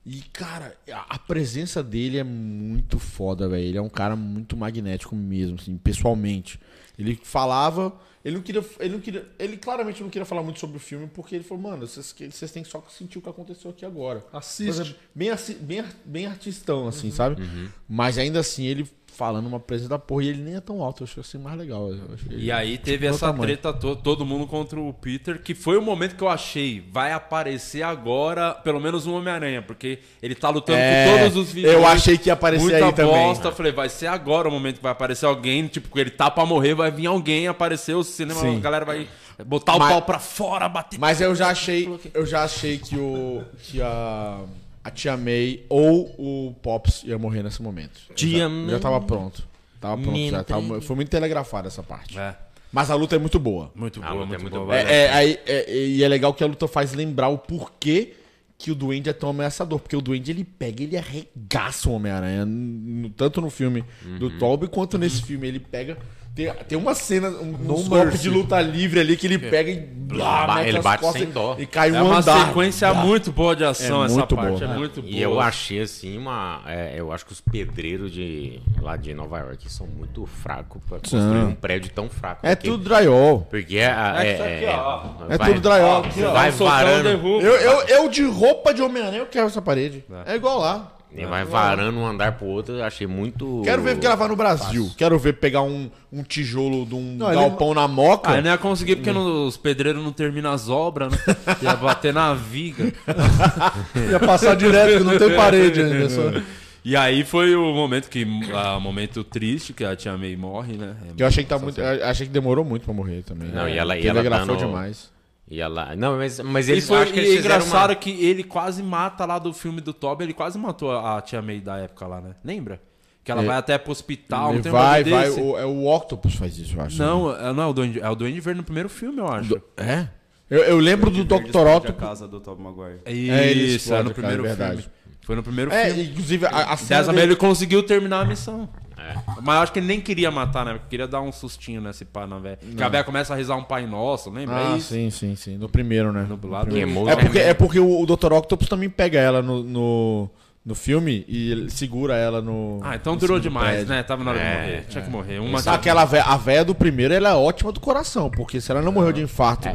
C: E cara, a a presença dele é muito foda, velho. Ele é um cara muito magnético mesmo, assim, pessoalmente. Ele falava, ele não queria, ele não queria, ele claramente não queria falar muito sobre o filme porque ele falou, mano, vocês, que- vocês têm só que sentir o que aconteceu aqui agora.
D: Assiste.
C: Mas é Bem, assi- bem, ar- bem artistão, assim, sabe? Mas ainda assim, ele falando uma presença da porra e ele nem é tão alto, eu acho assim mais legal. eu acho ele-
A: E aí teve
C: meu
A: essa
C: Tipo, tamanho.
A: treta to- todo mundo contra o Peter, que foi o momento que eu achei. Vai aparecer agora, pelo menos um Homem-Aranha, porque ele tá lutando
C: É,
A: com todos os vilões.
C: eu achei que ia aparecer
A: muita
C: aí também.
A: bosta. Eu Falei, vai ser agora o momento que vai aparecer alguém. Tipo, que ele tá pra morrer, vai vir alguém, aparecer o cinema,
C: Sim.
A: a galera vai botar
C: Mas-
A: o pau pra fora, bater.
C: Mas eu já achei, eu já achei que o que a, a tia May ou o Pops ia morrer nesse momento. Eu
B: Tia
C: já,
B: May.
C: já tava pronto. Tava pronto já.
B: Menina.
C: Tava, foi muito telegrafada essa parte.
A: É,
C: Mas a luta é muito boa.
A: muito
B: Ah,
A: boa,
B: luta é
A: muito
B: muito
A: boa.
B: boa.
A: vai.
B: É,
C: É, é, aí- é, e é legal que a luta faz lembrar o porquê que o Duende é tão ameaçador. Porque o Duende ele pega, ele arregaça o Homem-Aranha. n- no- Tanto no filme
B: Uhum.
C: do Tobey quanto nesse filme. Ele pega. Tem, tem uma cena, um, um golpe de luta livre ali que ele pega e. blá,
B: Ba-
C: mete
B: É. ele
C: as
B: bate
C: costas
B: sem
C: e-
B: dó.
C: E cai um
A: É uma
C: andar.
A: sequência muito boa de ação
C: É
A: essa
C: muito
A: parte.
C: boa.
A: É muito boa.
B: E eu achei assim uma. é, eu acho que os pedreiros de lá de Nova York são muito fracos pra construir um prédio tão fraco.
C: É
B: porque-
C: tudo drywall.
B: Porque é. É,
A: isso aqui, ó.
C: É
B: vai-
C: tudo drywall.
B: Você vai varando.
C: Eu, eu, eu de roupa de Homem-Aranha eu quero essa parede. É igual lá.
B: e vai varando um andar pro outro, eu achei muito.
C: Quero ver gravar no Brasil. Quero ver pegar um, um tijolo de um
D: Não, ele-
C: galpão na moca.
A: é Ah, eu não ia conseguir porque não- os pedreiros não terminam as obras, né? Ia bater na viga.
D: Ia passar direto, que não tem parede
A: É,
D: ainda. Só...
A: E aí foi o momento que. ah, momento triste que a Tia May morre, né? É
C: Eu achei que, tá muito, eu achei que demorou muito pra morrer também.
B: Não, e ela- e ela
C: telegrafou
B: tá no-
C: demais.
B: E ela. Não, mas, mas
A: E,
B: eles
A: foi,
B: acho
A: e
B: que
C: é
B: eles fizeram
A: engraçado
B: uma-
A: que ele quase mata lá do filme do Toby, ele quase matou a a Tia May da época lá, né? Lembra? Que ela
C: É.
A: vai até pro hospital, não
C: Ele
A: Ah, tem
C: vai,
A: mais
C: vai. O, é o Octopus faz isso, eu acho.
A: Não, é- não é o Duende, é o Duende Verde no primeiro filme, eu acho.
C: É? Eu, eu lembro do Dr.
H: a
C: Octopus.
H: casa do Tobey Maguire.
C: ele
A: Isso,
C: explode,
A: é no
C: cara,
A: primeiro
C: é verdade.
A: filme. Foi no primeiro
C: É,
A: filme.
C: inclusive, a, a cena
A: Dessa vez
C: dele-
A: ele conseguiu terminar a missão.
B: É.
A: Mas eu acho que ele nem queria matar, né? Porque Queria dar um sustinho nesse pá na véia. Que a véia começa a rezar um Pai Nosso, lembra?
C: Ah,
A: É isso.
C: sim, sim, sim. No primeiro, né?
A: No lado
B: Queimou
C: É
B: os
C: porque,
B: remédios.
C: é porque o, o Dr. Octopus também pega ela no, no, no filme e ele segura ela no.
A: Ah,
C: em
A: então durou
C: cima do
A: demais,
C: prédio.
A: né? Tava na hora
B: É,
A: de morrer. Tinha que morrer. Uma
C: Só aquela véia, a véia do primeiro, ela é ótima do coração, porque se ela não
A: É.
C: morreu de infarto,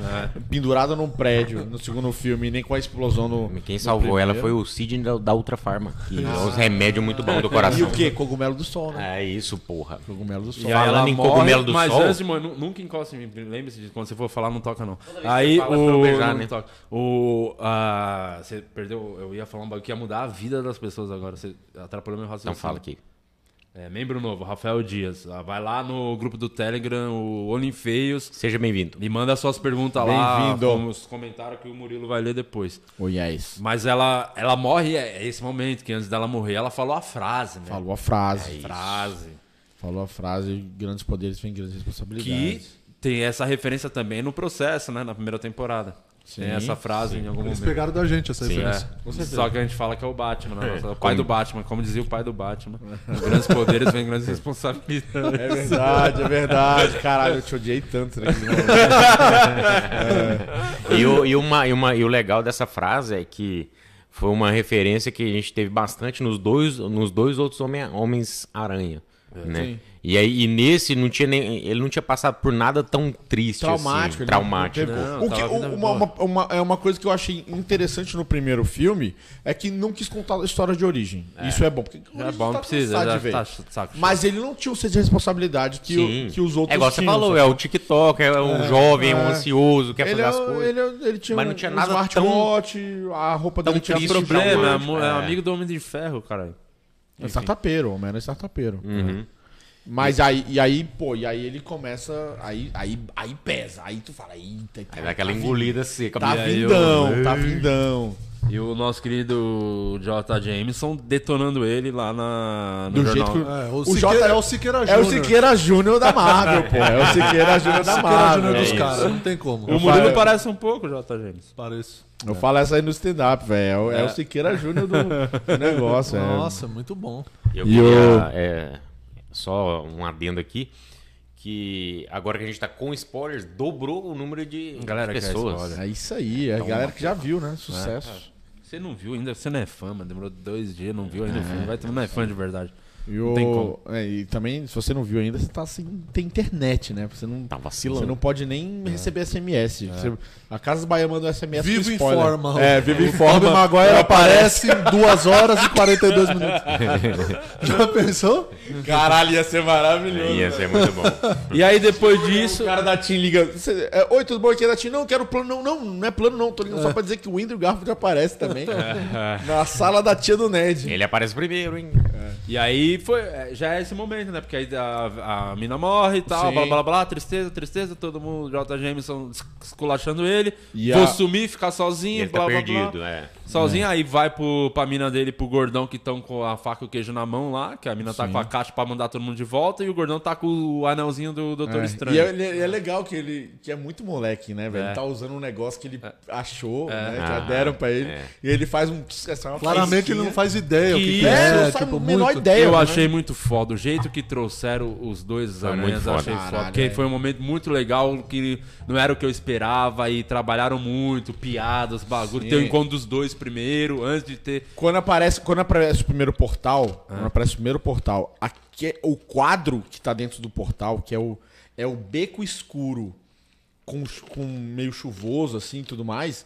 C: pendurada num prédio no segundo filme, nem com a explosão no. Ah.
B: Quem salvou ela foi o Sidney da, da Ultra Farma. Que é um remédio muito bom do coração.
C: E o quê? Cogumelo do sol, né?
B: É isso, porra.
C: Cogumelo do sol.
A: E aí
B: Falando
A: ela
B: em
A: morre,
B: cogumelo do
A: mas
B: sol-
A: antes de morrer, nu- nunca encosta em mim. Lembre-se disso, quando você for falar, não toca não. Aí
B: fala, pra eu
A: o.
B: beijar,
A: não
B: né?
A: toca. O. ah, você perdeu. Eu ia falar um bagulho que ia mudar a vida das pessoas agora. Você atrapalhou meu raciocínio.
B: Então fala aqui.
A: É, membro novo, Rafael Dias. Ah, Vai lá no grupo do Telegram, o Olho em Feios.
B: Seja bem-vindo.
A: Me manda suas perguntas lá,
C: Bem-vindo.
A: os comentários que o Murilo vai ler depois.
C: Oh, yes.
A: Mas ela, ela morre, é é esse momento que antes dela morrer, ela falou a frase, né?
C: Falou a
B: É
C: frase.
A: frase.
C: Falou a frase, grandes poderes vêm grandes
A: Que
C: responsabilidades.
A: tem essa referência também no processo, né? Na primeira temporada. tem essa frase em algum
D: Eles
A: momento.
D: pegaram da gente essa
A: É.
D: referência.
A: Só que a gente fala que é o Batman, né? Nossa, o pai do Batman, como dizia o pai do Batman. grandes poderes vêm grandes responsabilidades.
C: É verdade, é verdade. Caralho, eu te odiei tanto né? naquele momento.
B: E o, e uma, e uma- e o legal dessa frase é que foi uma referência que a gente teve bastante nos dois, nos dois outros homem, Homens-Aranha.
C: É,
B: né? E aí, e nesse não tinha nem, ele não tinha passado por nada tão triste
C: Traumático,
B: assim,
C: ele
B: traumático.
C: não teve-
A: né? Não,
C: o que,
A: tava
C: o-
A: vida
C: uma,
A: boa.
C: uma- uma- é uma coisa que eu achei interessante no primeiro filme é que não quis contar a história de origem. Isso é bom. Porque
A: É
C: origem
A: bom, não
C: tá
A: precisa.
C: cansado de
A: Já
C: ver.
A: tá de saco cheio.
C: Mas ele não tinha o senso de responsabilidade que,
B: Sim.
C: o, que os outros
B: É igual você
C: tinham.
B: falou, é o TikTok, é um jovem, é um
C: é.
B: ansioso, quer
C: Ele,
B: fazer
C: é-
B: as coisas.
C: ele, é- ele tinha
B: Mas não
C: um-
B: tinha
C: um
B: nada
C: smartwatch, a roupa
B: tão
C: dele tinha um
A: o
B: triste,
A: problema, é,
C: né?
B: traumático,
A: mo- é
B: é.
A: amigo do Homem de Ferro, cara.
C: É startupeiro, o Homem-Aranha é startupeiro. Mas aí, e aí, pô, e aí ele começa, aí, aí, aí pesa, aí tu fala, eita,
B: Aí dá aquela engolida seca.
C: tá
B: E aí eu-
C: vindão, tá vindão.
A: E o nosso querido J. Jameson detonando ele lá na, no
C: Do
A: jornal.
C: jeito que-
D: É, o,
C: O
D: Siqueira,
C: Jota-
D: é o Siqueira
C: É o
D: Júnior.
C: Siqueira Júnior da Marvel, pô. É o Siqueira Júnior da
D: Siqueira Júnior
C: Marvel. É
D: dos
B: isso.
D: caras, não tem como.
A: O Murilo parece um pouco, J. Jameson.
D: Pareço.
C: Eu falo essa aí no stand-up, velho. É, o- é o Siqueira Júnior do do negócio, é.
D: Nossa, muito bom.
B: Eu
C: E
B: queria,
C: o-
B: é, só um adendo aqui, que agora que a gente tá com spoilers, dobrou o número de
A: Galera que é
B: pessoas.
A: spoiler.
C: É isso aí, é a galera que já viu, né? Sucesso.
A: Você não viu ainda, você não é fã, mano. Demorou dois dias, não viu ainda o filme. Vai, tu não é fã de verdade.
C: E,
A: Não
C: o-
A: tem como.
C: é, e também, se você não viu ainda, você tá sem ter internet, né? Você não,
B: Tá vacilando.
C: Você não pode nem receber SMS. Você- a Casa Bahia manda um SMS com
D: Vivo
C: spoiler.
D: informa.
C: É, vivo
D: O Tobey
C: informa.
D: Maguire aparece em 2 horas e 42 minutos. Já pensou?
C: Caralho, ia ser maravilhoso. né?
B: Ia ser é muito bom.
A: E aí, depois disso.
C: O cara da Tim liga. "Cê- é, Oi, tudo bom? Aqui é da Tim. Não, quero plano. Não, não, não é plano, não. Tô ligando só pra dizer que o Andrew Garfield aparece também.
D: É.
C: na sala da tia do Ned.
B: Ele aparece primeiro, hein?
A: E aí foi, é, já é esse momento, né? Porque aí a, a mina morre e tal,
C: Sim.
A: blá blá blá, tristeza, tristeza, todo mundo, J. Jameson es- esculachando ele.
C: E
A: vou
C: a-
A: sumir, ficar sozinho,
B: Ele
A: blá
B: tá
A: blá
B: perdido,
A: blá.
B: é.
A: Sozinho, aí vai pro, pra mina dele e pro gordão que estão com a faca e o queijo na mão lá, que a mina tá com a caixa pra mandar todo mundo de volta e o gordão tá com o anelzinho do Doutor
C: É.
A: Estranho.
C: E é, ele- é legal que ele que é muito moleque, né, velho? Ele Tá usando um negócio que ele achou, né? Já deram pra ele. E ele faz um. essa é uma
D: Claramente ele não faz ideia o que,
A: Que
D: que
A: isso,
D: é.
C: não sabe
D: tipo,
C: a menor
D: muito.
C: ideia.
A: eu
C: né? É
A: achei muito foda. O jeito que trouxeram os dois aranhas,
B: muito foda.
A: achei foda.
C: Caralho,
A: Porque
C: é.
A: foi um momento muito legal, que não era o que eu esperava. E trabalharam muito, piadas, bagulho. Tem o encontro dos dois primeiro, antes de ter...
C: Quando aparece, quando aparece o primeiro portal,
A: Ah.
C: quando aparece o primeiro portal, aque- o quadro que tá dentro do portal, que é o, é o beco escuro com, chu- com meio chuvoso assim, e tudo mais,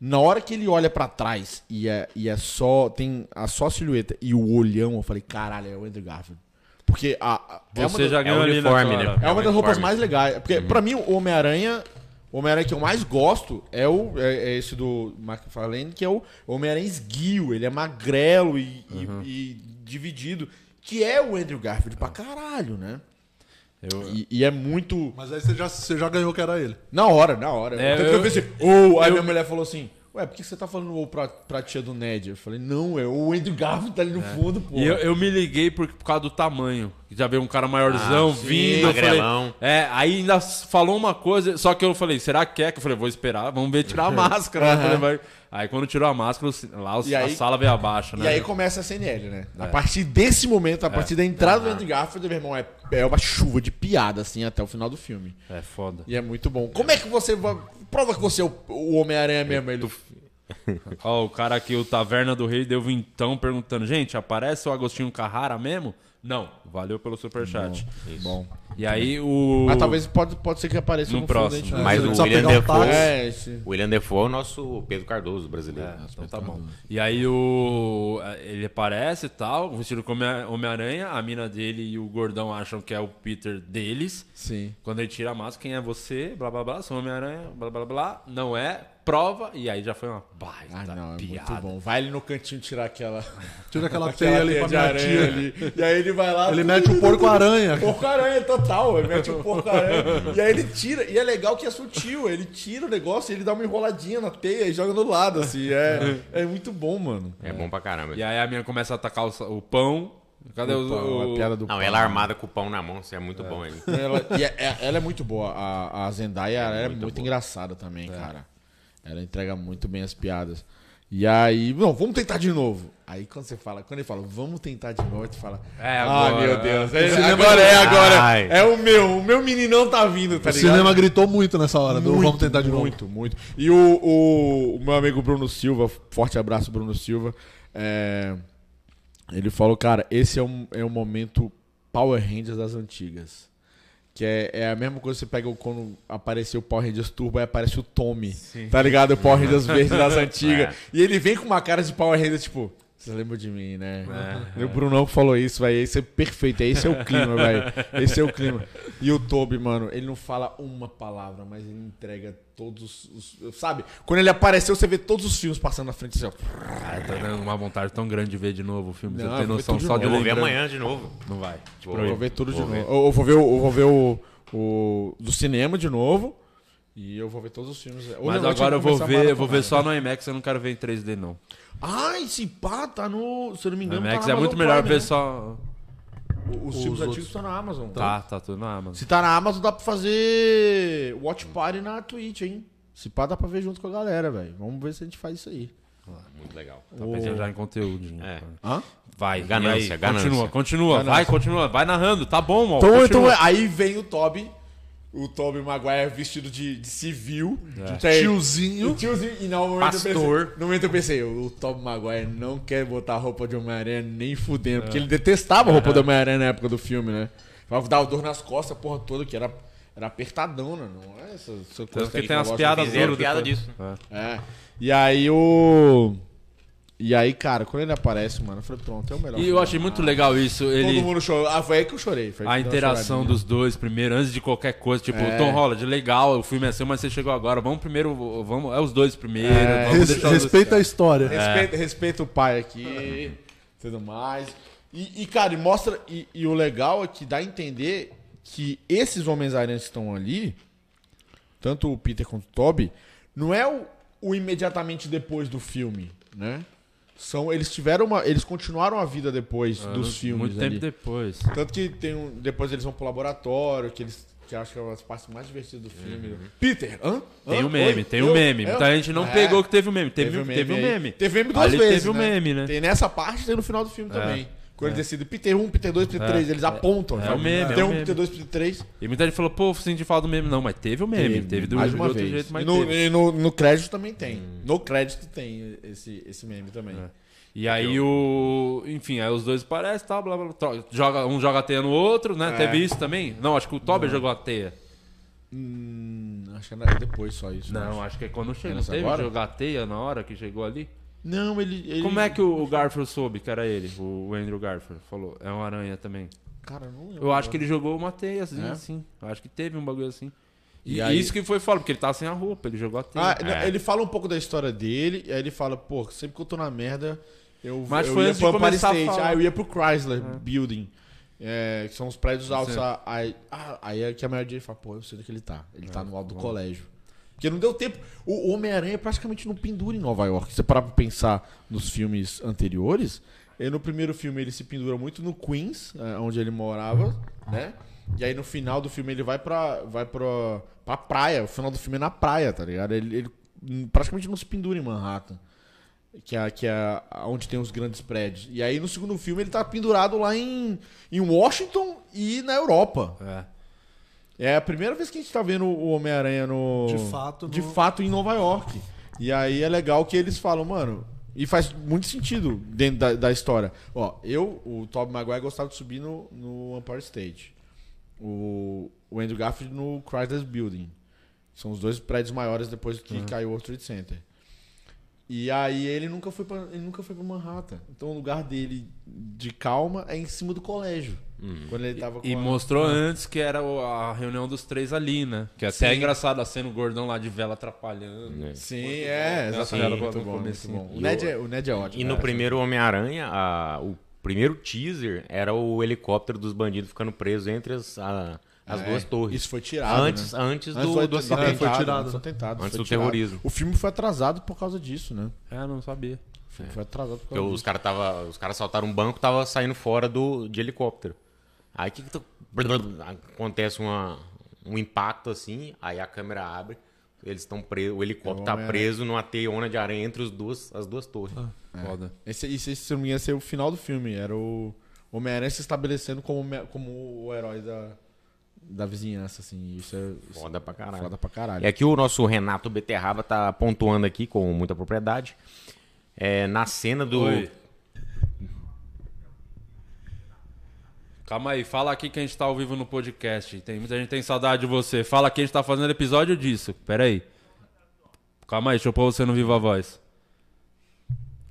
C: na hora que ele olha pra trás e é, e é só tem a só silhueta e o olhão, eu falei, caralho, é o Andrew Garfield. Porque a, a- é uma
A: Você
C: das-
A: já ganhou ali tá- na
B: uniforme,
A: tua
B: né?
A: hora.
C: é uma das roupas
B: uniforme.
C: mais legais. Porque, pra mim, o Homem-Aranha. O Homem-Aranha que eu mais gosto é, o, é, é esse do McFarlane, que é o Homem-Aranha esguio. Ele é magrelo e, e-
A: Uhum.
C: e dividido. Que é o Andrew Garfield pra caralho, né?
A: Eu-
C: E, e é muito.
D: Mas aí você já, você já ganhou que era ele.
C: Na hora, na hora.
A: É,
C: Tanto que eu,
A: eu-
C: pensei, "Oh", aí
A: eu-
C: minha mulher falou assim. Ué, por que você tá falando ou pra, pra tia do Ned? Eu falei, não, é o Andrew Garfield tá ali no fundo, pô.
A: É. E eu, eu me liguei por, por causa do tamanho. Já veio um cara maiorzão
B: Ah, sim,
A: vindo. eu falei-
B: magrelão.
A: é, aí ainda s- falou uma coisa, só que eu falei, será que é? Que eu falei, vou esperar, vamos ver tirar a máscara. né? Eu falei, vai. Aí quando tirou a máscara, o ci- lá o-
C: E
A: a
C: aí-
A: sala veio abaixo, né?
C: E aí começa a CNL, né?
A: É.
C: A partir desse momento, a partir da entrada do Andrew Garfield, meu irmão, é, é uma chuva de piada, assim, até o final do filme.
A: É foda.
C: E é muito bom. Como é que você. va- Prova que você é o, o Homem-Aranha mesmo. Ele,
A: Ó, o cara aqui, o Taverna do Rei, deu vintão perguntando: gente, aparece o Agostinho Carrara mesmo? Não. Valeu pelo superchat.
C: Bom.
A: E aí o.
C: Mas tá talvez pode, pode ser que apareça
A: No
C: algum filme
A: próximo.
C: dele, né?
B: Mas
D: você
B: o
D: precisa
B: William
D: pegar o
B: Defoe-
D: táxi.
C: É, esse.
B: O William Defoe é o nosso Pedro Cardoso brasileiro.
A: Então tá bom. E aí o. Ele aparece e tal, vestido como Homem- Homem-Aranha, a mina dele e o gordão acham que é o Peter deles.
C: Sim.
A: Quando ele tira a máscara, quem é você? Blá blá blá, sou Homem-Aranha, blá blá blá, não é, prova, e aí já foi uma baita
C: Ah, não, é
A: piada.
C: muito bom. Vai ele no cantinho tirar aquela,
D: Tira aquela
C: aquela
D: teia ali pra
C: de
D: minha
C: aranha
D: tia.
C: ali. E aí ele vai lá.
D: Ele mete o porco-aranha.
C: Porco-aranha, total. Ele mete o porco-aranha. E aí ele tira. E é legal que é sutil. Ele tira o negócio e ele dá uma enroladinha na teia e joga do lado, assim. É, é muito bom, mano.
B: É bom pra caramba.
A: E aí a minha começa a atacar o, sa- o pão. Cadê o. o-
C: a piada do
B: Não, ela armada com o pão na mão, isso é muito bom hein?
C: Ela, e é- é- ela é muito boa. A, a Zendaya ela é muito,
B: boa.
C: engraçada também, cara. Ela entrega muito bem as piadas. E aí, não, vamos tentar de novo. Aí quando você fala, quando ele fala, vamos tentar de novo, aí tu fala,
A: É,
C: ah,
A: agora.
C: meu Deus, é-
D: cinema-
C: agora é agora,
B: Ai.
C: é o meu, o meu meninão tá vindo, tá
D: O
C: ligado?
D: cinema gritou muito nessa hora. do
C: Muito,
D: Vamos tentar de novo.
C: Muito, muito. E o, o, o meu amigo Bruno Silva, forte abraço, Bruno Silva. é, ele falou, cara, esse é um, é um momento Power Rangers das antigas. Que é, é a mesma coisa que você pega o- quando apareceu o Power Rangers Turbo, aí aparece o Tommy, tá ligado? O Power Rangers verde das antigas.
B: É.
C: E ele vem com uma cara de Power Rangers, tipo, vocês lembram de mim, né? E O Brunão que falou isso, velho. Esse é perfeito, esse é o clima, velho. Esse é o clima. E o Toby, mano, ele não fala uma palavra, mas ele entrega todos os. Sabe? Quando ele apareceu, você vê todos os filmes passando na frente, assim, ó.
A: Ah, tá dando uma vontade tão grande de ver de novo o filme.
C: Não,
A: você tem
C: eu vou
A: noção
C: ver tudo
A: só
C: de
A: de
B: Eu vou ver
A: lembrar-
B: amanhã de novo.
A: é Não vai. Te
C: Eu
B: Vou-
A: proíbo.
C: vou ver tudo de
B: Vou
C: novo.
B: ver.
C: Eu eu vou ver, o, eu vou ver o, o do cinema de novo. E eu vou ver todos os filmes. Hoje à
A: Mas
C: noite
A: agora eu vou
C: começar a
A: ver, eu vou
C: maratonar.
A: ver só no IMAX, eu não quero ver em 3D, não.
C: Ai, esse pá tá no. Se eu não me
A: No
C: engano,
A: IMAX
C: tá na
A: é muito
C: Amazon
A: melhor
C: Prime,
A: ver
C: né?
A: só.
C: Os,
D: os
C: filmes
D: outros.
C: antigos estão na Amazon.
A: Tá, tá tudo na Amazon.
C: Se tá na Amazon, dá pra fazer Watch Party na Twitch, hein? Se pá, dá pra ver junto com a galera, velho. Vamos ver se a gente faz isso aí.
B: Muito legal.
A: Tá pensando já em conteúdo.
B: É.
C: Hã?
A: Vai, e
B: Ganância,
A: aí?
B: ganância.
A: Continua, continua, vai, continua, vai narrando, tá bom, ó.
C: Então,
A: continua.
C: então, aí vem o Toby. O Toby Maguire vestido de, de civil. De
D: Tiozinho.
C: O tiozinho. E não, no momento Eu
A: É. Pastor.
C: pensei, no momento eu pensei, o Toby Maguire não quer botar a roupa de Homem-Aranha nem
A: É.
C: fudendo. Porque ele detestava a roupa do Homem-Aranha na época do filme, né? Falava que dava dor nas costas, a porra toda, que era, era apertadão, né? Não é essa, essa coisa
A: que
C: que
A: tem
C: eu
A: umas
C: gosto.
A: piadas
B: Fizeram
A: duro
B: piada
A: depois.
B: disso.
A: É.
C: É. E aí o. E aí, cara, quando ele aparece, mano, eu falei, pronto, é o melhor.
A: E eu achei muito legal isso.
C: Todo
A: Ele,
C: mundo chorou. Ah, foi aí que eu chorei. foi aí
A: A
C: que deu uma
A: interação
C: choradinha. É.
A: dos dois primeiro, antes de qualquer coisa. Tipo, Tom Holland, legal, o filme é seu, mas você chegou agora. Vamos primeiro, vamos, é os dois primeiro.
C: É,
A: Vamos
D: Res-
A: deixar os dois-
D: respeita a história.
C: Respeita, respeita o pai aqui, tudo mais. E, e, cara, e mostra. E, e o legal é que dá a entender que esses homens aranhas que estão ali, tanto o Peter quanto o Toby, não é o, o imediatamente depois do filme, né? São, eles tiveram uma. Eles continuaram a vida depois dos filmes.
A: Ah, Muito tempo
C: ali.
A: depois.
C: Tanto que tem um, depois eles vão pro laboratório, que eles que acham que é uma das partes mais divertidas do filme. Peter, hã?
A: Uhum. Tem
C: Hã?
A: o meme,
C: Oi?
A: tem
C: Eu?
A: o meme.
C: Eu?
A: Muita gente não
C: É,
A: pegou que teve o meme. Teve, um
C: Teve o meme.
A: Teve o
C: aí.
A: meme.
C: Teve meme duas
A: Ali
C: vezes.
A: teve o meme, né? É.
C: Tem nessa parte e tem no final do filme também. Quando eles decidem Peter 1, Peter 2, Peter 3, eles apontam.
A: é
C: já.
A: o meme,
C: Peter
A: é o
C: 1,
A: meme.
C: Peter 2, Peter 3.
A: E muita gente falou, pô, senti falar do meme. Não, mas teve o meme. Teve, do,
C: mais
A: de
C: uma
A: outro
C: vez.
A: jeito, mas
C: e no,
A: teve. Hum.
C: e no, no crédito também tem. No crédito tem esse, esse meme também.
A: É. E aí o. Enfim, aí os dois parecem, tal, blá blá blá. Tro- Joga, um joga a teia no outro, né? Teve isso também? Não, acho que o Toby jogou a teia.
C: Hum, acho que era depois só isso. né?
A: Não, acho que é quando chega. Não
C: Nessa
A: teve
C: agora?
A: jogar a teia na hora que chegou ali?
C: Não, ele, ele-
A: Como é que o Garfield soube que era ele? O Andrew Garfield falou. É um aranha também.
C: Cara, eu não lembro.
A: Eu acho que ele jogou uma teia assim.
C: É?
A: assim. Eu acho que teve um bagulho assim. E,
C: E aí-
A: isso que foi foda, porque ele tava sem a roupa, ele jogou a teia.
C: Ah, não,
B: É.
C: ele fala um pouco da história dele, e aí ele fala, pô, sempre que eu tô na merda, eu,
A: Mas
C: eu
A: foi
C: ia
A: antes de
C: pro Empire
A: começar a
C: State,
A: falar.
C: ah, eu ia pro Chrysler Building, é, que são os prédios altos. ah, Aí, ah, aí é que a Mary Jane fala, pô, eu sei onde que ele tá, ele
A: É,
C: tá no alto do colégio. Porque não deu tempo, o o Homem-Aranha praticamente não pendura em Nova York. Se você parar pra pensar nos filmes anteriores, ele, no primeiro filme ele se pendura muito no Queens, é, onde ele morava, né? E aí no final do filme ele vai pra, vai pra, pra praia. O final do filme é na praia, tá ligado? Ele, ele, hum, praticamente não se pendura em Manhattan. Que é, que é onde tem os grandes prédios. E aí no segundo filme ele tá pendurado lá em, em Washington e na Europa.
A: É.
C: É a primeira vez que a gente tá vendo o Homem-Aranha no.
D: De fato,
C: De
D: no-
C: fato em Nova York. E aí é legal que eles falam, mano. E faz muito sentido dentro da, da história. Ó, eu, o Tobey Maguire, gostava de subir no, no Empire State. O, o Andrew Garfield no Chrysler Building. São os dois prédios maiores depois que caiu o World Trade Center. E aí ele nunca foi pra, ele nunca foi para Manhattan. Então o lugar dele de calma é em cima do colégio. Quando ele tava com
A: E
C: a-
A: mostrou antes que era o- a reunião dos três ali, né? Que até é engraçado a cena o gordão lá de vela atrapalhando.
C: Sim, é,
A: Essa
C: exatamente.
A: era
C: Muito
A: no
C: bom, muito
A: comecinho.
C: bom. O Ned é, o Ned é ótimo.
B: E no
C: cara.
B: primeiro Homem-Aranha, a- o primeiro teaser era o helicóptero dos bandidos ficando preso entre as, a- as
C: É,
B: duas torres.
C: Isso foi tirado.
B: antes,
C: né?
B: antes do,
C: foi-
B: do acidente.
D: foi tirado,
C: Antes do atentado,
B: Antes
C: foi
B: do
C: tirado.
B: terrorismo.
C: O filme foi atrasado por causa disso, né?
A: É, não sabia.
C: O filme foi atrasado por
B: Porque
C: causa
B: os caras tava, os caras saltaram um banco, tava saindo fora do de helicóptero. Aí que, que tu- acontece uma, um impacto assim, aí a câmera abre, eles estão presos, o helicóptero tá
C: Homem-Aranha. Ah,
B: preso numa teiona de aranha entre os duas, as duas torres.
A: Foda.
C: disso. Esse, esse, se eu não me engano, esse é o final do filme. Era o Homem-Aranha se estabelecendo como, Home- como o herói da, da vizinhança, assim. Isso é isso
B: Foda pra
C: é
B: caralho.
C: foda pra caralho.
B: E aqui o nosso Renato Beterraba tá pontuando aqui com muita propriedade. É, na cena do.
A: Oi. Calma aí, fala aqui que a gente tá ao vivo no podcast. Tem muita gente que tem saudade de você. Fala que a gente tá fazendo episódio disso. Pera aí. Calma aí, deixa eu pôr você no Viva Voz.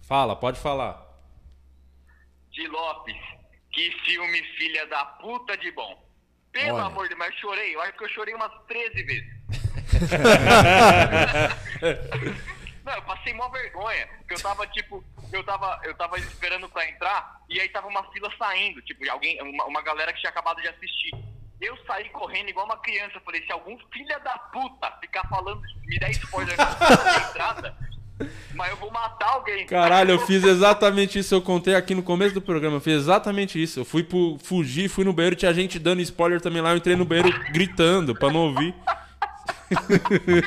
A: Fala, pode falar.
H: de Lopes. Que filme filha da puta de bom. Pelo
C: Olha.
H: amor de Deus, mas chorei. Eu acho que eu chorei umas 13 vezes. Não, eu passei mó vergonha. Porque eu tava, tipo, eu tava, eu tava esperando pra entrar e aí tava uma fila saindo, tipo, de alguém, uma, uma galera que tinha acabado de assistir. Eu saí correndo igual uma criança. eu Falei, se algum filha da puta ficar falando, me der spoiler na entrada, mas eu vou matar alguém.
A: Caralho, eu fiz exatamente isso. Eu contei aqui no começo do programa. Eu fiz exatamente isso. Eu fui pro, fugi, fui no banheiro. Tinha gente dando spoiler também lá. Eu entrei no banheiro gritando pra não ouvir.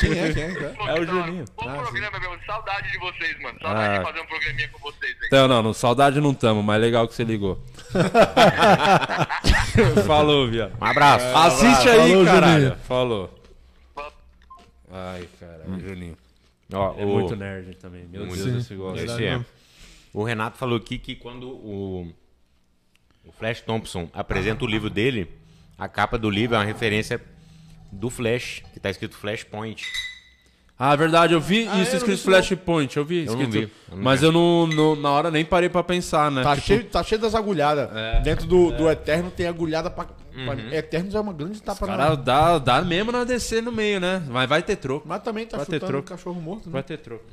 C: Quem é, quem é? Quem é?
A: É o Juninho.
H: Bom Então, programa, meu. Saudade de vocês, mano. Saudade
A: Ah.
H: de fazer um programinha com vocês aí.
A: Então, não, não, saudade não tamo, mas é legal que você ligou. Falou, viado.
B: Um abraço.
A: Assiste aí,
D: Falou,
A: caralho.
D: Juninho.
A: Falou. Hum. Ai, caralho, Juninho.
B: Ó,
A: É
B: o-
A: muito nerd também. Meu
B: Muito.
A: Deus, esse gosta.
B: Esse é. O Renato falou aqui que quando o, o Flash Thompson apresenta o livro dele, a capa do livro é uma referência do Flash, que tá escrito Flashpoint.
A: Ah, verdade, eu vi
C: eu não
A: isso
C: vi
A: escrito
C: isso não.
A: Flashpoint, eu vi
B: Eu
A: escrito.
B: não vi, eu não
A: mas
B: vi.
A: eu não, não- na hora nem parei pra pensar, né?
C: Tá,
A: Tipo,
C: cheio, tá cheio das agulhadas.
B: É.
C: Dentro do, do Eterno tem agulhada pra. pra-
B: Uhum.
C: Eternos é uma grande tapa na.
A: Cara, dá, dá mesmo na DC no meio, né? Mas vai ter troco.
C: Mas também tá
A: Vai ter
C: chutando
A: troco.
C: cachorro morto, né?
A: Vai ter troco.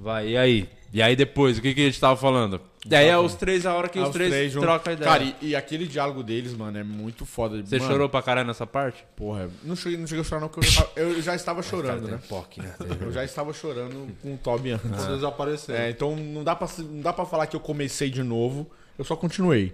A: Vai, e aí? E aí depois, o que, que a gente tava falando? E aí é os três, a hora que
C: Ah,
A: os, três,
C: juntos.
A: trocam a ideia.
C: Cara, e, e aquele diálogo deles, mano, é muito foda.
A: Você
C: Mano,
A: chorou pra caralho nessa parte?
C: Porra, não cheguei, não cheguei a chorar não, porque eu já, tava- eu já estava chorando, né?
A: POC, né?
C: Eu já estava chorando com o Toby
A: Ah.
C: antes.
D: Vocês apareceram.
C: É, então não dá, pra, se- não dá pra falar que eu comecei de novo, eu só continuei.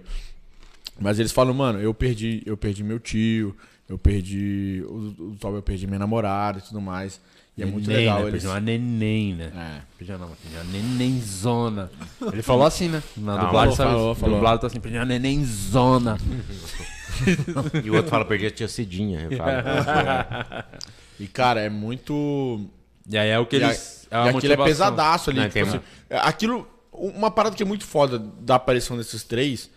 C: Mas eles falam, mano, eu perdi, eu perdi meu tio, eu perdi o, o Toby, eu perdi minha namorada e tudo mais. E é muito
A: Neném,
C: legal
A: né?
C: eles...
A: Pediu uma neném, né?
C: É.
A: Pediu não, pediu uma nenenzona. Ele falou assim, né? Na
B: Calma.
A: dublagem, sabe?
C: Falou, falou.
A: Dublado tá assim, pediu uma nenenzona.
B: E o outro fala, perdi a tia Cidinha. Eu falo,
C: É. E, cara, é muito...
A: E aí é o que
C: E, a-
A: eles...
C: e aquilo é
A: motivação.
C: pesadaço ali.
B: Não,
C: tipo
B: tem
C: assim,
B: uma-
C: é, aquilo, uma parada que é muito foda da aparição desses três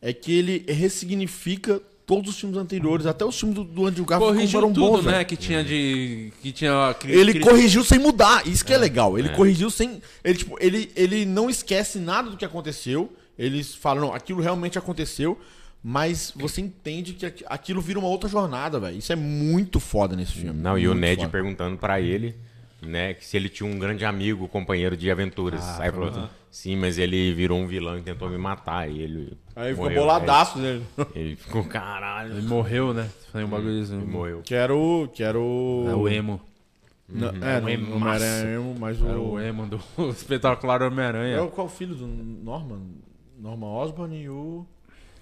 C: é que ele ressignifica todos os filmes anteriores, até os filmes do, do Andrew Garfield
A: Corrigiu
C: como
A: tudo,
C: eram bons,
A: né?
C: velho.
A: Que tinha de... Que tinha... cri-
C: Ele
A: cri-
C: corrigiu sem mudar, isso que é, legal. Ele corrigiu sem. Ele, tipo, ele, ele não esquece nada do que aconteceu. Eles falam, não, aquilo realmente aconteceu, mas você entende que aqu- aquilo vira uma outra jornada, velho. Isso é muito foda nesse filme.
B: Não, e o
C: muito
B: Ned
C: foda.
B: perguntando pra ele, né, que se ele tinha um grande amigo, companheiro de aventuras.
C: Ah,
B: Aí ele falou assim, sim, mas ele virou um vilão e tentou me matar. E ele
C: Aí ficou
B: morreu,
C: boladaço dele.
B: né? Ele ficou, caralho,
A: Ele morreu, né? Foi um bagulho assim.
B: ele morreu.
C: Quero. Quero.
A: É o emo. Uhum.
C: Não, é, não, não
A: emaço.
C: era emo, mas
A: É
C: o.
A: o emo do espetacular
C: É
A: Homem-Aranha.
C: o qual filho do Norman? Norman Osborn e o.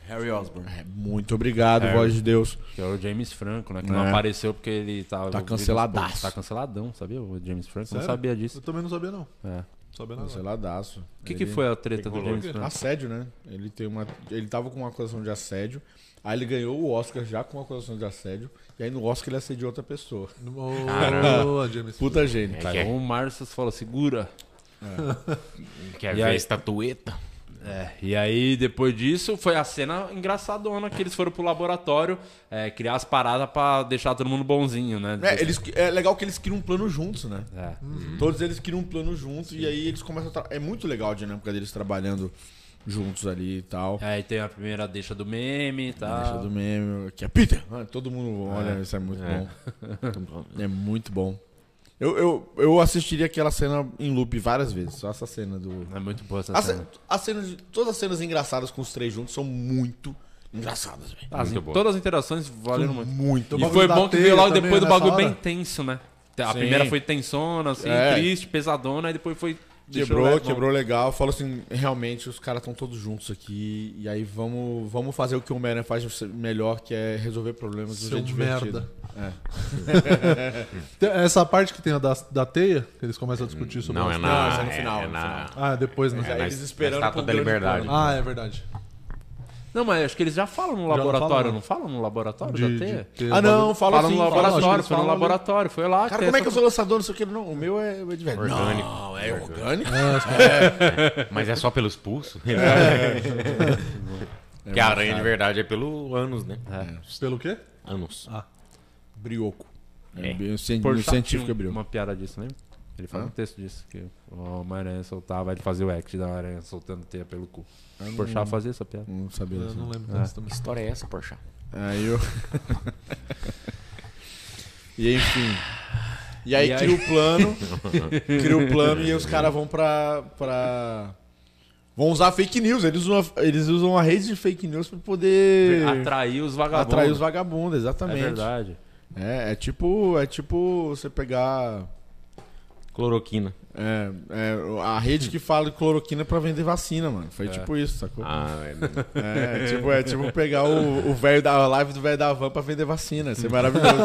A: Harry Osborn.
C: É, muito obrigado, voz de Deus.
A: Que é o James Franco, né? Que não
C: É.
A: apareceu porque ele tava...
C: Tá canceladaço.
A: Tá canceladão, sabia? O James Franco não sabia disso.
D: Eu também não sabia, não.
A: É.
D: Sabendo agora.
E: Canceladaço.
A: O que, que foi a treta do James Gunn?
C: Assédio, né? Ele tem uma. Ele tava com uma acusação de assédio. Aí ele ganhou o Oscar já com uma acusação de assédio. E aí no Oscar ele assediou outra pessoa.
D: Ô, James.
C: Puta gênio.
A: Aí o Marcius falou, segura.
B: Quer
A: aí?
B: ver a estatueta?
A: É, e aí depois disso foi a cena engraçadona que eles foram pro laboratório é, criar as paradas pra deixar todo mundo bonzinho, né?
C: É, eles, é legal que eles criam um plano juntos, né?
A: É.
C: Todos eles criam um plano juntos e aí eles começam a. tra- É muito legal a dinâmica deles trabalhando juntos ali e tal.
A: Aí tem a primeira deixa do meme e tal.
C: Deixa do meme, que é Peter. Ah, todo mundo olha, isso Ah. é muito bom. É muito bom. Eu, eu, eu assistiria aquela cena em loop várias vezes, só essa cena do.
A: É muito boa essa
C: A
A: cena.
C: ce- a cena de- todas as cenas engraçadas com os três juntos são muito engraçadas, velho.
A: As- todas as interações valeram muito.
C: Muito.
A: E
D: bagulho
A: foi
D: da
A: bom que
D: Hum, teia
A: veio logo
D: também,
A: depois do
D: nessa
A: bagulho
D: hora.
A: bem tenso, né? A
C: Sim.
A: primeira foi tensona, assim,
C: É.
A: triste, pesadona, e depois foi. deixou
C: Quebrou,
A: leve,
C: quebrou legal. Falou assim, realmente, os caras estão todos juntos aqui. E aí vamos, vamos fazer o que o Homem-Aranha faz melhor, que é resolver problemas do
D: Seu
C: jeito divertido.
D: merda. É. Tem- Essa parte que tem a da, da teia, que eles começam a discutir sobre
B: Não,
D: as
B: é
D: telas.
B: na.
C: isso é no
B: é-
C: final,
B: é
C: no
B: na-
D: Ah, depois, né?
C: Mas aí
B: na-
C: eles
B: na
C: esperando
B: Estátua
C: pro
B: da
C: grande
B: Liberdade.
C: plano.
D: Ah, é verdade.
A: bom. Não, mas acho que eles já falam no
D: não
A: laboratório,
D: falam,
A: não falam no laboratório
D: De-
A: da teia?
D: de ter um
C: Ah, não,
D: bagulho-
C: fala
A: Falam
C: assim.
A: no
C: fala assim.
A: laboratório,
D: eles
A: falam no
D: falam ali.
A: laboratório, foi lá. tem
C: Cara, como é
A: essa-
C: que eu sou lançador? Não sei o que. Não, o meu é o Edvard.
B: Orgânico.
C: Não, é orgânico.
B: Mas é só pelos pulsos? É que a aranha de verdade é pelo ânus, né?
D: Pelo quê?
B: Ânus.
C: Brioco.
B: É.
C: bem- o cien-
A: Porchat
C: o científico
A: tinha
C: é brioco.
A: Uma piada disso, lembra? Ele faz um texto disso, que o Homem-Aranha soltava, ele fazia o act da aranha soltando teia pelo cu.
C: Ah.
A: Porchat fazia essa piada.
C: Não sabia
D: Eu
C: disso.
D: não lembro disso também.
B: Que história é essa, Porchat?
C: Aí eu... e enfim. E aí
A: E aí-
C: cria o plano. cria o plano e os caras vão pra... pra... Vão usar fake news. Eles usam, a- eles usam a rede de fake news pra poder...
A: Atrair os vagabundos.
C: Atrair os vagabundos, exatamente.
A: É verdade.
C: É, é tipo, é tipo você pegar
B: Cloroquina.
C: é, é, a rede que fala de cloroquina pra vender vacina, mano.
A: É.
C: Foi tipo isso, sacou?
B: Ah, é.
C: É, tipo, é tipo pegar o, o velho da a live do velho da van pra vender vacina. Isso é maravilhoso.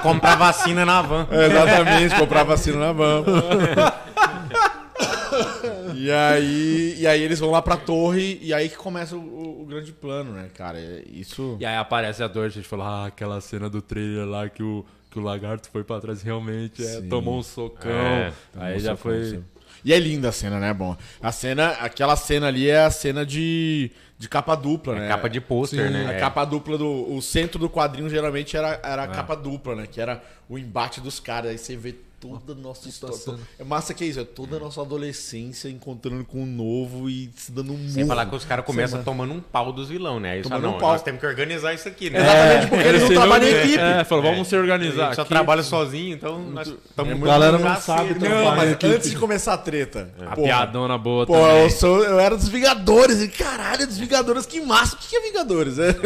B: Comprar vacina na van.
C: É, exatamente, comprar vacina na van. e, aí, e aí eles vão lá pra torre e aí que começa o, o- o grande plano, né, cara? É, Isso.
A: E aí aparece a dor, a gente fala, ah, aquela cena do trailer lá que o, que o lagarto foi pra trás realmente, é, tomou um socão.
B: É,
A: aí já foi.
C: E é linda a cena, né, bom? A cena, aquela cena ali é a cena de, de capa dupla, né?
B: É Capa de pôster,
C: Sim,
B: né?
C: A
B: É.
C: capa dupla do. O centro do quadrinho geralmente era, era a capa dupla, né? Que era o embate dos caras. Aí você vê toda a nossa
D: cena.
C: história. É massa que é isso, é toda a nossa adolescência encontrando com o novo e se dando um murro.
B: Sem falar que os caras começam tomando um pau dos vilão, né? Aí eles
C: Tomando
B: falam,
C: um
B: não,
C: pau.
B: nós temos que organizar isso aqui, né?
C: Exatamente, porque eles não
A: Esse
C: trabalham em
A: nome-
C: equipe.
A: É, falou, vamos se
B: A
A: organizar.
B: gente só
A: aqui.
B: trabalha sozinho, então nós estamos...
D: muito Galera não sabe
C: Não,
D: trabalhar em
C: Ah, mas
D: equipe.
C: antes de começar a treta.
A: A
C: porra,
A: piadona boa
C: Pô,
A: também. É,
C: eu, sou, eu era dos Vingadores. E caralho, é dos Vingadores, que massa. O que que é Vingadores? É.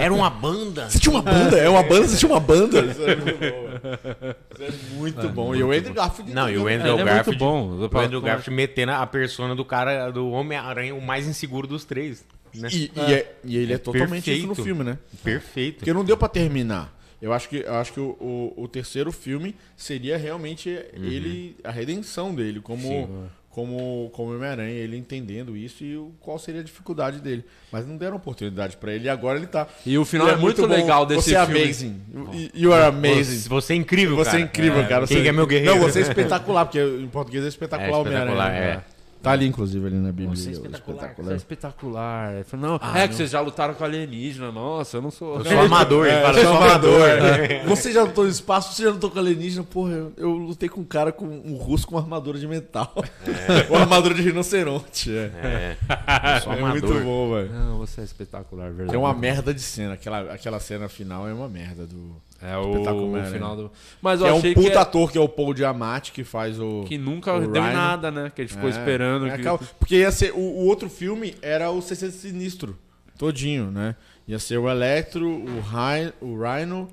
B: Era uma banda.
C: Você tinha uma banda? É uma banda? Você tinha uma banda? Isso é muito bom. Isso é muito bom. E o Andrew Garfield...
B: Não, e o
C: também,
A: É,
B: Andrew
A: ele é muito
B: Garfield...
A: bom.
B: O Andrew Garfield metendo a persona do cara, do Homem-Aranha, o mais inseguro dos três. Né?
C: E, e é- e ele é totalmente isso no
B: Perfeito.
C: filme, né?
B: Perfeito.
C: Porque não deu pra terminar. Eu acho que, eu acho que o, o- o terceiro filme seria realmente
B: Uhum.
C: ele a redenção dele, como, como, como Homem-Aranha, ele entendendo isso e o, qual seria a dificuldade dele. Mas não deram oportunidade pra ele e agora ele tá.
A: E o final
C: Ele
A: é muito legal desse
C: Você é
A: filme.
C: amazing. You- You are
B: Você,
C: amazing.
B: você é incrível,
C: Você
B: cara.
C: é incrível, cara.
B: Quem
C: Você-
B: que é meu guerreiro?
C: Não, você é espetacular, porque em português é espetacular
B: É,
C: o Homem-Aranha.
B: espetacular,
C: né? Tá ali, inclusive, ali na Bíblia.
A: Isso é espetacular. Ele falou, não,
C: ah,
A: é que vocês já lutaram com alienígena. Nossa, eu não sou.
B: Sou amador,
A: É,
B: ele fala, sou amador.
C: Você já lutou no espaço, você já lutou com alienígena. Porra, eu, eu lutei com um cara, com um russo com uma armadura de metal.
A: É.
C: Uma armadura de rinoceronte. É,
B: Eu sou
C: é
B: amador.
C: muito bom, velho.
A: Não, você é espetacular, verdade.
C: É uma merda de cena. Aquela, aquela cena final é uma merda do...
A: É o,
C: Espetacular, né?
A: final do. Mas eu
C: É um
A: achei
C: puta
A: que, é-
C: ator que é o Paul Diamatti, que faz o...
A: que nunca
C: o
A: deu em
C: Ryan.
A: nada, né? Que ele ficou
C: É,
A: esperando.
C: é
A: que-
C: aquela- porque ia ser. O, o outro filme era o CC Sinistro. Todinho, né? Ia ser o Electro, o, Rhi- o Rhino,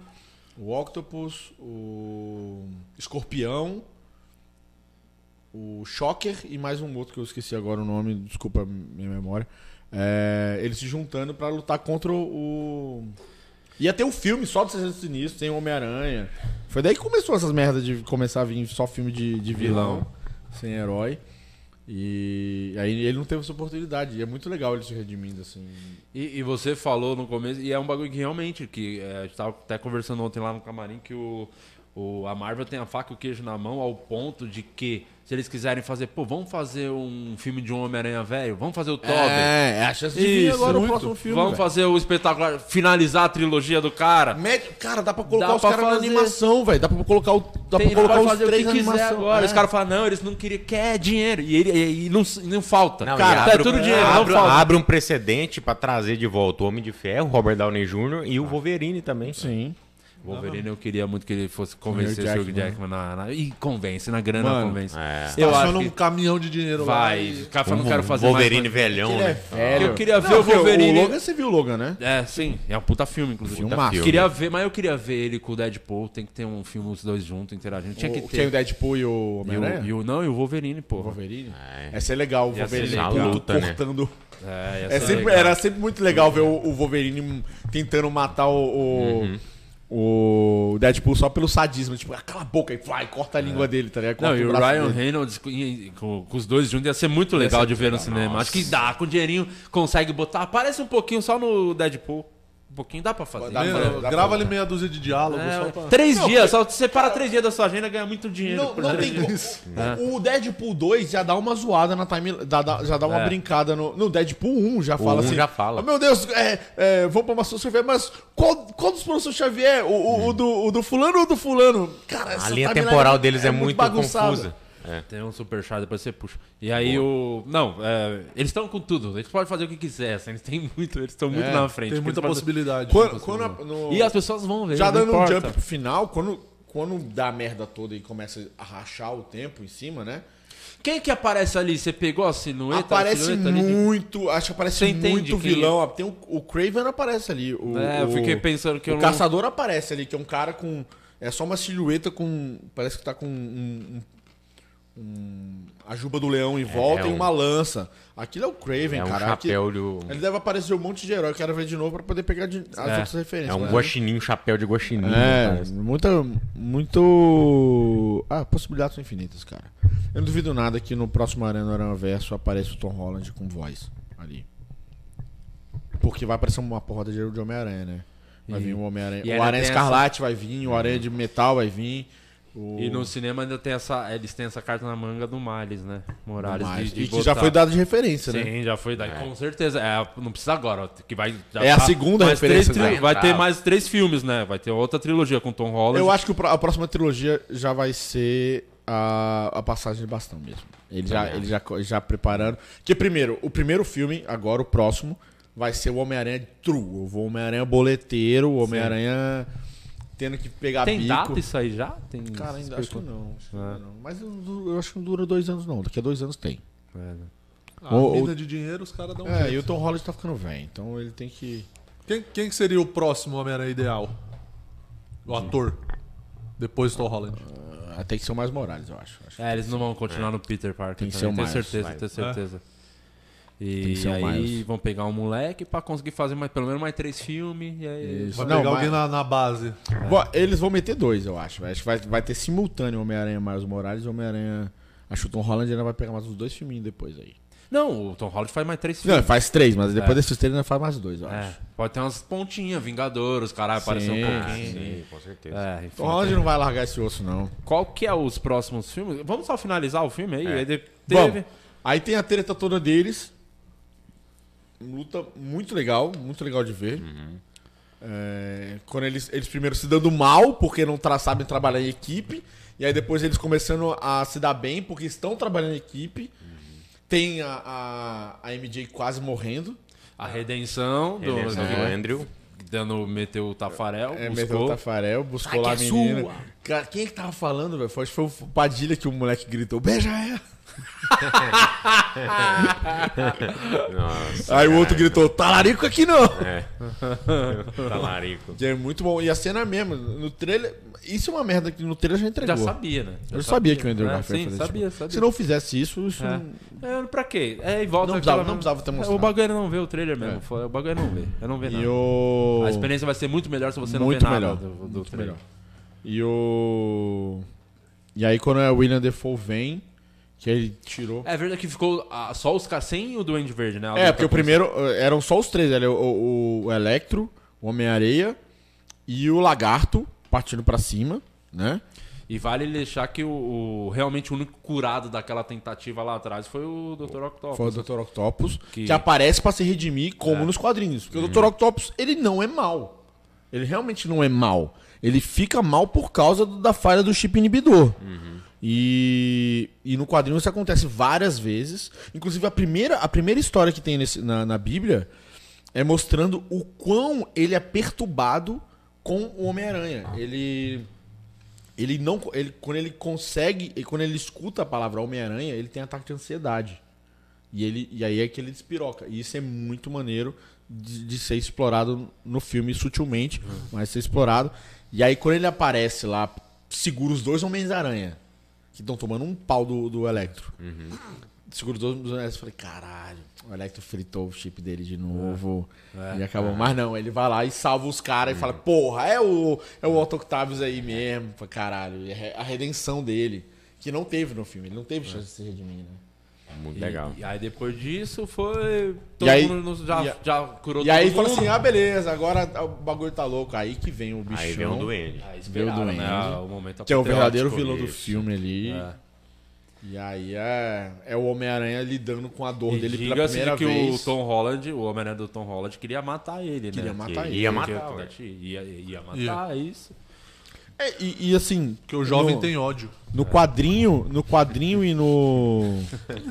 C: o Octopus, o Escorpião, o Shocker e mais um outro que eu esqueci agora o nome, desculpa a minha memória. É, eles se juntando pra lutar contra o. Ia ter um filme só do CC Sinistro, tem o Homem-Aranha. Foi daí que começou essas merdas de começar a vir só filme de, de vilão. sem herói. E aí ele não teve essa oportunidade. E é muito legal ele se redimindo, assim.
A: E, e você falou no começo, e é um bagulho que realmente, que é, a gente tava até conversando ontem lá no camarim, que o, o- a Marvel tem a faca e o queijo na mão ao ponto de que, se eles quiserem fazer, pô, vamos fazer um filme de um Homem-Aranha velho, vamos fazer o Tobey.
C: é a chance de vir
A: Isso,
C: agora o
A: muito.
C: próximo filme.
A: Vamos
C: velho.
A: fazer o espetacular, finalizar a trilogia do cara.
C: Médio- Cara, dá pra colocar
A: Dá
C: os
A: pra
C: caras na
A: fazer.
C: animação, velho. Dá pra colocar, o... dá
A: Tem,
C: pra colocar
A: pode
C: os
A: fazer o que
C: três
A: quiser
C: na animação.
A: agora.
C: É.
A: Os caras falam, não, eles não queriam, quer dinheiro. E, ele, e, e não, não falta.
B: Não,
A: cara,
B: e
A: é
B: abre-
A: tudo dinheiro,
B: abre,
A: não falta.
B: abre um precedente pra trazer de volta o Homem de Ferro, Robert Downey Jr. e o Wolverine também.
C: Ah. Sim.
A: Wolverine, eu queria muito que ele fosse convencer
C: Hugh
A: o Hugh Jackman né? na, na- E convence, na grana
C: Mano,
A: convence.
B: é.
C: Tá,
A: Eu
D: Estaciona
A: acho
D: um
A: que
D: caminhão de dinheiro lá.
A: vai.
D: e-
A: O cara fala, não quero fazer
B: Wolverine
A: mais.
B: velhão,
C: Ele é
B: né?
C: velho.
A: Eu queria ver
C: Não,
A: o Wolverine.
C: O Logan, você viu o Logan, né?
A: É, sim. É um puta filme, inclusive.
C: Filmaço.
A: Puta filme. Queria ver, mas eu queria ver ele com o Deadpool. Tem que ter um filme, os dois juntos, interagindo. Tinha que
C: O, quem é o
A: ter.
C: Deadpool e
A: E
C: o
A: o,
C: Homem-Aranha?
A: e o- não, e o Wolverine, pô.
C: Wolverine?
B: É.
C: Essa é legal, o
A: Ia ser
C: Wolverine
A: legal.
C: puto,
B: Luta, né?
C: cortando...
A: É, ia
C: É
A: ser
C: sempre-
A: legal.
C: era sempre muito legal
B: Uhum.
C: ver o, o Wolverine tentando matar o, o, o Deadpool só pelo sadismo. Tipo, ah, cala a boca e vai, corta a
B: É.
C: língua dele, tá ligado? Corta
A: Não, e o
C: braço
A: Ryan
C: dele.
A: Reynolds com, e- com- com os dois juntos ia ser muito legal de ver no cinema. Acho que dá, com o dinheirinho consegue botar. Aparece um pouquinho só no Deadpool. Um pouquinho dá pra fazer.
C: Dá pra-
D: Meu,
C: dá pra-
D: grava ali meia dúzia de diálogos
A: É,
D: só pra...
A: Três dias, só separa três dias da sua agenda ganha muito dinheiro.
C: Não,
A: por
C: não
A: três
C: tem
A: dias.
C: como.
B: né?
C: O- O Deadpool 2 já dá uma zoada na time. dá- dá- já dá uma
A: É.
C: brincada no. No Deadpool 1 já fala
B: um
C: assim.
B: já fala.
C: "Ah, meu Deus, é, é, vou pra Maçã Xavier, mas qual, qual dos professores Xavier? O, o- o do, o do fulano ou do fulano? Cara,
B: Hum. A
C: essa
B: linha
C: timeline
B: temporal deles é, muito
C: bagunçada.
B: confusa.
A: Tem um superchat, depois você puxa. E aí o. Não, é, eles estão com tudo. Eles podem fazer o que quiser. assim, eles têm muito, eles estão muito na frente.
D: Tem muita
A: Eles podem-
D: possibilidade. Tipo,
C: Quando, quando a- no-
A: E as pessoas vão ver.
C: já
A: não
C: dando um
A: importa.
C: jump pro final, quando, quando dá a merda toda e começa a rachar o tempo em cima, né?
A: Quem que aparece ali? Você pegou a silhueta? a
C: aparece
A: silhueta ali?
C: muito. Acho que aparece
A: Você entende
C: muito
A: quem é.
C: vilão. Ah, Tem o, o Craven aparece ali. O,
A: É, eu
C: o-
A: fiquei pensando que
C: o
A: eu não-
C: caçador aparece ali, que é um cara com. É só uma silhueta com. Parece que tá com um. um- um- a juba do leão em volta
B: é
C: e
B: um-
C: uma lança. Aquilo é o Craven,
B: É um
C: cara.
B: chapéu
C: Aqui-
B: de um-
C: Ele deve aparecer um monte de herói. Eu quero ver de novo pra poder pegar de- as
A: É.
C: outras referências.
B: É um
C: né?
B: guaxininho, um chapéu de guaxininho.
C: É,
B: parece.
C: muita. Muito. Ah, possibilidades são infinitas, cara. Eu não duvido nada que no próximo Arena Arena Verso apareça o Tom Holland com voz ali. Porque vai aparecer uma porrada de de Homem-Aranha, né? Vai vir o Homem-Aranha.
A: e
C: O
A: ainda
C: Aranha
A: tem
C: Escarlate vai vir, o Aranha de Metal vai vir. O...
A: E no cinema ainda tem essa. Eles têm essa carta na manga do Miles, né? Morales.
C: mais.
A: de, de
C: e que
A: botar.
C: já foi dado de referência, né?
A: Sim, já foi daí, com certeza. É, não precisa agora, ó, que vai... já tá
C: É a segunda
A: mais
C: referência,
A: três tri-
C: né?
A: Vai ter
B: Bravo.
A: mais três filmes, né? Vai ter outra trilogia com Tom Holland.
C: Eu acho que o pró- a próxima trilogia já vai ser a, a passagem de bastão mesmo. Ele já, ele já, co- já preparando. Que primeiro, o primeiro filme, agora o próximo, vai ser o Homem-Aranha true. O Homem-Aranha boleteiro, o Homem-Aranha tendo que pegar
A: Tem
C: bico.
A: data isso aí já? Tem...
C: Cara, ainda acho que não. acho que ainda não. Mas eu, eu acho que não dura dois anos, não. Daqui a dois anos tem.
A: É, né?
D: A
C: Ou-
D: mina de dinheiro, os caras dão um
C: É,
D: jeito.
C: e o Tom Holland tá ficando velho, então ele tem que.
D: Quem, quem que seria o próximo Homem-Aranha ideal? O ator. Depois do Tom Holland.
C: ah, Tem que ser o mais Morales, eu acho. acho.
A: É, eles não vão continuar no Peter Parker.
C: Tem que
A: também,
C: ser
A: Tenho
C: o Miles,
A: certeza,
C: vai. É.
A: tenho certeza.
C: Tem que
A: E
C: ser o
A: aí
C: Miles.
A: vão pegar um moleque pra conseguir fazer mais, pelo menos mais três filmes. E aí...
C: Isso.
D: Vai
C: Não,
D: pegar
C: mas-
D: alguém na, na base.
C: Bom, eles vão meter dois, eu acho. velho. Acho que vai, vai ter simultâneo Homem-Aranha Miles Morales e Homem-Aranha. Acho que o Tom Holland ainda vai pegar mais uns dois filminhos depois aí.
A: Não, o Tom Holland faz mais três
C: Não,
A: filmes.
C: ele faz três, mas depois
A: É.
C: desses três ele ainda faz mais dois, eu
A: É,
C: acho.
A: pode ter umas pontinhas, Vingadores, caralho, apareceu um
C: Sim,
A: pouquinho.
B: Sim, com certeza.
A: É, enfim.
C: Tom Holland não vai largar esse osso, não.
A: Qual que é os próximos filmes? Vamos só finalizar o filme aí? aí de-
C: É. Bom,
A: teve...
C: aí tem a treta toda deles. Luta muito legal, muito legal de ver. É, quando eles, eles primeiro se dando mal, porque não tra- sabem trabalhar em equipe. E aí depois eles começando a se dar bem, porque estão trabalhando em equipe. Tem a, a, a MJ quase morrendo.
A: A redenção do,
B: Redenção do
C: né?
A: do-
B: é Andrew.
A: dando meteu o Tafarel,
C: É, meteu o
A: buscou.
C: Tafarel, buscou
B: Aqui
C: lá
B: é
C: a menina.
B: sua.
C: Cara, quem é que tava falando, velho? Foi, acho que foi o Padilha que o moleque gritou, beija ela.
B: Nossa, é.
C: Aí o outro gritou, talarico aqui não.
B: talarico.
C: Que É muito bom. E a cena mesmo, no trailer... Isso é uma merda que no trailer já entregou.
A: já sabia, né? Já
C: Eu sabia que o Andrew
A: né?
C: Garfield
A: Sim,
C: ia fazer
A: sabia,
C: isso.
A: sabia.
C: Se não fizesse isso, isso...
A: É.
C: não-
A: É, pra quê? É, e volta
C: Não
A: aquela-
C: precisava- não precisava ter
A: É, o
C: mostrado.
A: bagulho é não vê o trailer mesmo. Foi- O bagulho é não vê. Eu não vê
C: E
A: nada.
C: o...
A: A experiência vai ser muito melhor se você não
C: Muito
A: vê nada
C: melhor,
A: do, do
C: muito
A: trailer.
C: melhor. E o... E aí quando é o William Defoe vem, Que ele tirou.
A: É verdade que ficou ah, só os caras sem o Duende Verde, né?
C: É, porque o primeiro eh, eram só os três, era o, o, o Electro, o Homem-Areia e o Lagarto partindo pra cima, né?
A: E vale deixar que o, o- realmente o único curado daquela tentativa lá atrás foi o Dr. Octopus.
C: Foi o Dr. Octopus,
A: Que-
C: que, aparece pra se redimir como nos quadrinhos. Uhum. Porque o Dr. Octopus, ele não é mal. Ele realmente não é mal. Ele fica mal por causa do- da falha do chip inibidor. E, e no quadrinho isso acontece várias vezes. Inclusive, a primeira, a primeira história que tem nesse- na, na Bíblia é mostrando o quão ele é perturbado com o Homem-Aranha. Ele ele não ele quando ele consegue e quando ele escuta a palavra Homem-Aranha, ele tem ataque de ansiedade. E ele e aí é que ele despiroca. E isso é muito maneiro de, de ser explorado no filme sutilmente, mas ser explorado. E aí quando ele aparece lá, segura os dois Homens-Aranha que estão tomando um pau do, do Electro. Segura os dois Homens-Aranha e falei, caralho, o Electro fritou o chip dele de novo. e acabou. Mas não, ele vai lá e salva os caras e fala, porra, é o, é o Otto Octavius aí mesmo. Falei, caralho, e é a redenção dele. Que não teve no filme, ele não teve chance de se redimir, né?
B: Muito legal.
A: E aí depois disso foi. Todo
C: aí-
A: mundo nos- já,
C: e a-
A: já curou
C: E aí
A: todo
C: fala
A: mundo.
C: assim, ah, beleza, agora o bagulho tá louco. Aí que vem o bichão.
B: Aí vem um duende.
A: Aí
C: Veio o
A: esperaram,
C: duende,
A: né? ah, O momento
C: Que é o verdadeiro
A: apoteótico.
C: vilão do
B: isso.
C: filme ali.
A: É.
C: E aí é, é o Homem-Aranha lidando com a dor
A: E
C: dele pela
A: diga-se
C: primeira
A: de que
C: vez.
A: o Tom Holland, o Homem-Aranha do Tom Holland, queria matar ele, né?
C: Queria matar
B: Que
C: ele.
B: ia
A: Porque-
B: matar, ué.
A: né? ia, ia matar, isso.
C: É, e, e assim,
D: Porque o jovem
C: no,
D: tem ódio.
C: no quadrinho, no quadrinho e no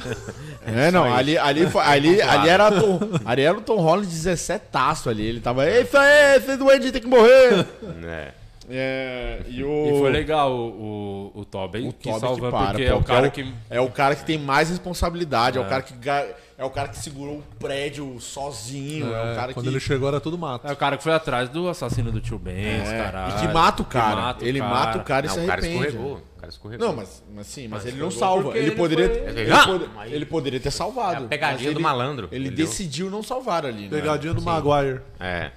C: É, não, ali ali foi- ali, ali era Tom, ali era o Tom Holland 17 taço ali, ele tava, ei, fé, esse doente tem que morrer.
B: É.
C: É, e
A: E
C: o
A: foi legal o, o, o Tobey
C: o
A: que
C: Tobey
A: salvou,
C: que para,
A: porque é o
C: porque
A: cara que...
C: é o cara que tem mais responsabilidade, é, o cara que ga- é o cara que segurou o prédio sozinho, é, o cara
D: quando
C: que
D: ele chegou era tudo mato.
A: É o cara que foi atrás do assassino do tio Ben,
C: É,
A: caralho.
C: e que mata o
A: que
C: cara.
A: mata o
C: ele mata o cara e
B: Não,
C: se
B: o cara
C: arrepende. né?
B: escorregou. O cara escorregou.
C: Não, mas, mas sim, mas, ele não
A: jogou
C: salva.
A: porque
C: Ele,
A: ele
C: poderia,
A: foi-
C: ele,
B: Ah!
C: pode- ele poderia ter salvado.
B: É a pegadinha
C: mas
B: do
C: ele-
B: malandro,
C: Ele
B: entendeu?
C: decidiu não salvar ali. né?
D: Pegadinha do Maguire.
B: É.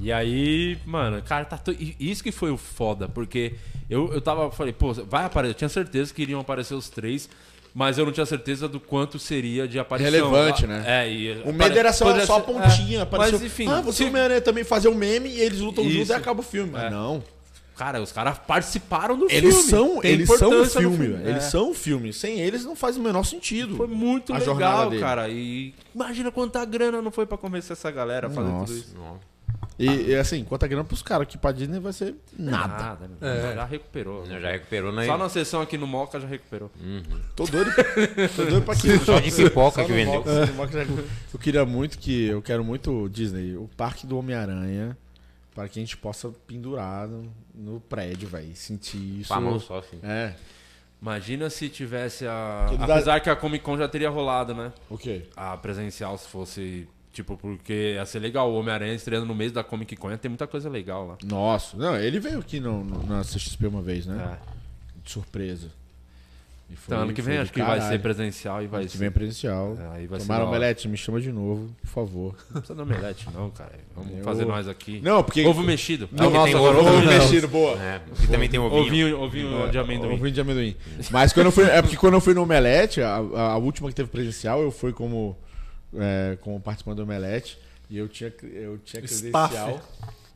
A: E aí, mano, cara, tá to- e- isso que foi o foda, porque eu, eu tava, falei, pô, vai aparecer, eu tinha certeza que iriam aparecer os três, mas eu não tinha certeza do quanto seria de aparição.
C: Relevante,
A: Ah,
C: né?
A: É, e
C: O medo
A: apare-
C: era só,
A: poderia
C: só a
A: ser-
C: pontinha.
A: é,
C: apareceu,
A: Mas enfim,
C: Ah, você e o
A: se-
C: Homem-Aranha também fazer um meme e eles lutam juntos
A: Isso. É.
C: e acaba o filme. Ah, não.
A: cara, os caras participaram do
C: Eles
A: filme.
C: são,
A: Tem
C: eles são o
A: importância no
C: filme, velho. Eles
A: É.
C: são o filme. Sem eles não faz o menor sentido.
A: Foi muito
C: a jornada
A: legal,
C: dele.
A: cara. E imagina quanta grana não foi pra convencer essa galera a fazer
C: Nossa.
A: tudo isso.
C: E, e assim, quanto a grana pros caras, que pra Disney vai ser nada.
A: Nada, já recuperou.
B: Já recuperou na.
A: Só na sessão aqui no Moca já recuperou.
C: Tô doido, tô doido pra que...
B: Só de pipoca que
C: no
B: vendeu.
C: box, É. no box já- Eu queria muito que. Eu quero muito, Disney, o Parque do Homem-Aranha. Para que a gente possa pendurar no, no prédio, velho. Sentir isso.
B: Com a mão só, assim.
C: É.
A: Imagina se tivesse a.
C: Que dá-
A: Apesar que a Comic Con já teria rolado, né?
C: O quê?
A: A presencial, se fosse. Tipo, porque ia ser legal. O Homem-Aranha estreando no mês da Comic Con ia ter muita coisa legal lá.
C: Nossa. Não, ele veio aqui no, no, na CXP uma vez, né?
B: É.
C: De surpresa. E foi-
A: Então, ano que
C: foi
A: vem
C: do
A: acho que vai
C: caralho.
A: ser presencial e vai
C: Ano
A: ser.
C: que
A: É,
C: vem presencial.
A: Aí vai ser
C: Tomara
A: da hora.
C: omelete, me chama de novo, por favor.
A: Não precisa do omelete, não, cara. Vamos
C: Eu-
A: fazer nós aqui.
C: Não, porque.
A: Ovo mexido.
B: Não, que tem ovo
C: Ovo
B: também.
C: mexido, boa.
B: É. E também tem ovinho.
A: Ovinho, ovinho É, de amendoim.
C: Ovinho de amendoim. Mas quando eu fui. É porque quando eu fui no Omelete, a, a última que teve presencial, eu fui como, é, como participante do Omelete. E eu tinha, eu tinha credencial.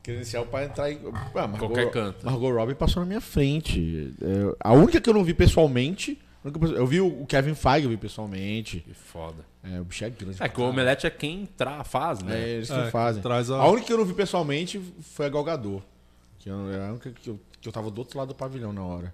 C: Credencial pra entrar em. Ah, Margot,
A: Qualquer canto.
C: Margot Robbie passou na minha frente. É, a única que eu não vi pessoalmente. a única pessoa- Eu vi o o Kevin Feige, eu vi pessoalmente.
A: Que foda.
C: É, o bicho é grande.
A: É que o omelete é quem entrar, faz,
C: É,
A: né?
C: eles que
D: É,
C: fazem.
D: Traz a...
C: A única que eu não vi pessoalmente foi a Galgador. Que eu, é a única que eu, que eu tava do outro lado do pavilhão na hora.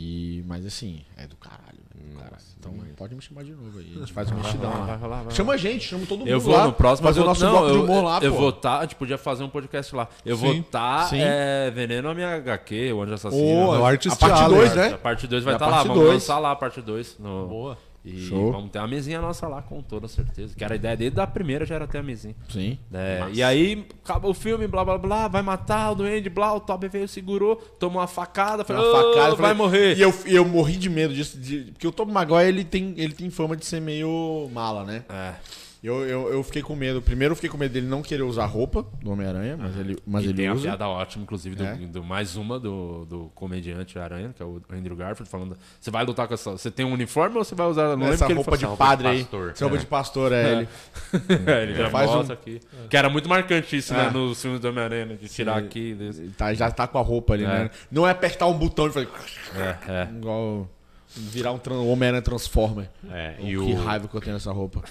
C: E, mas assim, é do caralho. é do caralho. Então pode me chamar de novo aí. A gente faz um mexidão lá.
A: rolar, vai
C: Chama a gente, chama todo mundo
A: Eu vou
C: lá.
A: no próximo
C: fazer
A: eu
C: o
A: vou-
C: nosso
A: não,
C: bloco de
A: eu-
C: humor lá,
A: Eu
C: pô.
A: vou estar, a gente podia fazer um podcast lá. Eu vou
D: Sim.
A: estar
C: Sim.
A: é, vendendo a minha HQ, o Anjo Assassino.
C: Ô, é
A: né?
D: No Artist
C: a parte
D: Alley.
C: 2,
A: A
C: né?
A: parte 2 vai
C: É a
A: estar lá,
C: parte
A: vamos
C: dois.
A: lançar lá a parte 2. Boa. E
C: Show.
A: vamos ter uma mesinha nossa lá com toda certeza. Que era a ideia desde a primeira já era ter a mesinha.
C: Sim.
A: É, e aí, acabou o filme, blá blá blá, vai matar o duende, blá, o Toby veio, segurou, tomou uma facada,
C: Foi
A: falou,
C: uma facada. eu
A: vai
C: falei-
A: morrer.
C: E eu, e eu morri de medo disso. de- porque o Tom Maguire, ele tem, ele tem fama de ser meio mala, né?
A: É.
C: Eu, eu, eu fiquei com medo. Primeiro eu fiquei com medo dele não querer usar roupa do Homem-Aranha, mas ele, mas
A: e
C: ele
A: tem a
C: usa.
A: piada ótima, inclusive, do,
C: É.
A: do- mais uma do, do comediante Aranha, que é o Andrew Garfield, falando: você vai lutar com essa. Você tem um uniforme ou você vai usar. Não lembro
C: Essa
A: que ele
C: roupa de
A: falou,
C: padre
B: de
C: aí.
B: pastor.
C: Essa roupa de pastor, é, ele.
A: É, ele já
C: faz um-
A: mostra aqui. Que era muito marcante isso,
C: É.
A: né? Nos filmes do Homem-Aranha, né, de tirar aqui. desse-
C: ele tá- já tá com a roupa ali,
A: É.
C: né? Não é apertar um botão e fazer...
A: É, é.
C: Igual virar um tran- um Homem-Aranha Transformer.
B: É,
C: E
B: e
C: Que
B: o,
C: raiva que eu tenho nessa roupa.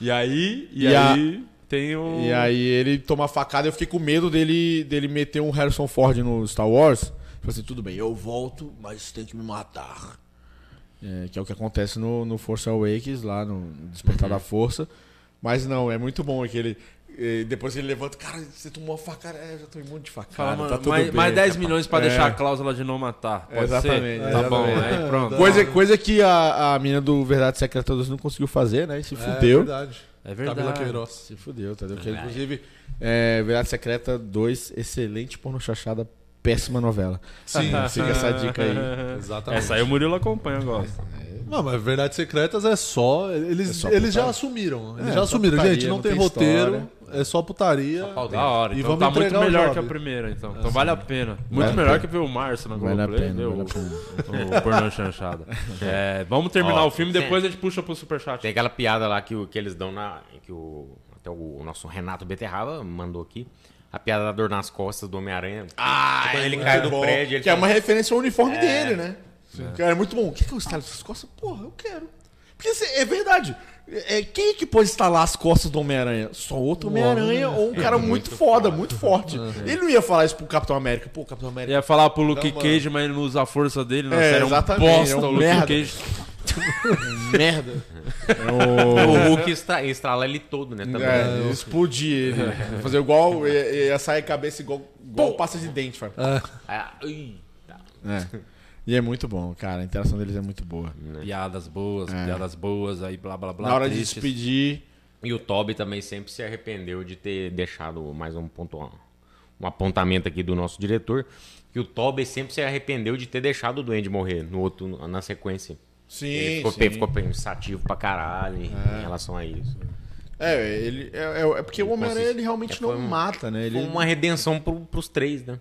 A: E aí. E,
C: E a-
A: aí tem o.
C: E aí ele toma a facada, eu fiquei com medo dele, dele meter um Harrison Ford no Star Wars. Falei assim, tudo bem, eu volto, mas tem que me matar. É, que é o que acontece no, no Force Awakens, lá no Despertar
A: Uhum.
C: da Força. Mas não, é muito bom aquele. eh, Depois ele levanta, cara, você tomou uma facada, é, eu já tomei um monte de facada.
A: Fala, mano,
C: tá tudo
A: mais,
C: bem.
A: mais 10 milhões pra
C: É.
A: deixar a cláusula de não matar. Pode
C: Exatamente,
A: ser? Tá
C: exatamente.
A: bom, aí pronto.
C: Coisa, coisa que a, a menina do Verdade Secreta 2 não conseguiu fazer, né? E se
D: É
C: fudeu.
D: verdade.
A: É
D: Camila
A: verdade.
D: Queiroz.
C: Se fudeu, Tadeu. Que, inclusive, é, Verdade Secreta 2, excelente porno chachada, péssima novela. Sim, fica essa dica aí.
A: É.
D: Exatamente.
A: Essa aí o Murilo acompanha, eu gosto.
D: Não, mas Verdades Secretas é só. Eles,
C: É só
D: eles já
C: putaria.
D: assumiram. Eles
C: É,
D: já
C: só
D: assumiram.
C: putaria,
D: Gente, não,
C: não
D: tem,
C: tem
D: roteiro, é só putaria.
A: Da hora,
D: E
A: então
D: vamos
A: tá muito
D: entregar o
A: melhor
D: job.
A: que a primeira, então. Então vale a pena.
C: Vale
A: Muito
C: a
A: melhor
C: pena.
A: que ver o Márcio na
C: Vale a
A: Globoplay,
C: pena,
A: né,
C: vale
A: o,
C: a
A: o pornô chanchada. É, vamos terminar
B: Ó,
A: o filme,
B: tem-
A: depois a gente puxa pro superchat.
B: Tem aquela piada lá que, o- que eles dão na. Que o, até o nosso Renato Beterraba mandou aqui. A piada da dor nas costas do Homem-Aranha. Ah, quando ele cai do prédio, ele
C: é Que é uma
B: fala,
C: referência ao uniforme dele, né? Cara, é muito bom. O que é que eu instalo essas costas? Porra, eu quero. Porque assim, é verdade. É, é, quem é que pode instalar as costas do Homem-Aranha? Só outro Homem-Aranha ou um cara muito, foda, muito forte. Ele não ia falar isso pro Capitão América. Pô, Capitão América.
A: Ia falar pro Luke
C: Não, mano.
A: Cage, mas ele não usa a força dele na
C: Então É,
A: série. É um
C: exatamente,
A: bosta
C: é um
A: o Luke
C: merda.
A: Cage.
C: Merda. um
B: O Hulk estra- estrala ele todo, né? É. Também.
C: É, explodir ele. Fazer igual. Ia, ia sair a cabeça igual, igual pasta de dente, faz.
B: Ah, ui, tá.
C: É. E é muito bom, cara. A interação deles é muito boa.
A: Piadas boas, piadas boas, aí blá blá blá.
C: Na hora de
A: tristes.
C: despedir.
B: E o Toby também sempre se arrependeu de ter deixado mais um ponto um apontamento aqui do nosso diretor, que o Toby sempre se arrependeu de ter deixado o Duende morrer no outro na sequência.
C: Sim,
B: ele ficou, pe- ficou pensativo pra caralho em, em relação a isso.
C: É, ele, é, é- é porque o Homem-Aranha ele realmente
B: É,
C: não
B: foi um-
C: mata, né? Ele,
B: Foi uma redenção pro, pros três, né?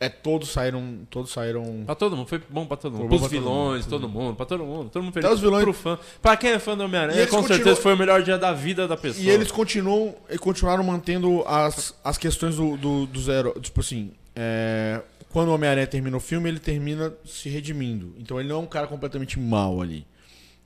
C: É, todos saíram. Todos saíram.
A: Pra todo mundo, foi bom pra todo mundo.
C: Foi bom
A: Pros
C: pra todo
A: vilões, todo mundo, pra todo mundo. Todo mundo feliz.
C: Até os vilões.
A: Pro fã. Pra quem é fã do
C: E
A: Homem-Aranha,
C: eles
A: com certeza
C: continuam-
A: foi o melhor dia da vida da pessoa.
C: E eles continuam, e continuaram mantendo as, as questões do, do, do zero. Tipo assim, é, quando o Homem-Aranha termina o filme, ele termina se redimindo. Então ele não é um cara completamente mal ali.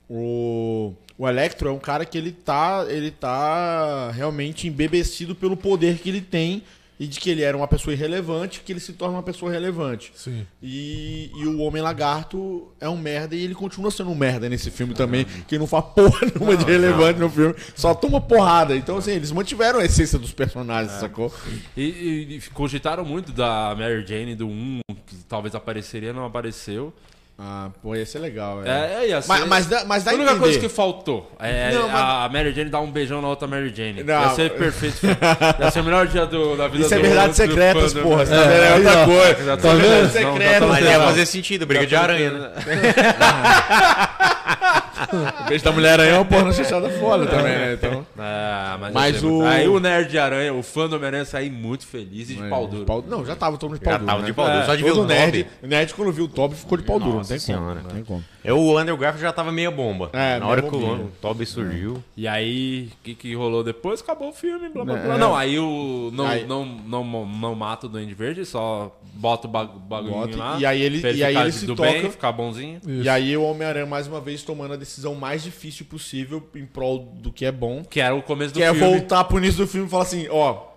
C: O, o Electro é um cara que ele tá, ele tá realmente embebecido pelo poder que ele tem e de que ele era uma pessoa irrelevante, que ele se torna uma pessoa relevante.
D: Sim.
C: E, e o Homem Lagarto é um merda e ele continua sendo um merda nesse filme também, que não faz porra nenhuma de relevante no filme, só toma porrada. Então, assim, eles mantiveram a essência dos personagens, sacou?
A: E, e- e cogitaram muito da Mary Jane do 1, que talvez apareceria, não apareceu.
C: Ah, pô, ia ser legal, é.
A: É, é ia ser-
C: Mas, mas dá, mas dá
A: a única
C: entender.
A: coisa que faltou é
C: Não, mas-
A: a Mary Jane dar um beijão na outra Mary Jane.
C: Não.
A: Ia ser perfeito. Ia ser o melhor dia do, da vida
C: Isso é
A: do-
C: verdade
A: do
C: secretas,
A: fã do-
C: porra. tá vendo? É outra coisa.
A: Já
C: Tá
A: tá
C: vendo?
A: vendo?
C: Secretas,
A: Não, tá
B: Mas
A: vendo?
B: ia fazer sentido, briga de aranha, né?
C: Beijo da mulher aranha é uma porra chachada foda também, né? Então,
A: Ah, mas
C: Mas
A: eu sei muito.
C: o-
A: Aí o Nerd Aranha, o fã do Homem-Aranha, sair muito feliz e de pau duro.
C: Então, É, pau- não, já tava todo mundo de pau
B: Já
C: duro.
B: tava
C: né?
B: de pau duro,
C: É,
B: só de ver
C: todo
B: o
C: nerd,
B: Toby.
C: nerd, quando viu o Toby, ficou de pau duro. Não tem
B: senhora.
C: como. Não tem como.
B: É, O Andrew Garfield já tava meia bomba.
C: É,
B: Na hora
C: meia
B: que o,
C: bombinha.
B: o Toby surgiu.
A: E aí, o que, que rolou depois? Acabou o filme, blá blá blá.
C: É.
A: Não, aí o. Não,
C: Aí-
A: Não, não, não, mata o Duende Verde, só bota o bagu- bagulhinho
C: Bota,
A: lá.
C: e aí ele-
A: pra
C: e aí
A: ficar
C: ele se
A: do
C: toca.
A: bem, ficar bonzinho.
C: E aí o Homem-Aranha, mais uma vez, tomando a decisão mais difícil possível em prol do que é bom.
A: Que era o começo do
C: Que é
A: filme.
C: voltar pro início do filme e falar assim, ó,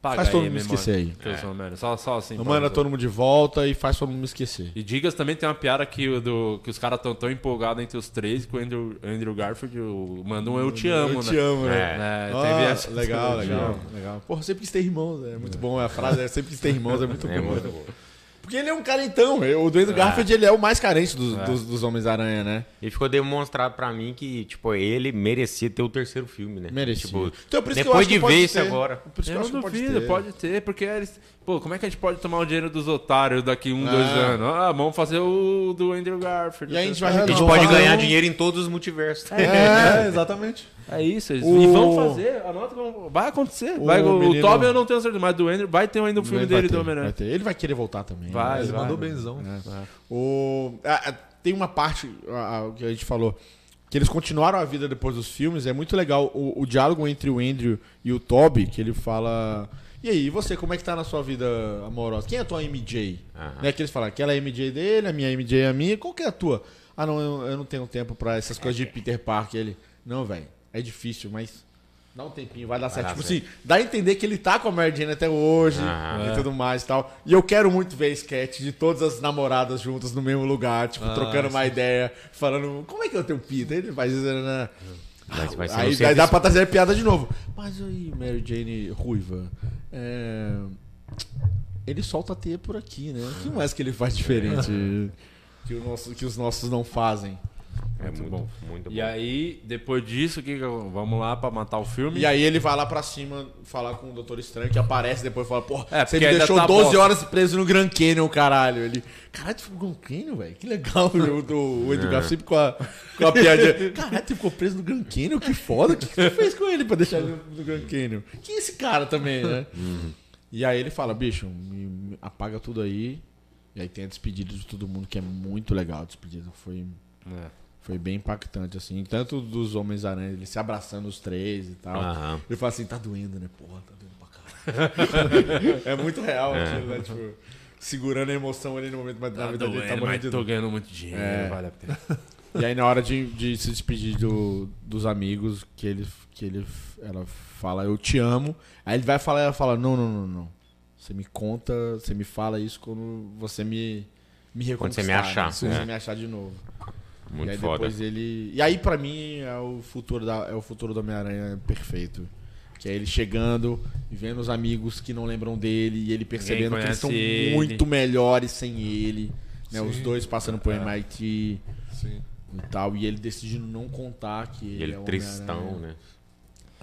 A: Paga
C: faz todo
A: aí,
C: mundo
A: memória,
C: esquecer aí.
A: que eu sou Homem-Aranha. Só, só assim. pra
C: manda
A: você.
C: todo mundo de volta e faz todo mundo me esquecer.
A: E Digas também tem uma piada que, o do, que os caras estão tão empolgados entre os três que o Andrew, Andrew Garfield o- manda um Eu Te Amo, né?
C: amo,
A: É,
C: Ah,
A: teve essa-
C: legal, legal, legal. Porra, sempre quis ter irmãos, é muito bom. A frase é sempre quis ter irmãos, é muito
B: É,
C: bom.
B: muito bom.
C: Porque ele é um carentão. O Andrew Garfield ele é o mais carente dos, dos, dos Homens-Aranha, né?
B: E ficou demonstrado pra mim que, tipo, ele merecia ter o terceiro filme, né?
C: Merecia.
B: Tipo,
C: Então, por isso que eu
B: depois
C: acho que
B: de
C: pode
B: ver isso
C: ter.
B: agora.
C: Por isso que
A: Eu,
C: eu, acho
A: não
C: que pode
A: duvido,
C: ter.
A: pode ter, porque eles. Pô, como é que a gente pode tomar o dinheiro dos otários daqui um, dois anos? Ah, vamos fazer o do Andrew Garfield.
C: É. E aí a gente vai
B: A gente
C: Não,
B: pode
C: não.
B: ganhar dinheiro em todos os multiversos.
D: É, exatamente.
A: É isso, eles...
C: O-
A: e vão fazer, anota, vão- vai acontecer.
C: O
A: Vai, o
C: menino-
A: Tobey eu não tenho certeza, mas do Andrew vai ter ainda um filme
C: Vai
A: dele
C: ter,
A: do
C: vai
A: Homem-Aranha.
C: ter. Ele vai querer voltar também. né?
A: Vai,
D: Ele
A: vai.
D: mandou benzão.
C: O- a- a- tem uma parte a- a- que a gente falou que eles continuaram a vida depois dos filmes. É muito legal o, o diálogo entre o Andrew e o Toby, que ele fala. E aí, e você, como é que tá na sua vida amorosa? Quem é a tua MJ?
B: Aham.
C: Né, que eles falam, aquela é a MJ dele, a minha MJ é a minha, qual que é a tua? Ah, não, eu, eu não tenho tempo pra essas coisas de Peter Parker. Ele, não, velho, é difícil, mas dá um tempinho, vai dar certo.
B: dar
C: Tipo
B: certo.
C: assim, dá a entender que ele tá com a Mary Jane até hoje
B: Aham.
C: e tudo mais e tal. E eu quero muito ver a sketch de todas as namoradas juntas no mesmo lugar, tipo,
B: Ah,
C: trocando uma ideia, falando, como é que eu tenho Peter? Ele faz isso, né?
B: Mas vai ser
C: Aí,
B: no
C: aí dá
B: serviço.
C: pra trazer a piada de novo. Mas aí, Mary Jane Ruiva, é, ele solta a teia por aqui, né? O que mais que ele faz diferente que, o nosso- que os nossos não fazem?
B: É muito, bom. Muito bom.
A: E aí, depois disso, o que que eu- vamos lá pra matar o filme?
C: E aí ele vai lá pra cima falar com o Doutor Estranho, que aparece depois e fala, porra,
A: É,
C: você
A: porque
C: me
A: ainda
C: deixou
A: tá
C: 12
A: bosta.
C: horas preso no Grand Canyon, caralho. Ele, caralho, tu ficou no Grand Canyon, velho? Que legal, meu, do, o Edu Garcia sempre com a, com a piadinha. Caralho, tu ficou preso no Grand Canyon, que foda. O que, que tu fez com ele pra deixar ele no, no Grand Canyon? Que é esse cara também, né? E aí ele fala, bicho, me- me apaga tudo aí. E aí tem a despedida de todo mundo, que é muito legal. A despedida foi...
A: É.
C: Foi bem impactante, assim. Tanto dos Homens-Aranha, eles se abraçando os três e tal.
B: Aham.
C: Ele fala assim, tá doendo, né? Porra, tá doendo pra caralho. é muito real aquilo, né? Tipo, segurando a emoção ali no momento, mas na
A: Tá
C: verdade ele tá
A: doendo, mas
C: morrendo de
A: tô
C: dor.
A: ganhando muito dinheiro,
C: É.
A: vale a pena.
C: E aí na hora de, de se despedir do- dos amigos, que ele, que ele ela fala, eu te amo. Aí ele vai falar e ela fala, não, não, não, não. Você me conta, você me fala isso quando você me, me
B: Quando você
C: reconquistar.
B: me achar,
C: né? Quando
B: é.
C: você me achar de novo. e aí
B: Muito foda.
C: depois ele. E aí, pra mim, é o futuro, da... é o futuro do Homem-Aranha perfeito. Que é ele chegando e vendo os amigos que não lembram dele e ele percebendo que
A: conhece
C: eles são
A: ele.
C: muito melhores sem ele. Né? Os dois passando por MIT e
D: Sim.
C: tal. E ele decidindo não contar que ele,
B: E ele
C: é o
B: tristão,
C: Homem-Aranha.
B: né?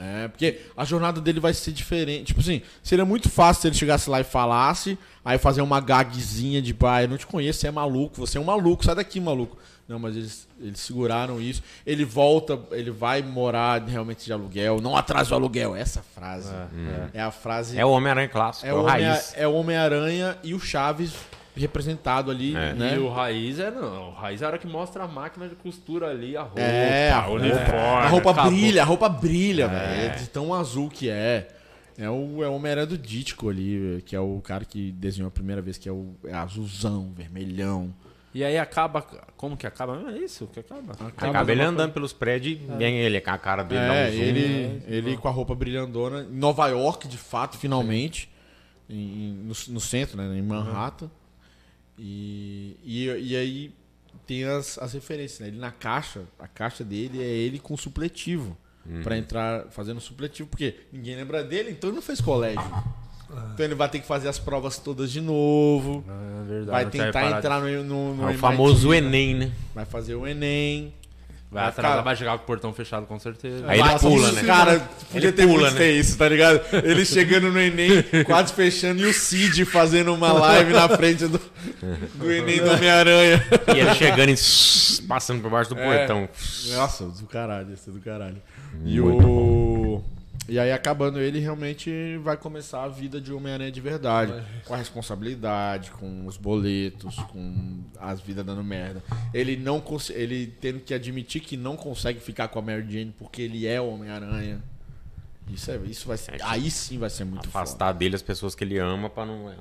C: É, porque a jornada dele vai ser diferente. Tipo assim, seria muito fácil se ele chegasse lá e falasse, aí fazer uma gagzinha de pai, eu não te conheço, você é maluco, você é um maluco, sai daqui, maluco. Não, mas eles, eles seguraram isso. Ele volta, ele vai morar realmente de aluguel, não atrasa o aluguel. Essa frase é, a frase.
B: É o Homem-Aranha clássico, é
C: é
B: o
C: o Homem-
B: raiz.
C: é o Homem-Aranha e o Chaves representado ali,
B: É.
C: né?
A: E o Raiz é não. O Raiz é a hora que mostra a máquina de costura ali, a roupa,
C: É, a
A: o
C: roupa,
A: uniforme.
C: a roupa
A: acabou.
C: brilha, a roupa brilha, velho. É de tão azul que é. É o, é o Homem-Aranha do Dítico ali, que é o cara que desenhou a primeira vez, que é o é azulzão, vermelhão.
A: E aí acaba. Como que acaba? Não é isso que acaba.
B: Acaba ele andando pelos prédios e vem ele com a cara dele, dá
C: É,
B: um zoom.
C: ele, ele com a roupa brilhandona. Em Nova York, de fato, finalmente. Em- em- no, no centro, né? Em Manhattan. E, e, e aí tem as, as referências, né? Ele na caixa, a caixa dele é ele com supletivo.
B: Uhum.
C: Pra entrar fazendo supletivo, porque ninguém lembra dele, então ele não fez colégio.
B: Ah.
C: Então ele vai ter que fazer as provas todas de novo.
A: É verdade,
C: Vai
A: não tinha
C: tentar
A: reparado.
C: entrar no, no, no
B: É o
C: MIT,
B: famoso
C: né?
B: Enem, né?
C: Vai fazer o Enem.
A: Vai
C: Vai
A: atrasar,
C: ficar-
A: vai chegar com o portão fechado com certeza.
B: Aí ele
C: Nossa,
B: pula,
C: isso,
B: né?
C: Cara, podia
B: Ele
C: ter
B: pula,
C: muito
B: né?
C: ter isso, tá ligado? Ele chegando no Enem, quase fechando, e o Cid fazendo uma live na frente do, do Enem do Homem-Aranha.
B: E ele chegando e passando por baixo do
C: É.
B: portão.
C: Nossa, do caralho, esse é do caralho. E o. E aí, acabando ele, realmente vai começar a vida de Homem-Aranha de verdade. Com a responsabilidade, com os boletos, com as vidas dando merda. Ele não cons- ele tendo que admitir que não consegue ficar com a Mary Jane porque ele é o Homem-Aranha. Isso, é, isso vai ser. Aí sim vai ser muito fácil.
B: Afastar dele as pessoas que ele ama pra não é,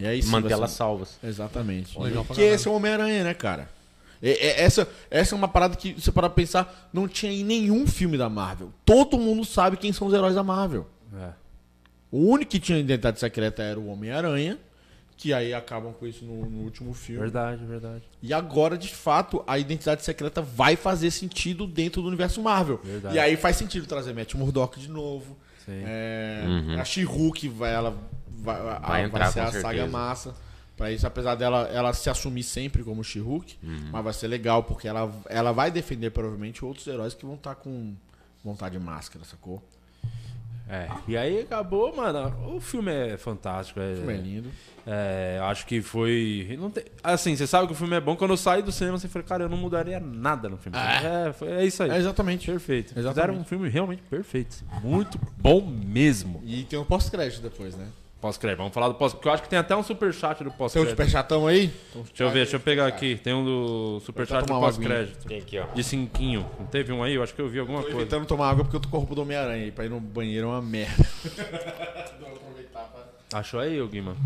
C: E aí sim vai
B: manter
C: ser-
B: elas salvas.
C: Exatamente.
D: Legal pra
C: Porque
D: caralho.
C: esse é o Homem-Aranha, né, cara? E- e- essa, essa é uma parada que, se para pensar, não tinha em nenhum filme da Marvel. Todo mundo sabe quem são os heróis da Marvel.
A: É.
C: O único que tinha identidade secreta era o Homem-Aranha, que aí acabam com isso no, no último filme.
A: Verdade, verdade.
C: E agora, de fato, a identidade secreta vai fazer sentido dentro do universo Marvel.
A: Verdade.
C: E aí faz sentido trazer Matt Murdock de novo.
A: Sim.
C: É, A She-Hulk vai, ela vai, a-
B: Uhum. Vai
C: vai
B: entrar,
C: ser
B: com
C: a saga
B: certeza.
C: massa. Pra isso, apesar dela ela se assumir sempre como She-Hulk,
B: Uhum.
C: mas vai ser legal, porque ela, ela vai defender provavelmente outros heróis que vão estar com vontade de máscara, sacou?
A: É, e aí acabou, mano. O filme é fantástico. É,
C: Como é lindo.
A: É, eu acho que foi. Não tem, assim, você sabe que o filme é bom. Quando eu saí do cinema, você falou, cara, eu não mudaria nada no filme. É, foi, é isso aí.
C: É, exatamente.
A: Perfeito.
C: Exatamente.
A: Fizeram um filme realmente perfeito. Muito bom mesmo.
C: E tem um pós-crédito depois, né?
A: Pós-crédito, vamos falar do pós-crédito. Porque eu acho que tem até um superchat do
C: Tem um
A: pós-crédito.
C: superchatão aí?
A: Deixa eu ver, deixa eu pegar aqui. Tem um do superchat
C: Vou
A: do
C: tomar uma aguinha.
A: pós-crédito.
B: Tem aqui, ó.
A: De cinquinho. Não teve um aí? Eu acho que eu vi alguma
C: Tô
A: coisa.
C: evitando tomar água porque eu tô com o corpo do Homem-Aranha. E pra ir no banheiro é uma merda.
A: Achou aí, ô Guima?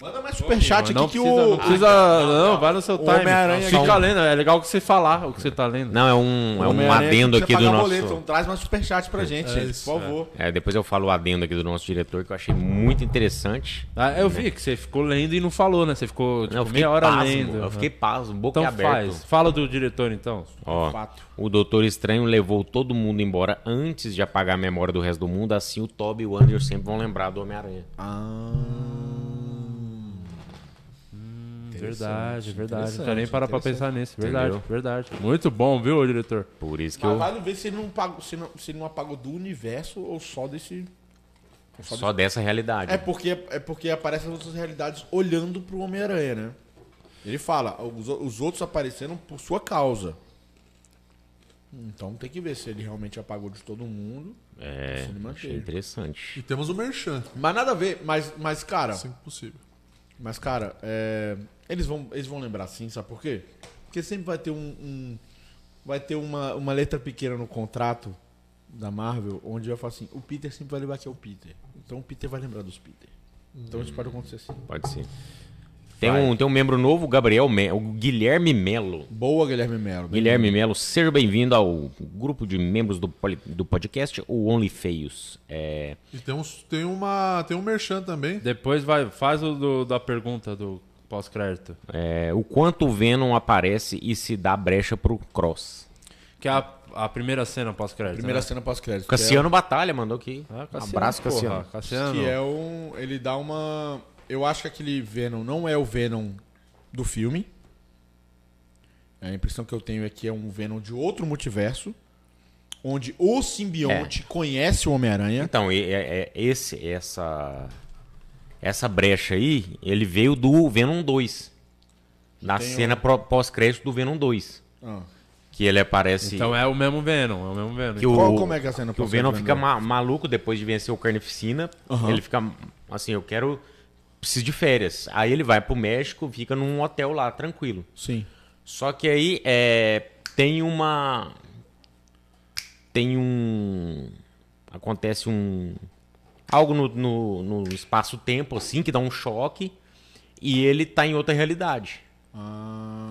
C: Manda mais superchat aqui
A: não
C: que
A: precisa,
C: o.
A: Não, precisa, não, vai no seu time.
C: Homem-Aranha
A: Fica
C: aqui-
A: lendo, é legal que você falar o que você tá lendo.
B: Não, é um, é um
C: Homem-Aranha precisa
B: adendo aqui do
C: pagar
B: nosso.
C: boleto, então traz mais superchat pra gente, gente,
D: isso,
C: por favor.
B: É, depois eu falo o adendo aqui do nosso diretor, que eu achei muito interessante.
A: Ah, eu vi que você ficou lendo e não falou, né? Você ficou tipo,
B: eu fiquei
A: meia hora
B: pasmo,
A: lendo. né?
B: Eu fiquei pasmo, boca
A: então
B: aberta.
A: faz. Fala do diretor, então.
B: Ó,
C: Fato.
B: o Doutor Estranho levou todo mundo embora antes de apagar a memória do resto do mundo, assim o Toby e o Andrew sempre vão lembrar do Homem-Aranha.
C: Ah,
A: Verdade, verdade. Não precisa nem parar pra pensar nisso. Verdade,
B: Entendeu?
A: verdade. Muito bom, viu, ô diretor?
B: Por isso que
C: Mas
B: eu...
C: vale ver se ele, não pagou, se, não, se ele não apagou do universo ou só desse. ou só
B: Só dessa realidade.
C: É porque, é porque aparecem as outras realidades olhando pro Homem-Aranha, né? Ele fala, os, o- os outros apareceram por sua causa. Então tem que ver se ele realmente apagou de todo mundo.
B: É,
C: se ele
B: achei
C: manteve.
B: interessante.
D: E temos o Merchan,
C: Mas nada a ver, mas, mas cara,
D: assim que possível.
C: mas cara, é, eles, vão, eles vão lembrar sim, sabe por quê? Porque sempre vai ter um. um- vai ter uma, uma letra pequena no contrato da Marvel, onde vai falar assim, o Peter sempre vai lembrar que é o Peter. Então o Peter vai lembrar dos Peter. Então isso pode acontecer sim.
B: Pode ser. Tem um, tem um membro novo, o Gabriel Me- o Guilherme Melo.
C: Boa, Guilherme Melo.
B: Guilherme Melo, seja bem-vindo ao grupo de membros do, poli- do podcast, o Only Feios. É,
D: E tem, uns, tem, uma, tem um Merchan também.
A: Depois vai, faz o do- da pergunta do pós-crédito.
B: é, o quanto o Venom aparece e se dá brecha pro Cross.
A: Que é a, a primeira cena pós-crédito.
C: Primeira
A: né?
C: cena pós-crédito. é
B: Cassiano Batalha mandou aqui.
A: É.
B: Um
A: Ah, Cassiano,
B: Abraço,
A: porra,
B: Cassiano.
A: Cassiano.
C: Que é um. Ele dá uma. Eu acho que aquele Venom não é o Venom do filme. A impressão que eu tenho é que é um Venom de outro multiverso. Onde o
B: É.
C: simbionte conhece o Homem-Aranha.
B: Então, e- é- é esse, essa, essa brecha aí, ele veio do Venom 2. Na
A: um
B: cena pro- pós-crédito do Venom 2.
C: Ah.
B: Que ele aparece.
A: Então é o mesmo Venom, é o mesmo Venom.
B: que o,
C: Qual- como é que é a cena
B: que o
C: pós-crédito
B: Venom
C: do
B: fica
C: Venom?
B: ma- maluco depois de vencer o Carnificina. Ele fica assim, eu quero. Preciso de férias. Aí ele vai pro México, fica num hotel lá, tranquilo.
C: Sim.
B: Só que aí é, tem uma. Tem um. Acontece um. Algo no, no, no espaço-tempo, assim, que dá um choque. E ele tá em outra realidade.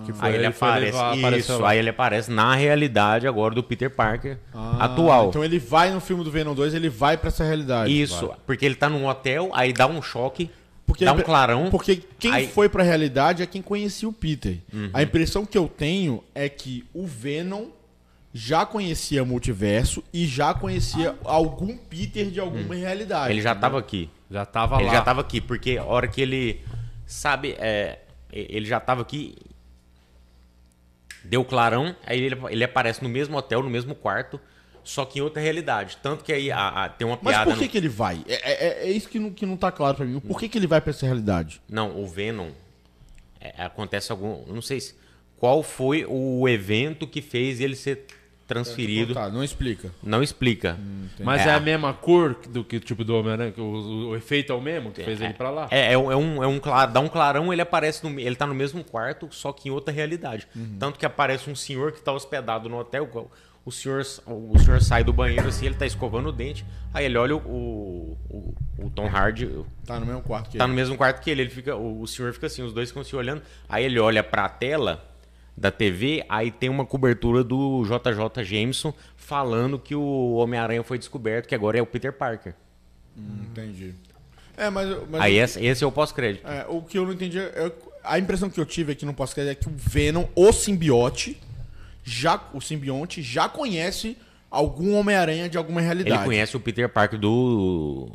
A: que
B: aí ele,
A: foi
B: aparece.
A: levar- apareceu
B: isso,
A: lá.
B: aí ele aparece na realidade agora do Peter Parker
A: Ah,
B: atual.
C: Então ele vai no filme do Venom 2, ele vai pra essa realidade.
B: Isso, porque ele tá num hotel, aí dá um choque,
C: Porque
B: dá
C: a
B: um
C: impre-
B: clarão.
C: Porque quem
B: aí- Uhum.
C: foi pra realidade é quem conhecia o Peter. A impressão que eu tenho é que o Venom já conhecia multiverso e já conhecia algum Peter de alguma realidade.
B: Hum. Ele já tava aqui.
A: Já tava
B: ele
A: lá.
B: já tava aqui, porque a hora que ele. Sabe, é, e- ele já tava aqui. Deu clarão, aí ele, ele aparece no mesmo hotel, no mesmo quarto, só que em outra realidade. Tanto que aí a- a- tem uma
C: Mas
B: piada.
C: por que,
B: no- Hum.
C: que ele vai? É, é- é isso que não, que não tá claro pra mim. Por que, que ele vai pra essa realidade?
B: Não, o Venom. é, acontece algum. eu Não sei se. Qual foi o evento que fez ele ser transferido?
C: Tá, Hum, não explica.
B: Não explica.
A: Mas é,
B: É,
A: a mesma cor do que tipo do Homem-Aranha, que o, o- o efeito é o mesmo que fez ele pra lá.
B: É, é um, é um, é um cla- dá um clarão, ele aparece no, ele tá no mesmo quarto, só que em outra realidade.
A: Uhum.
B: Tanto que aparece um senhor que tá hospedado no hotel, qual- o senhor, o senhor sai do banheiro assim, ele tá escovando o dente, aí ele olha o, o, o Tom Hardy,
C: Tá no mesmo quarto que
B: tá
C: ele.
B: no mesmo quarto que ele, ele fica, o, o senhor fica assim, os dois ficam se olhando, aí ele olha pra tela da TV, aí tem uma cobertura do JJ Jameson falando que o Homem-Aranha foi descoberto, que agora é o Peter Parker.
C: Entendi. É, mas. mas
B: Aí esse, esse é o pós-crédito.
C: É, o que eu não entendi. é- é- a impressão que eu tive aqui no podcast é que o Venom, o simbiote, já, o simbionte já conhece algum Homem-Aranha de alguma realidade.
B: Ele conhece o Peter Parker do.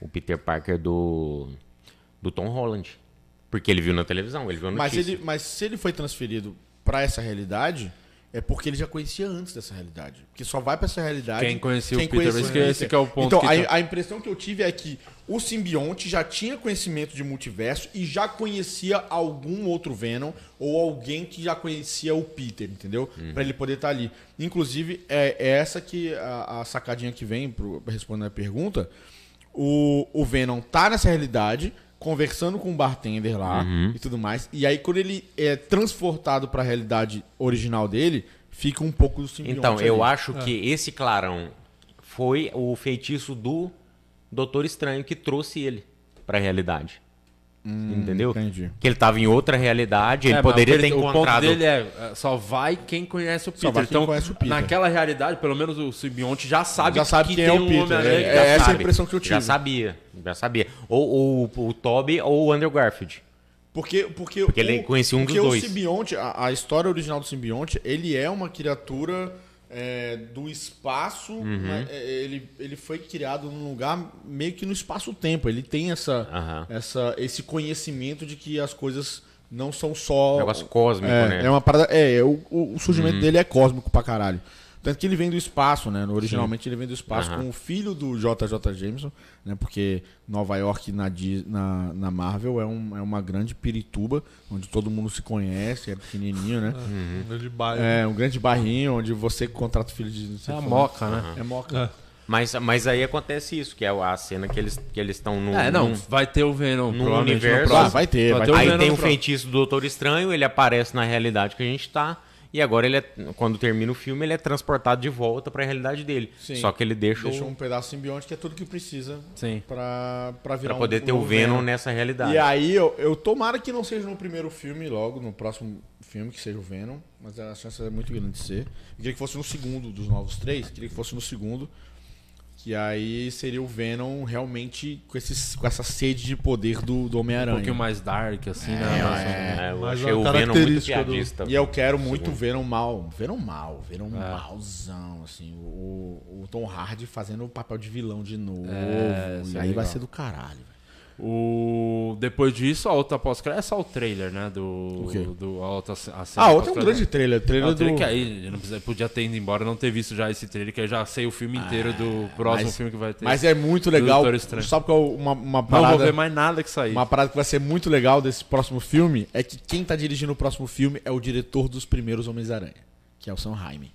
B: o Peter Parker do, do Tom Holland. Porque ele viu na televisão, ele viu a
C: Mas,
B: notícia.
C: ele, mas se ele foi transferido pra essa realidade, é porque ele já conhecia antes dessa realidade. Porque só vai pra essa realidade.
A: Quem conhecia o Peter, esse que- esse que é o ponto
C: Então,
A: que
C: a,
A: tá-
C: a impressão que eu tive é que o simbionte já tinha conhecimento de multiverso e já conhecia algum outro Venom ou alguém que já conhecia o Peter, entendeu?
B: Uhum.
C: Pra ele poder estar ali. Inclusive, é, é essa que a, a sacadinha que vem pro, respondendo a pergunta. O, o Venom tá nessa realidade, conversando com o bartender lá
B: Uhum.
C: e tudo mais. E aí, quando ele é transportado pra realidade original dele, fica um pouco do simbionte.
B: Então, eu
C: ali. É.
B: acho que esse clarão foi o feitiço do Doutor Estranho que trouxe ele pra realidade. Entendeu?
C: Hum, entendi.
B: Que ele tava em outra realidade, ele
A: É, mas
B: poderia
A: o que
B: ter
A: ele- O ponto
B: encontrado.
A: dele é, é, só vai quem conhece o Peter.
C: vai quem
A: então,
C: conhece o Peter.
A: naquela realidade, pelo menos o simbionte já sabe,
C: Já sabe
A: que
C: quem
A: tem
C: é o
A: um
C: Peter,
A: Homem-Aranha
C: é.
A: que já
B: Ele já
C: essa
A: sabe.
C: a impressão que eu
B: Já
C: tive.
B: sabia, já sabia. Ou, ou o- o Toby ou o Andrew Garfield.
C: Porque, porque,
B: Porque ele conhecia um dos
C: porque
B: dois.
C: o simbionte, a, a história original do simbionte, ele é uma criatura é, do espaço.
B: Uhum.
C: né? É, Ele, ele foi criado num lugar meio que no espaço-tempo. Ele tem essa,
B: Aham.
C: essa, esse conhecimento de que as coisas não são só.
B: Negócio cósmico, Uhum.
C: é,
B: né?
C: É uma parada. É, é, o, o- o surgimento dele é cósmico pra caralho. Tanto que ele vem do espaço, né? Originalmente ele vem do espaço
B: Aham.
C: com o filho do JJ Jameson, né? Porque Nova York na, Di- na, na Marvel é, um- é uma grande pirituba, onde todo mundo se conhece, é pequenininho, né?
B: Uhum.
D: De bairro.
C: É um grande barrinho onde você contrata o filho de.
A: É a moca, né?
C: É moca.
D: É.
B: Mas, mas aí acontece isso, que é a cena que eles que eles estão no.
A: É, não,
B: num-
A: vai ter o Venom.
B: num
A: provavelmente,
B: universo-
A: próximo.
C: Ah, vai ter, vai
A: o
B: aí
A: Venom
B: tem
A: no
B: o
A: próximo.
B: feitiço do Doutor Estranho, ele aparece na realidade que a gente tá. E agora ele é, quando termina o filme, ele é transportado de volta pra realidade dele.
C: Sim.
B: Só que ele deixa,
C: Deixa
B: o,
C: um pedaço simbionte que é tudo que precisa
A: Sim.
C: pra, pra virar
B: pra poder
C: um,
B: ter
C: um
B: o
C: novo
B: Venom nessa realidade.
C: E aí, eu, eu tomara que não seja no primeiro filme, logo, no próximo filme, que seja o Venom, mas a chance é muito grande de ser. Eu queria que fosse no segundo dos novos três, queria que fosse no segundo. Que aí seria o Venom realmente com, esse, com essa sede de poder do, do
A: Um
C: Homem-Aranha.
A: pouquinho mais dark, assim, né?
B: É, eu
D: Mas
B: achei
D: é
B: o
D: uma
B: Venom muito
D: característica do-
B: piadista.
C: E eu quero muito o Venom mal. Venom mal, Venom
A: É.
C: malzão, assim. O, o Tom Hardy fazendo o papel de vilão de novo.
A: É, isso
C: e
A: é
C: aí
A: legal.
C: vai ser do caralho. velho.
A: O... Depois disso, a outra pós-crédito é só o trailer, né? Do...
C: O quê?
A: do... A outra... A cena
C: Ah, outro é um
A: pós-crédito.
C: grande trailer.
A: É,
C: Trailer
A: o trailer
C: do...
A: que aí não precisa, podia ter ido embora, não ter visto já esse trailer, que aí já sei o filme inteiro do próximo
C: Ah, mas-
A: filme que vai ter.
C: Mas é muito legal.
A: Doutor Estranho.
C: Sabe qual é uma, uma
A: não
C: parada?
A: vou ver mais nada que sair.
C: Uma parada que vai ser muito legal desse próximo filme é que quem tá dirigindo o próximo filme é o diretor dos primeiros Homens-Aranha, que é o Sam Raimi.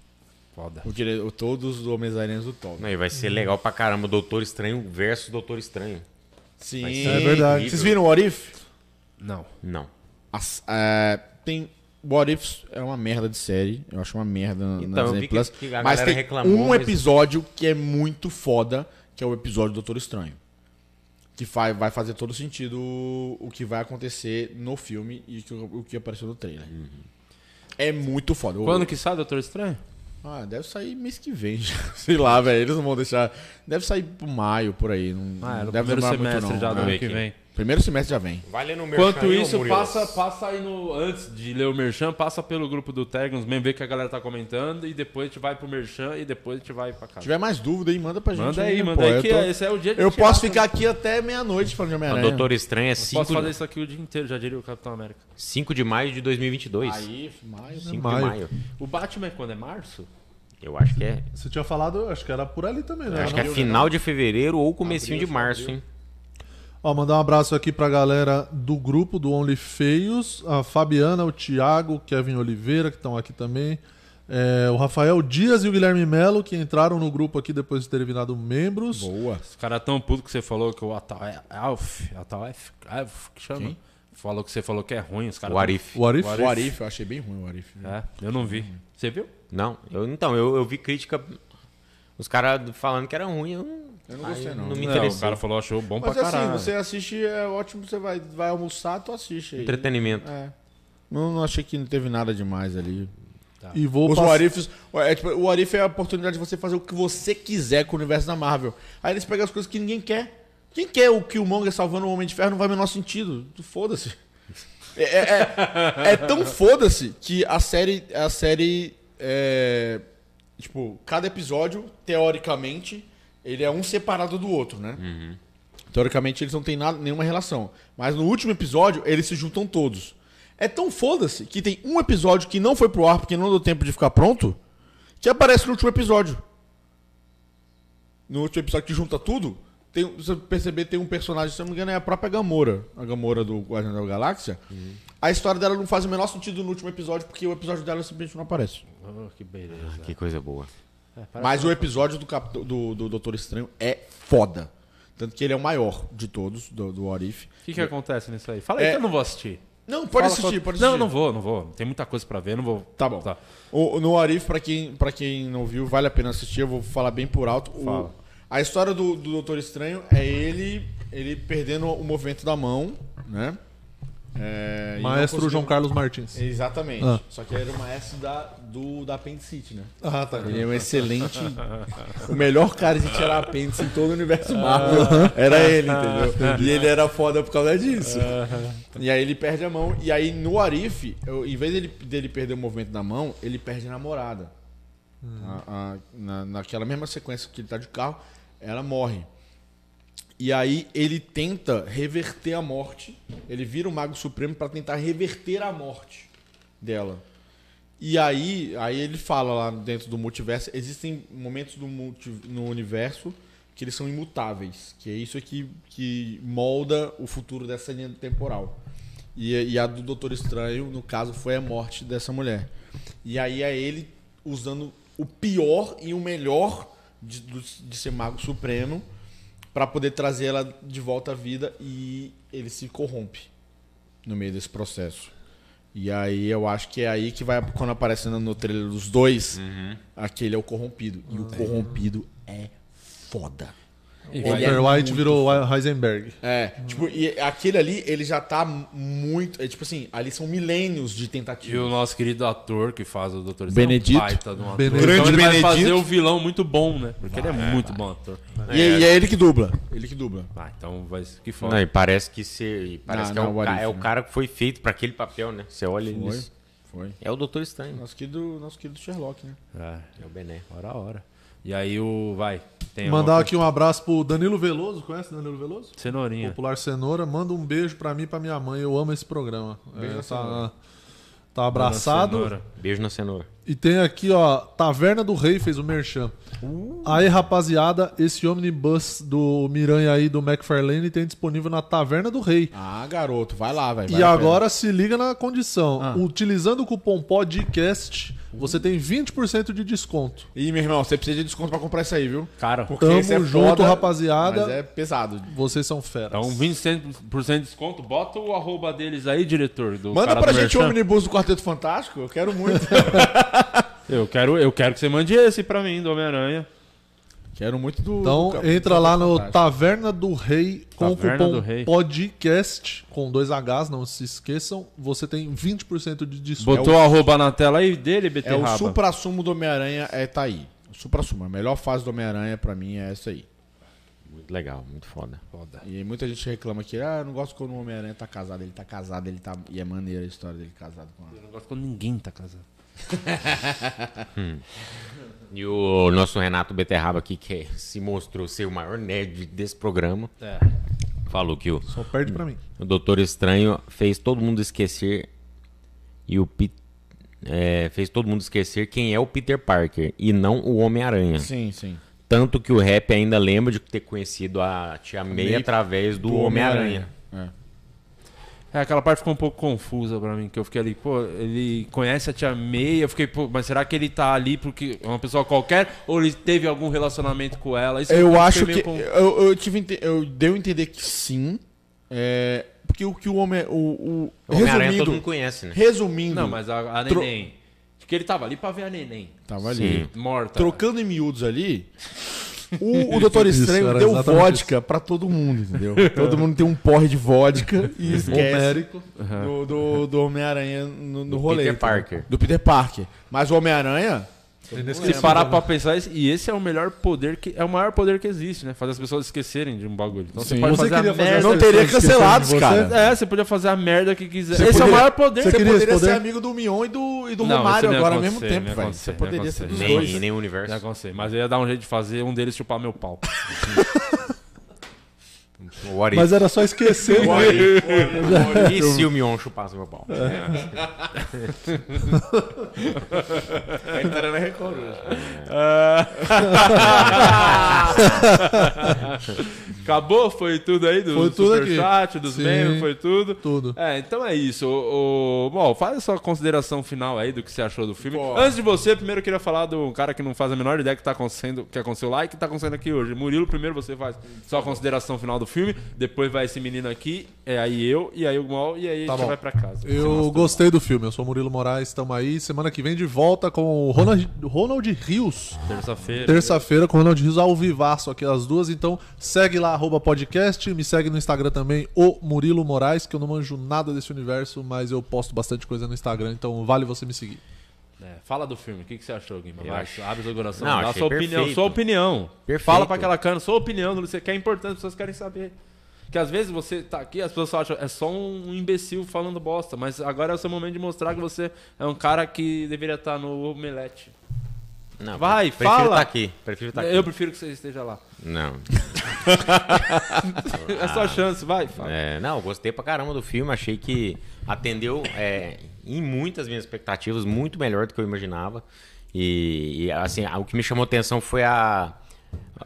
A: Foda.
C: O diretor dos Homens-Aranha do Tom.
B: Não, e vai ser legal pra caramba, Doutor Estranho versus Doutor Estranho.
C: Sim.
D: É verdade.
C: Vocês viram o What If?
A: Não.
B: Não.
C: As- é, tem. What If é uma merda de série. Eu acho uma merda na,
B: Então,
C: na
B: eu
C: Disney
B: vi que-
C: Plus.
B: que a
C: mas
B: galera
C: tem
B: reclamou,
C: um
B: mas-
C: episódio que é muito foda, que é o episódio do Doutor Estranho. Que fa- vai fazer todo sentido o o que vai acontecer no filme e que- o que apareceu no trailer. É muito foda. Eu-
A: Uhum. Quando que sai, Doutor Estranho?
C: Ah, deve sair mês que vem já. Sei lá, velho. Eles não vão deixar. Deve sair pro maio, por aí. Não,
A: Ah, é
C: não
A: no
C: deve
A: primeiro
C: demorar
A: semestre
C: muito,
A: já
C: não.
A: do
C: É.
A: ano que vem.
C: Primeiro semestre já vem.
B: Vai ler no merchan
A: Enquanto
B: aí, ô
A: isso,
B: Murilo?
A: passa, passa aí no. Antes de ler o Merchan, passa pelo grupo do Tegnos, mesmo ver o que a galera tá comentando, e depois a gente vai pro Merchan e depois a gente vai pra
C: Se
A: casa.
C: tiver mais dúvida aí, manda pra gente.
A: Manda
C: né,
A: aí,
C: pô?
A: manda aí, que
C: Eu, tô-
A: esse é o dia de
C: eu
A: tirar,
C: posso
A: né?
C: ficar aqui até meia-noite falando de
B: Não,
C: Homem-Aranha.
B: Doutor Estranho é
A: Posso
B: 5
A: fazer isso aqui o dia inteiro, já diria o Capitão América.
B: 5 de maio de 2022.
C: Aí, maio, né?
B: 5
D: maio.
B: de maio.
A: O Batman é quando? É março?
B: Eu acho que é.
D: Você tinha falado, eu acho que era por ali também, né?
B: Acho que é final de fevereiro ou comecinho de março, hein?
D: Ó, mandar um abraço aqui pra galera do grupo do Only Feios, a Fabiana, o Thiago, o Kevin Oliveira, que estão aqui também. É, o Rafael Dias e o Guilherme Melo, que entraram no grupo aqui depois de terem virado membros.
C: Boa.
A: Os caras tão putos que você falou que o Atal é Alf, Atal é Alf, que chama? Falou que você falou que é ruim, os caras.
B: O Arif.
D: O Arif.
C: O Arif, eu achei bem ruim o Arif.
A: É, eu não vi. Você viu?
B: Não, eu, então, eu, eu vi crítica. Os caras falando que era ruim, eu não,
C: Eu não gostei, não.
B: não me
A: Não, o
B: interessei.
A: cara falou, achou bom
C: Mas
A: pra
C: assim,
A: caralho.
C: você assiste, é ótimo, você vai, vai almoçar, tu assiste aí.
B: Entretenimento.
C: É. Não, não achei que não teve nada demais ali.
D: E vou
C: Os
D: pass-
C: Warifs, é, tipo, o Warif é a oportunidade de você fazer o que você quiser com o universo da Marvel. Aí eles pegam as coisas que ninguém quer. Quem quer o Killmonger salvando o Homem de Ferro não vai o menor sentido. Foda-se. É, é- é- é tão foda-se que a série. A série. é, tipo, cada episódio, teoricamente, ele é um separado do outro, né? Teoricamente, eles não têm nada, nenhuma relação. Mas no último episódio, eles se juntam todos. É tão foda-se que tem um episódio que não foi pro ar porque não deu tempo de ficar pronto, que aparece no último episódio. No último episódio que junta tudo, tem, se você perceber, tem um personagem, se eu não me engano, é a própria Gamora. A Gamora do Guardião da Galáxia. A história dela não faz o menor sentido no último episódio, porque o episódio dela simplesmente não aparece.
I: Oh, que beleza.
B: Que coisa boa.
C: Mas o episódio do, Cap... do, do Doutor Estranho é foda. Tanto que ele é o maior de todos, do, do Orif.
A: O que, que acontece nisso aí? Fala aí
C: É.
A: que eu não vou assistir.
C: Não, pode
A: Fala
C: assistir,
A: só-
C: pode assistir.
A: Não, não vou, não vou. Tem muita coisa pra ver, não vou.
C: Tá bom. O, no Orif, pra quem, pra quem não viu, vale a pena assistir. Eu vou falar bem por alto. O- a história do, do Doutor Estranho é ele, ele perdendo o movimento da mão, né? É, e não
D: Maestro
C: conseguindo-
D: João Carlos Martins.
C: Exatamente.
D: Ah.
C: Só que ele era o maestro da, do, da Appendicite, né?
D: Ah, tá.
C: Ele é um excelente. o melhor cara de tirar apêndice em todo o universo Marvel. Era ele, entendeu? E ele era foda por causa disso. E aí ele perde a mão. E aí no Arif, eu- em vez dele, dele perder o movimento na mão, ele perde a namorada. A- a- na, naquela mesma sequência que ele tá de carro, ela morre. E aí ele tenta reverter a morte. Ele vira o Mago Supremo pra tentar reverter a morte dela. E aí, aí ele fala lá dentro do multiverso, existem momentos do multi, no universo que eles são imutáveis, que é isso que, que molda o futuro dessa linha temporal. E, e a do Doutor Estranho, no caso, foi a morte dessa mulher. E aí é ele usando o pior e o melhor de, do- de ser Mago Supremo pra poder trazer ela de volta à vida e ele se corrompe no meio desse processo. E aí eu acho que é aí que vai quando aparece no- no trailer dos dois, aquele é o corrompido. E o corrompido é foda.
D: Walter White virou Heisenberg.
C: É, tipo, e aquele ali, ele já tá muito. É, tipo assim, ali são milênios
A: E
C: de
A: o
C: tentativas.
A: nosso querido ator que faz o Doutor Estranho,
C: Benedito.
A: um baita de um ator.
D: Benedito.
A: Então ele
C: Grande
A: vai fazer
C: Benedito.
A: um vilão muito bom, né? Porque ele é muito bom ator.
C: E, é, e é ele que dubla. Tá. Ele que dubla.
A: Ah, então vai ser que
B: Não,
A: foda.
B: e parece que se e parece
C: Não,
B: que é,
C: não,
B: o
C: what
B: ca-
C: if,
B: é o
C: né?
B: cara que foi feito pra aquele papel, né? Você olha eles.
C: Foi.
B: É o Doutor Estranho.
C: Nosso querido, nosso querido Sherlock, né?
A: É,
B: É o Bené.
A: hora a hora. E aí o. Vai. Tem
D: Mandar
A: alguma
D: aqui um abraço pro Danilo Veloso. Conhece o Danilo Veloso?
A: coisa? Cenourinha.
D: Popular Cenoura. Manda um beijo pra mim e pra minha mãe. Eu amo esse programa. É, tá, tá abraçado.
A: Cenoura.
B: Beijo na cenoura.
D: E tem aqui, ó, Taverna do Rei fez o merchan. Aí, rapaziada, esse Omnibus do Miranha aí, do McFarlane, tem disponível na Taverna do Rei.
C: Ah, garoto, vai lá, velho.
D: E agora se liga na condição. Utilizando o cupom PODCAST, você tem 20% de desconto.
C: Ih, meu irmão, você precisa de desconto pra comprar isso aí, viu?
A: Cara,
D: Tamo
C: esse é
D: junto,
C: foda,
D: rapaziada.
C: Mas é pesado.
D: Vocês são feras.
A: então 20% de desconto. Bota o arroba deles aí, diretor. Do
C: Manda
A: cara
C: pra
A: do
C: gente o
A: Merchan.
C: omnibus do Quarteto Fantástico, eu quero muito.
A: Eu quero, eu quero que você mande esse pra mim, do Homem-Aranha.
C: quero muito do.
D: Então
C: do-
D: entra lá no
C: Fantástico.
D: Taverna do Rei com
A: Taverna do
D: o
A: Rei.
D: cupom podcast com dois Hs, não se esqueçam. Você tem 20% de desconto.
A: Botou o arroba na tela aí dele,
C: É
A: Beterraba.
C: o supra-sumo do Homem-Aranha, é tá aí. O supra-sumo. A melhor fase do Homem-Aranha pra mim é essa aí.
B: Muito legal, muito foda.
C: E aí muita gente reclama que, ah, eu não gosto quando o Homem-Aranha tá casado, ele tá casado, ele tá. E é maneira a história dele casado com ela.
A: Eu não gosto quando ninguém tá casado.
B: E o nosso Renato Beterraba aqui, que é- se mostrou ser o maior nerd desse programa,
A: É.
B: falou que o,
D: Só perde pra mim.
B: o Doutor Estranho fez todo mundo esquecer e o Pit- é, fez todo mundo esquecer quem é o Peter Parker e não o Homem-Aranha.
C: Sim, sim.
B: Tanto que o rap ainda lembra de ter conhecido a Tia May,
C: May
B: através do, Homem-Aranha.
A: É, aquela parte ficou um pouco confusa pra mim, que eu fiquei ali, pô, ele conhece a tia May, eu fiquei, pô, mas será que ele tá ali porque é uma pessoa qualquer ou ele teve algum relacionamento com ela? Isso
C: Eu
A: fiquei
C: acho
A: meio
C: que.
A: com-
C: Eu, eu tive. inte- Eu deu a entender que sim. É. Porque o que o homem. O, o,
B: O Homem-Aranha todo
C: resumindo.
B: mundo conhece, né?
C: Resumindo.
A: Não, mas a, a
C: Tro-
A: neném. Porque ele tava ali pra ver a neném.
C: Tava ali.
A: Morta.
C: Trocando em miúdos ali. O, o Doutor Estranho
D: era
C: deu
D: exatamente
C: vodka pra todo mundo, entendeu? todo mundo tem um porre de vodka e esquece
D: Homérico.
C: do, do, do Homem-Aranha no, no rolê.
B: Peter
C: entendeu?
B: Parker.
C: Do Peter Parker. Mas o Homem-Aranha,
D: é,
A: Se parar pra pensar, esse- e esse é o melhor poder que. É o maior poder que existe, né? Fazer as pessoas esquecerem de um bagulho. Então você
C: Sim.
A: pode
D: Você
A: fazer a
D: queria fazer
A: merda.
D: essa-
C: não
D: vocês
C: teria
D: estão
C: cancelados,
D: esquecendo de
C: cara.
D: você?
A: É, você podia fazer a merda que quiser.
D: Você
A: esse é o
D: poderia-
A: maior poder.
D: você
C: Você
D: queria esse
C: poderia ser
D: poder?
C: amigo do Mion e do, e do
A: Não, isso
C: Romário
A: não ia
C: agora ao
A: acontecer,
C: mesmo tempo,
A: não ia
C: velho.
A: acontecer,
C: Você
A: não ia
C: poderia ser dos
A: acontecer.
B: Nem,
C: dois.
B: nem o
A: Não
B: universo.
A: aconteceu, mas eu ia dar um jeito de fazer um deles chupar meu pau.
B: What
D: Mas era só esquecer.
B: E se o Mion chupasse meu pau?
C: Entrando na Record hoje.
A: É. Acabou? Foi tudo aí do
D: Foi tudo aqui.
A: superchat, dos
D: Sim.
A: memes, foi tudo?
D: Tudo.
A: É, então é isso. O, o- Bom, faz a sua consideração final aí do que você achou do filme. Antes de você, primeiro eu queria falar do cara que não faz a menor ideia que tá acontecendo, que aconteceu lá e que tá acontecendo aqui hoje. Murilo, primeiro você faz sua consideração final do filme, depois vai esse menino aqui, é aí eu, e aí o Mal, e aí
D: Tá
A: a gente
D: bom.
A: vai pra casa.
D: Eu gostei do filme. Eu sou Murilo Moraes, estamos aí. Semana que vem de volta com o Ronald, Ronald Rios.
A: Terça-feira.
D: Terça-feira com o Ronald Rios ao vivaço aqui às duas. Então segue lá, arroba podcast. Me segue no Instagram também, o Murilo Moraes, que eu não manjo nada desse universo, mas eu posto bastante coisa no Instagram, então vale você me seguir.
A: É, fala do filme, o que, que você achou, Guilherme?
B: Eu
A: Vai,
B: acho-
A: Abre o seu coração,
B: Não,
A: dá a
B: achei
A: sua opinião,
B: perfeito.
A: sua opinião.
B: Perfeito.
A: Fala pra aquela câmera, sua opinião, você que é importante, as pessoas querem saber. Que às vezes você tá aqui, as pessoas só acham, é só um imbecil falando bosta, mas agora é o seu momento de mostrar que você é um cara que deveria estar no omelete.
B: Não,
A: Vai,
B: prefiro
A: fala.
B: tá aqui. Prefiro tá aqui.
A: Eu prefiro que você esteja lá.
B: Não.
A: É sua chance, vai, fala.
B: Ah. É, não, gostei pra caramba do filme. Achei que atendeu é, em muitas minhas expectativas, muito melhor do que eu imaginava. E, e, assim, o que me chamou atenção foi a.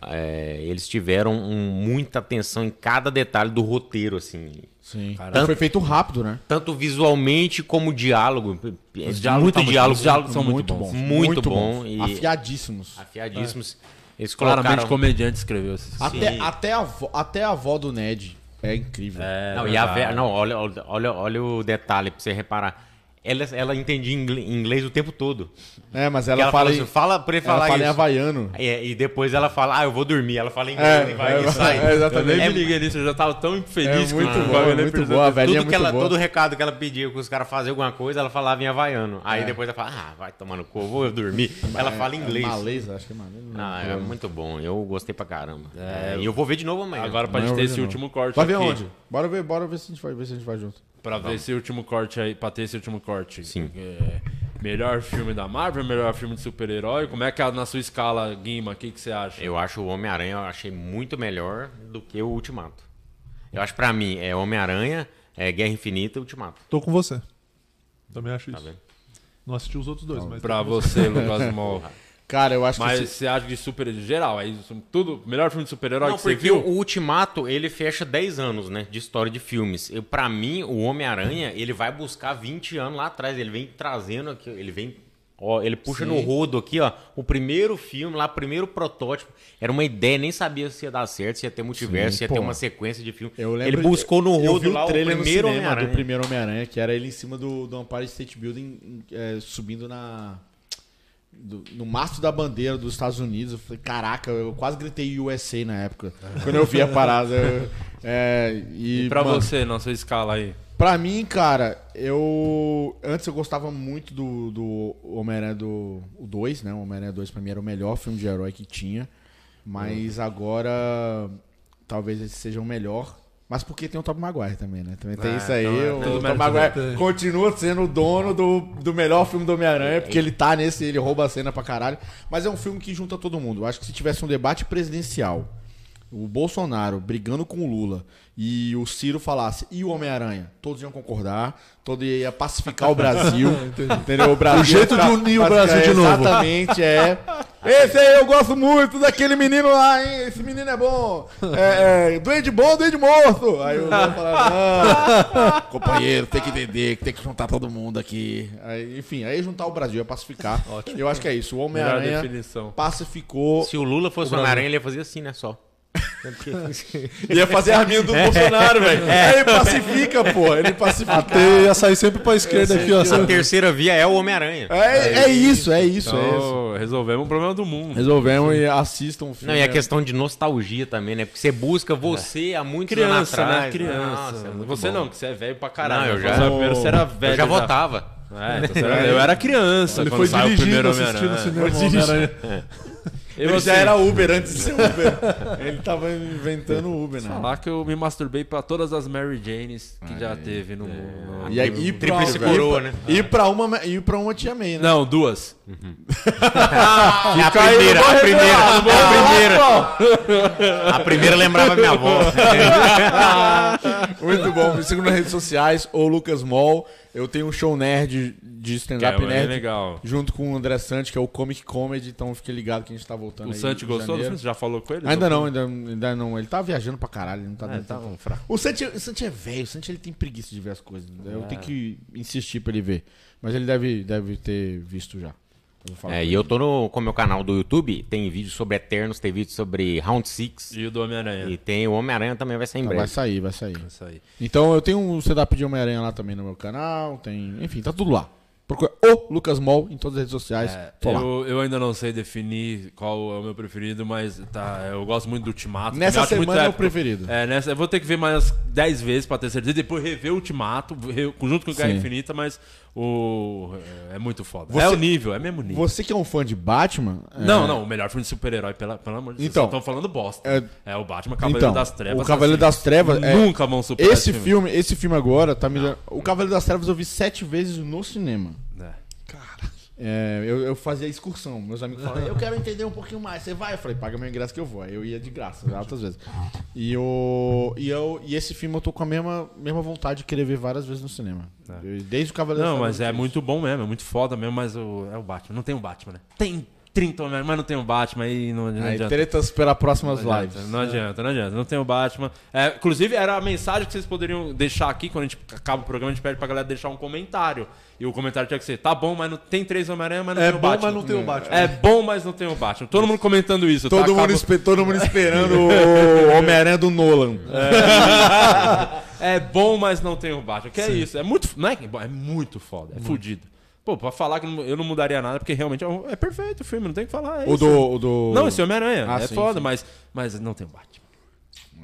B: é, eles tiveram um- muita atenção em cada detalhe do roteiro, assim.
C: Sim.
B: Tanto-
C: Foi feito rápido, né?
B: Tanto visualmente como diálogo. Os
A: diálogos
B: muito
A: tá muito-
B: diálogo.
A: os diálogos são muito bons.
B: Muito, bom.
C: bons.
B: E
C: Afiadíssimos.
B: afiadíssimos. Eles
A: Claramente
B: colocaram...
A: comediante escreveu esse
C: Até, até, a, vo- até a avó do Ned é incrível.
A: É,
B: Não, e a
A: verdade.
B: Vera, não, olha, olha, olha, olha o detalhe pra você reparar. Ela, ela entendia ingle- inglês o tempo todo.
C: É, mas
B: Ela,
C: ela,
B: ela fala,
C: fala,
B: assim, fala pra ele
C: ela
B: falar
C: fala em
B: isso. É,
C: havaiano.
B: E, e depois ela fala, ah, eu vou dormir. Ela fala inglês e vai e sai.
A: Eu nem
B: É-
A: me liguei nisso, eu já tava tão feliz
C: É
A: com
C: muito
A: o
C: bom,
A: bagulho, eu nem
C: muito
A: percebi.
C: boa, velho. Velhinha é
B: Tudo que ela,
C: muito boa.
B: todo recado que ela pedia que os caras faziam alguma coisa, ela falava em havaiano. Aí depois ela fala, ah, vai tomar no cu, eu vou eu dormir. Ela fala inglês.
C: É Malês, acho que é malês. não
B: Ah,
C: lembro.
B: é muito bom. Eu gostei pra caramba. É, e eu vou ver de novo amanhã.
A: Agora pra gente
C: Não,
A: ter
C: hoje
A: esse
C: não.
A: último corte
C: Vai ver
A: aqui.
C: onde? Bora ver, bora ver se a gente vai, ver se a gente vai junto.
A: Pra ver esse último corte aí, pra ter esse último corte.
B: Sim.
A: É, melhor filme da Marvel, melhor filme de super-herói. Como é que é na sua escala, Guima? O que, que você acha?
B: Eu acho o Homem-Aranha, eu achei muito melhor do que o Ultimato. Eu acho pra mim, é Homem-Aranha, é Guerra Infinita e Ultimato.
D: Tô com você. Também acho
A: Tá
D: isso.
B: bem.
D: Não assisti os outros dois, mas.
A: Pra você, Lucas Mol.
C: Cara, eu acho
A: Mas
C: que. esse-
A: você acha de super geral? É isso, tudo? Melhor filme de super-herói
B: Não,
A: que você
B: porque
A: viu?
B: o Ultimato, ele fecha 10 anos, né, de história de filmes. Eu, pra mim, o Homem-Aranha, ele vai buscar 20 anos lá atrás. Ele vem trazendo aqui, ele vem... Ó, ele puxa no rodo aqui, ó. O primeiro filme lá, o primeiro protótipo. Era uma ideia, nem sabia se ia dar certo, se ia ter multiverso, se ia ter
C: pô.
B: uma sequência de filme.
C: Eu lembro,
B: ele buscou
C: eu-
B: no
C: eu vi
B: rodo lá o
C: trailer no
B: primeiro
C: cinema do
B: Homem-Aranha.
C: primeiro Homem-Aranha, que era ele em cima do, do Empire State Building eh, subindo na do- no mastro da bandeira dos Estados Unidos. Eu falei, caraca, eu quase gritei USA na época. Quando eu vi a parada. eu- é, e,
A: Pra
C: mano,
A: você, na sua escala aí.
C: Pra mim, cara, eu. Antes eu gostava muito do, do Homem-Aranha do 2, né? O Homem-Aranha 2 pra mim era o melhor filme de herói que tinha. Mas
A: Uhum.
C: agora. Talvez esse seja o melhor. Mas porque tem o Tobey Maguire também, né? Também tem
A: É,
C: isso aí.
A: então é,
C: o
A: tudo
C: Tobey
A: bem, tudo
C: Maguire
D: bem.
C: continua sendo o dono do, do melhor filme do
D: É.
C: Homem-Aranha, porque ele tá nesse, ele rouba a cena pra caralho. Mas é um filme que junta todo mundo. Eu acho que se tivesse um debate presidencial o Bolsonaro brigando com o Lula e o Ciro falasse e o Homem-Aranha, todos iam concordar, todo ia pacificar o Brasil. entendeu? O, Brasil
D: O jeito
C: ia
D: de
C: ficar-
D: unir o
C: pacificar-
D: Brasil de novo.
C: Exatamente, é. Esse aí eu gosto muito daquele menino lá, hein? Esse menino é bom. É, é, doente bom, doente morto. Aí o Lula falava, "Ah, não, companheiro, tem que entender que tem que juntar todo mundo aqui. Aí, enfim, aí juntar o Brasil, ia pacificar. Eu acho que é isso. O
A: Melhor
C: Homem-Aranha
A: definição.
C: pacificou
B: Se o Lula fosse o Homem-Aranha, ele ia fazer assim, né, só.
C: Ia fazer a arminha do
A: É.
C: Bolsonaro, velho. Aí ele pacifica, pô. Ele pacifica.
D: Até ia sair sempre pra esquerda aqui, ó.
B: A terceira via é o Homem-Aranha.
C: É, é isso, é isso, é isso.
A: Então, resolvemos o problema do mundo.
C: Resolvemos e assistam o
B: Não,
C: filme.
B: e a
A: É.
B: questão de nostalgia também, né? Porque você busca você há muitos anos
A: Criança,
B: atrás.
A: né? Criança.
B: Nossa, é muito
A: você
B: bom.
A: não, que você é velho né? pra caralho.
B: Não, eu já-
A: Sabe, Primeiro você era velho.
B: Eu já votava.
A: É, então, será- eu era criança
D: Ele
A: quando
D: foi
A: saiu o
D: dirigindo
A: primeiro
D: assistindo o
A: Homem-Aranha.
D: cinema com o Homem-Aranha.
A: Eu
C: Ele já
A: assim,
C: era É Uber antes de ser Uber. Ele tava inventando o Uber, né?
A: Falar que eu me masturbei pra todas as Mary Janes que já teve no mundo.
C: É. E, aí, e pra,
B: Tríplice
C: e
B: coroa,
C: pra-
B: né?
C: E pra uma, e pra uma tia May, né?
A: Não, duas.
B: É a primeira, a primeira, a primeira. A primeira lembrava minha avó.
C: Muito bom. Me sigam nas redes sociais, ou Lucas Mall. Eu tenho um show nerd de
A: É,
C: stand-up
A: é
C: nerd.
A: legal.
C: Junto com o André Sante, que é o Comic Comedy, então fique ligado que a gente tá voltando.
A: O
C: aí
A: Santi
C: em
A: gostou do
C: janeiro.
A: filme? Você já falou com ele?
C: Ainda não, ainda, ainda não. Ele tá viajando pra caralho, ele não tá
B: É,
C: dando tempo.
A: fraco.
C: O Santi, o Santi é velho, o Santi ele tem preguiça de ver as coisas.
B: É.
C: Eu tenho que insistir pra ele ver. Mas ele deve, deve ter visto já. Eu vou falar.
B: É, e eu tô no, com o meu canal do YouTube, tem vídeo sobre Eternos, tem vídeo sobre Round 6
A: E o do Homem-Aranha.
B: e tem o Homem-Aranha também vai sair em
C: Tá,
B: breve.
C: vai sair, vai sair.
A: Isso aí.
C: Então eu tenho um setup de Homem-Aranha lá também no meu canal. Tem. Enfim, tá tudo lá. Procura o Lucas Mol em todas as redes sociais.
B: É,
C: tô lá.
A: Eu, eu ainda não sei definir qual é o meu preferido, mas tá, eu gosto muito do Ultimato.
C: Nessa
A: também acho muito
C: semana é o
A: épico.
C: preferido.
A: É, nessa, eu vou ter que ver mais 10 vezes pra ter certeza. e Depois rever o Ultimato, re- junto com o Guerra
C: Sim.
A: Infinita, mas o, é, é muito foda.
C: Você-
A: É o nível, é mesmo nível.
C: Você que é um fã de Batman. é,
A: Não, não, o melhor filme de super-herói, pela- pelo amor de Deus.
C: Então.
A: estão falando bosta.
C: É-
A: É, o Batman Cavaleiro
C: então,
A: das Trevas.
C: O Cavaleiro
A: assim,
C: das Trevas. é-
A: Nunca vão superar
C: Esse filme, esse filme agora tá me. O Cavaleiro das Trevas eu vi sete vezes no cinema.
A: É.
C: É, eu, eu fazia excursão. Meus amigos falavam, eu quero entender um pouquinho mais. Você vai? Eu falei, paga meu ingresso que eu vou. Aí eu ia de graça, altas vezes. E, o, e, eu, e esse filme eu tô com a mesma, mesma vontade de querer ver várias vezes no cinema. Eu- desde o Cavaleiro
A: É. Não,
C: das
A: mas é
C: Trevas.
A: muito bom mesmo, é muito foda mesmo, mas o- é o Batman. Não tem o Batman, né? Tem 30 homem mas não tem o Batman, aí não, não
C: Aí,
A: adianta.
C: tretas para próximas
A: Não
C: É, lives. É.
A: adianta, não adianta, não adianta. Não tem o Batman. É, inclusive, era a mensagem que vocês poderiam deixar aqui, quando a gente acaba o programa, a gente pede pra galera deixar um comentário. E o comentário tinha que ser, tá bom, mas não tem três Homem-Aranha, mas não
D: É
A: tem o
D: bom,
A: Batman.
D: mas não tem o Batman.
A: É bom, mas não tem o Batman. Todo mundo comentando isso, tá?
C: Todo, mundo
A: Acaba-
C: espe- todo mundo esperando o Homem-Aranha do Nolan.
A: É bom, mas não tem o Batman. Que é isso. É muito. Não é, que é bom, é muito foda. É fudido. Pô, pra falar que não- eu não mudaria nada, porque realmente é, um- é perfeito o filme, não tem o que falar. É
C: O
A: isso.
C: do, o do.
A: Não, esse é Homem-Aranha.
C: Ah,
A: é
C: sim,
A: foda,
C: sim.
A: Mas, mas não tem o Batman.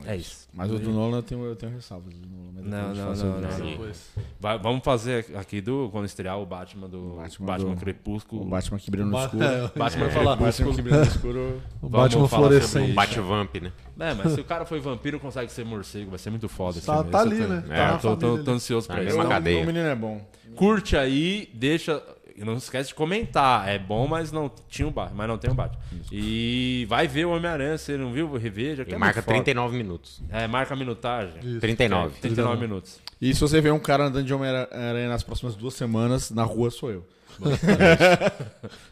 A: É isso.
C: Mas o do Nolan eu tenho, eu tenho ressalvas. do Nolan, mas
A: Não,
C: depois eu
A: não,
C: faço
A: não,
C: isso.
A: não. Vai- vamos fazer aqui do. Quando estrear o Batman do.
C: Batman
A: Batman,
C: do-
A: Crepúsculo.
C: O Batman que brilha no
D: Ba-
C: escuro.
D: Tipo, é,
A: Batman
D: vai falar.
C: Batman que brilha no escuro.
D: O
A: Vamos
D: Batman
A: falar
B: O
D: fluorescente.
B: Bat-Vamp, né?
A: É, mas se o cara foi vampiro, consegue ser morcego. Vai ser muito foda. esse
D: Tá,
A: filme.
D: tá
A: Esse
D: ali,
A: eu tô-
D: né?
A: É,
D: tá
A: tô,
D: na
A: tô-
D: família
A: tô
D: ali.
A: ansioso pra
B: Aí
A: isso.
B: é uma
C: O-
B: cadeia.
C: O menino é bom.
A: Curte aí, deixa. Não esquece de comentar. É bom, mas não tinha um bate, mas não tem um bate. E vai ver o Homem-Aranha, se não viu, reveja. que
B: E
A: é
B: marca
A: muito foda.
B: 39 minutos.
A: É, marca a minutagem.
B: 39.
A: 39 minutos.
C: E se você ver um cara andando de Homem-Aranha nas próximas duas semanas, na rua sou eu.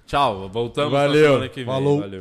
A: Tchau, voltamos
C: Valeu.
A: na semana que vem.
D: Falou.
A: Valeu.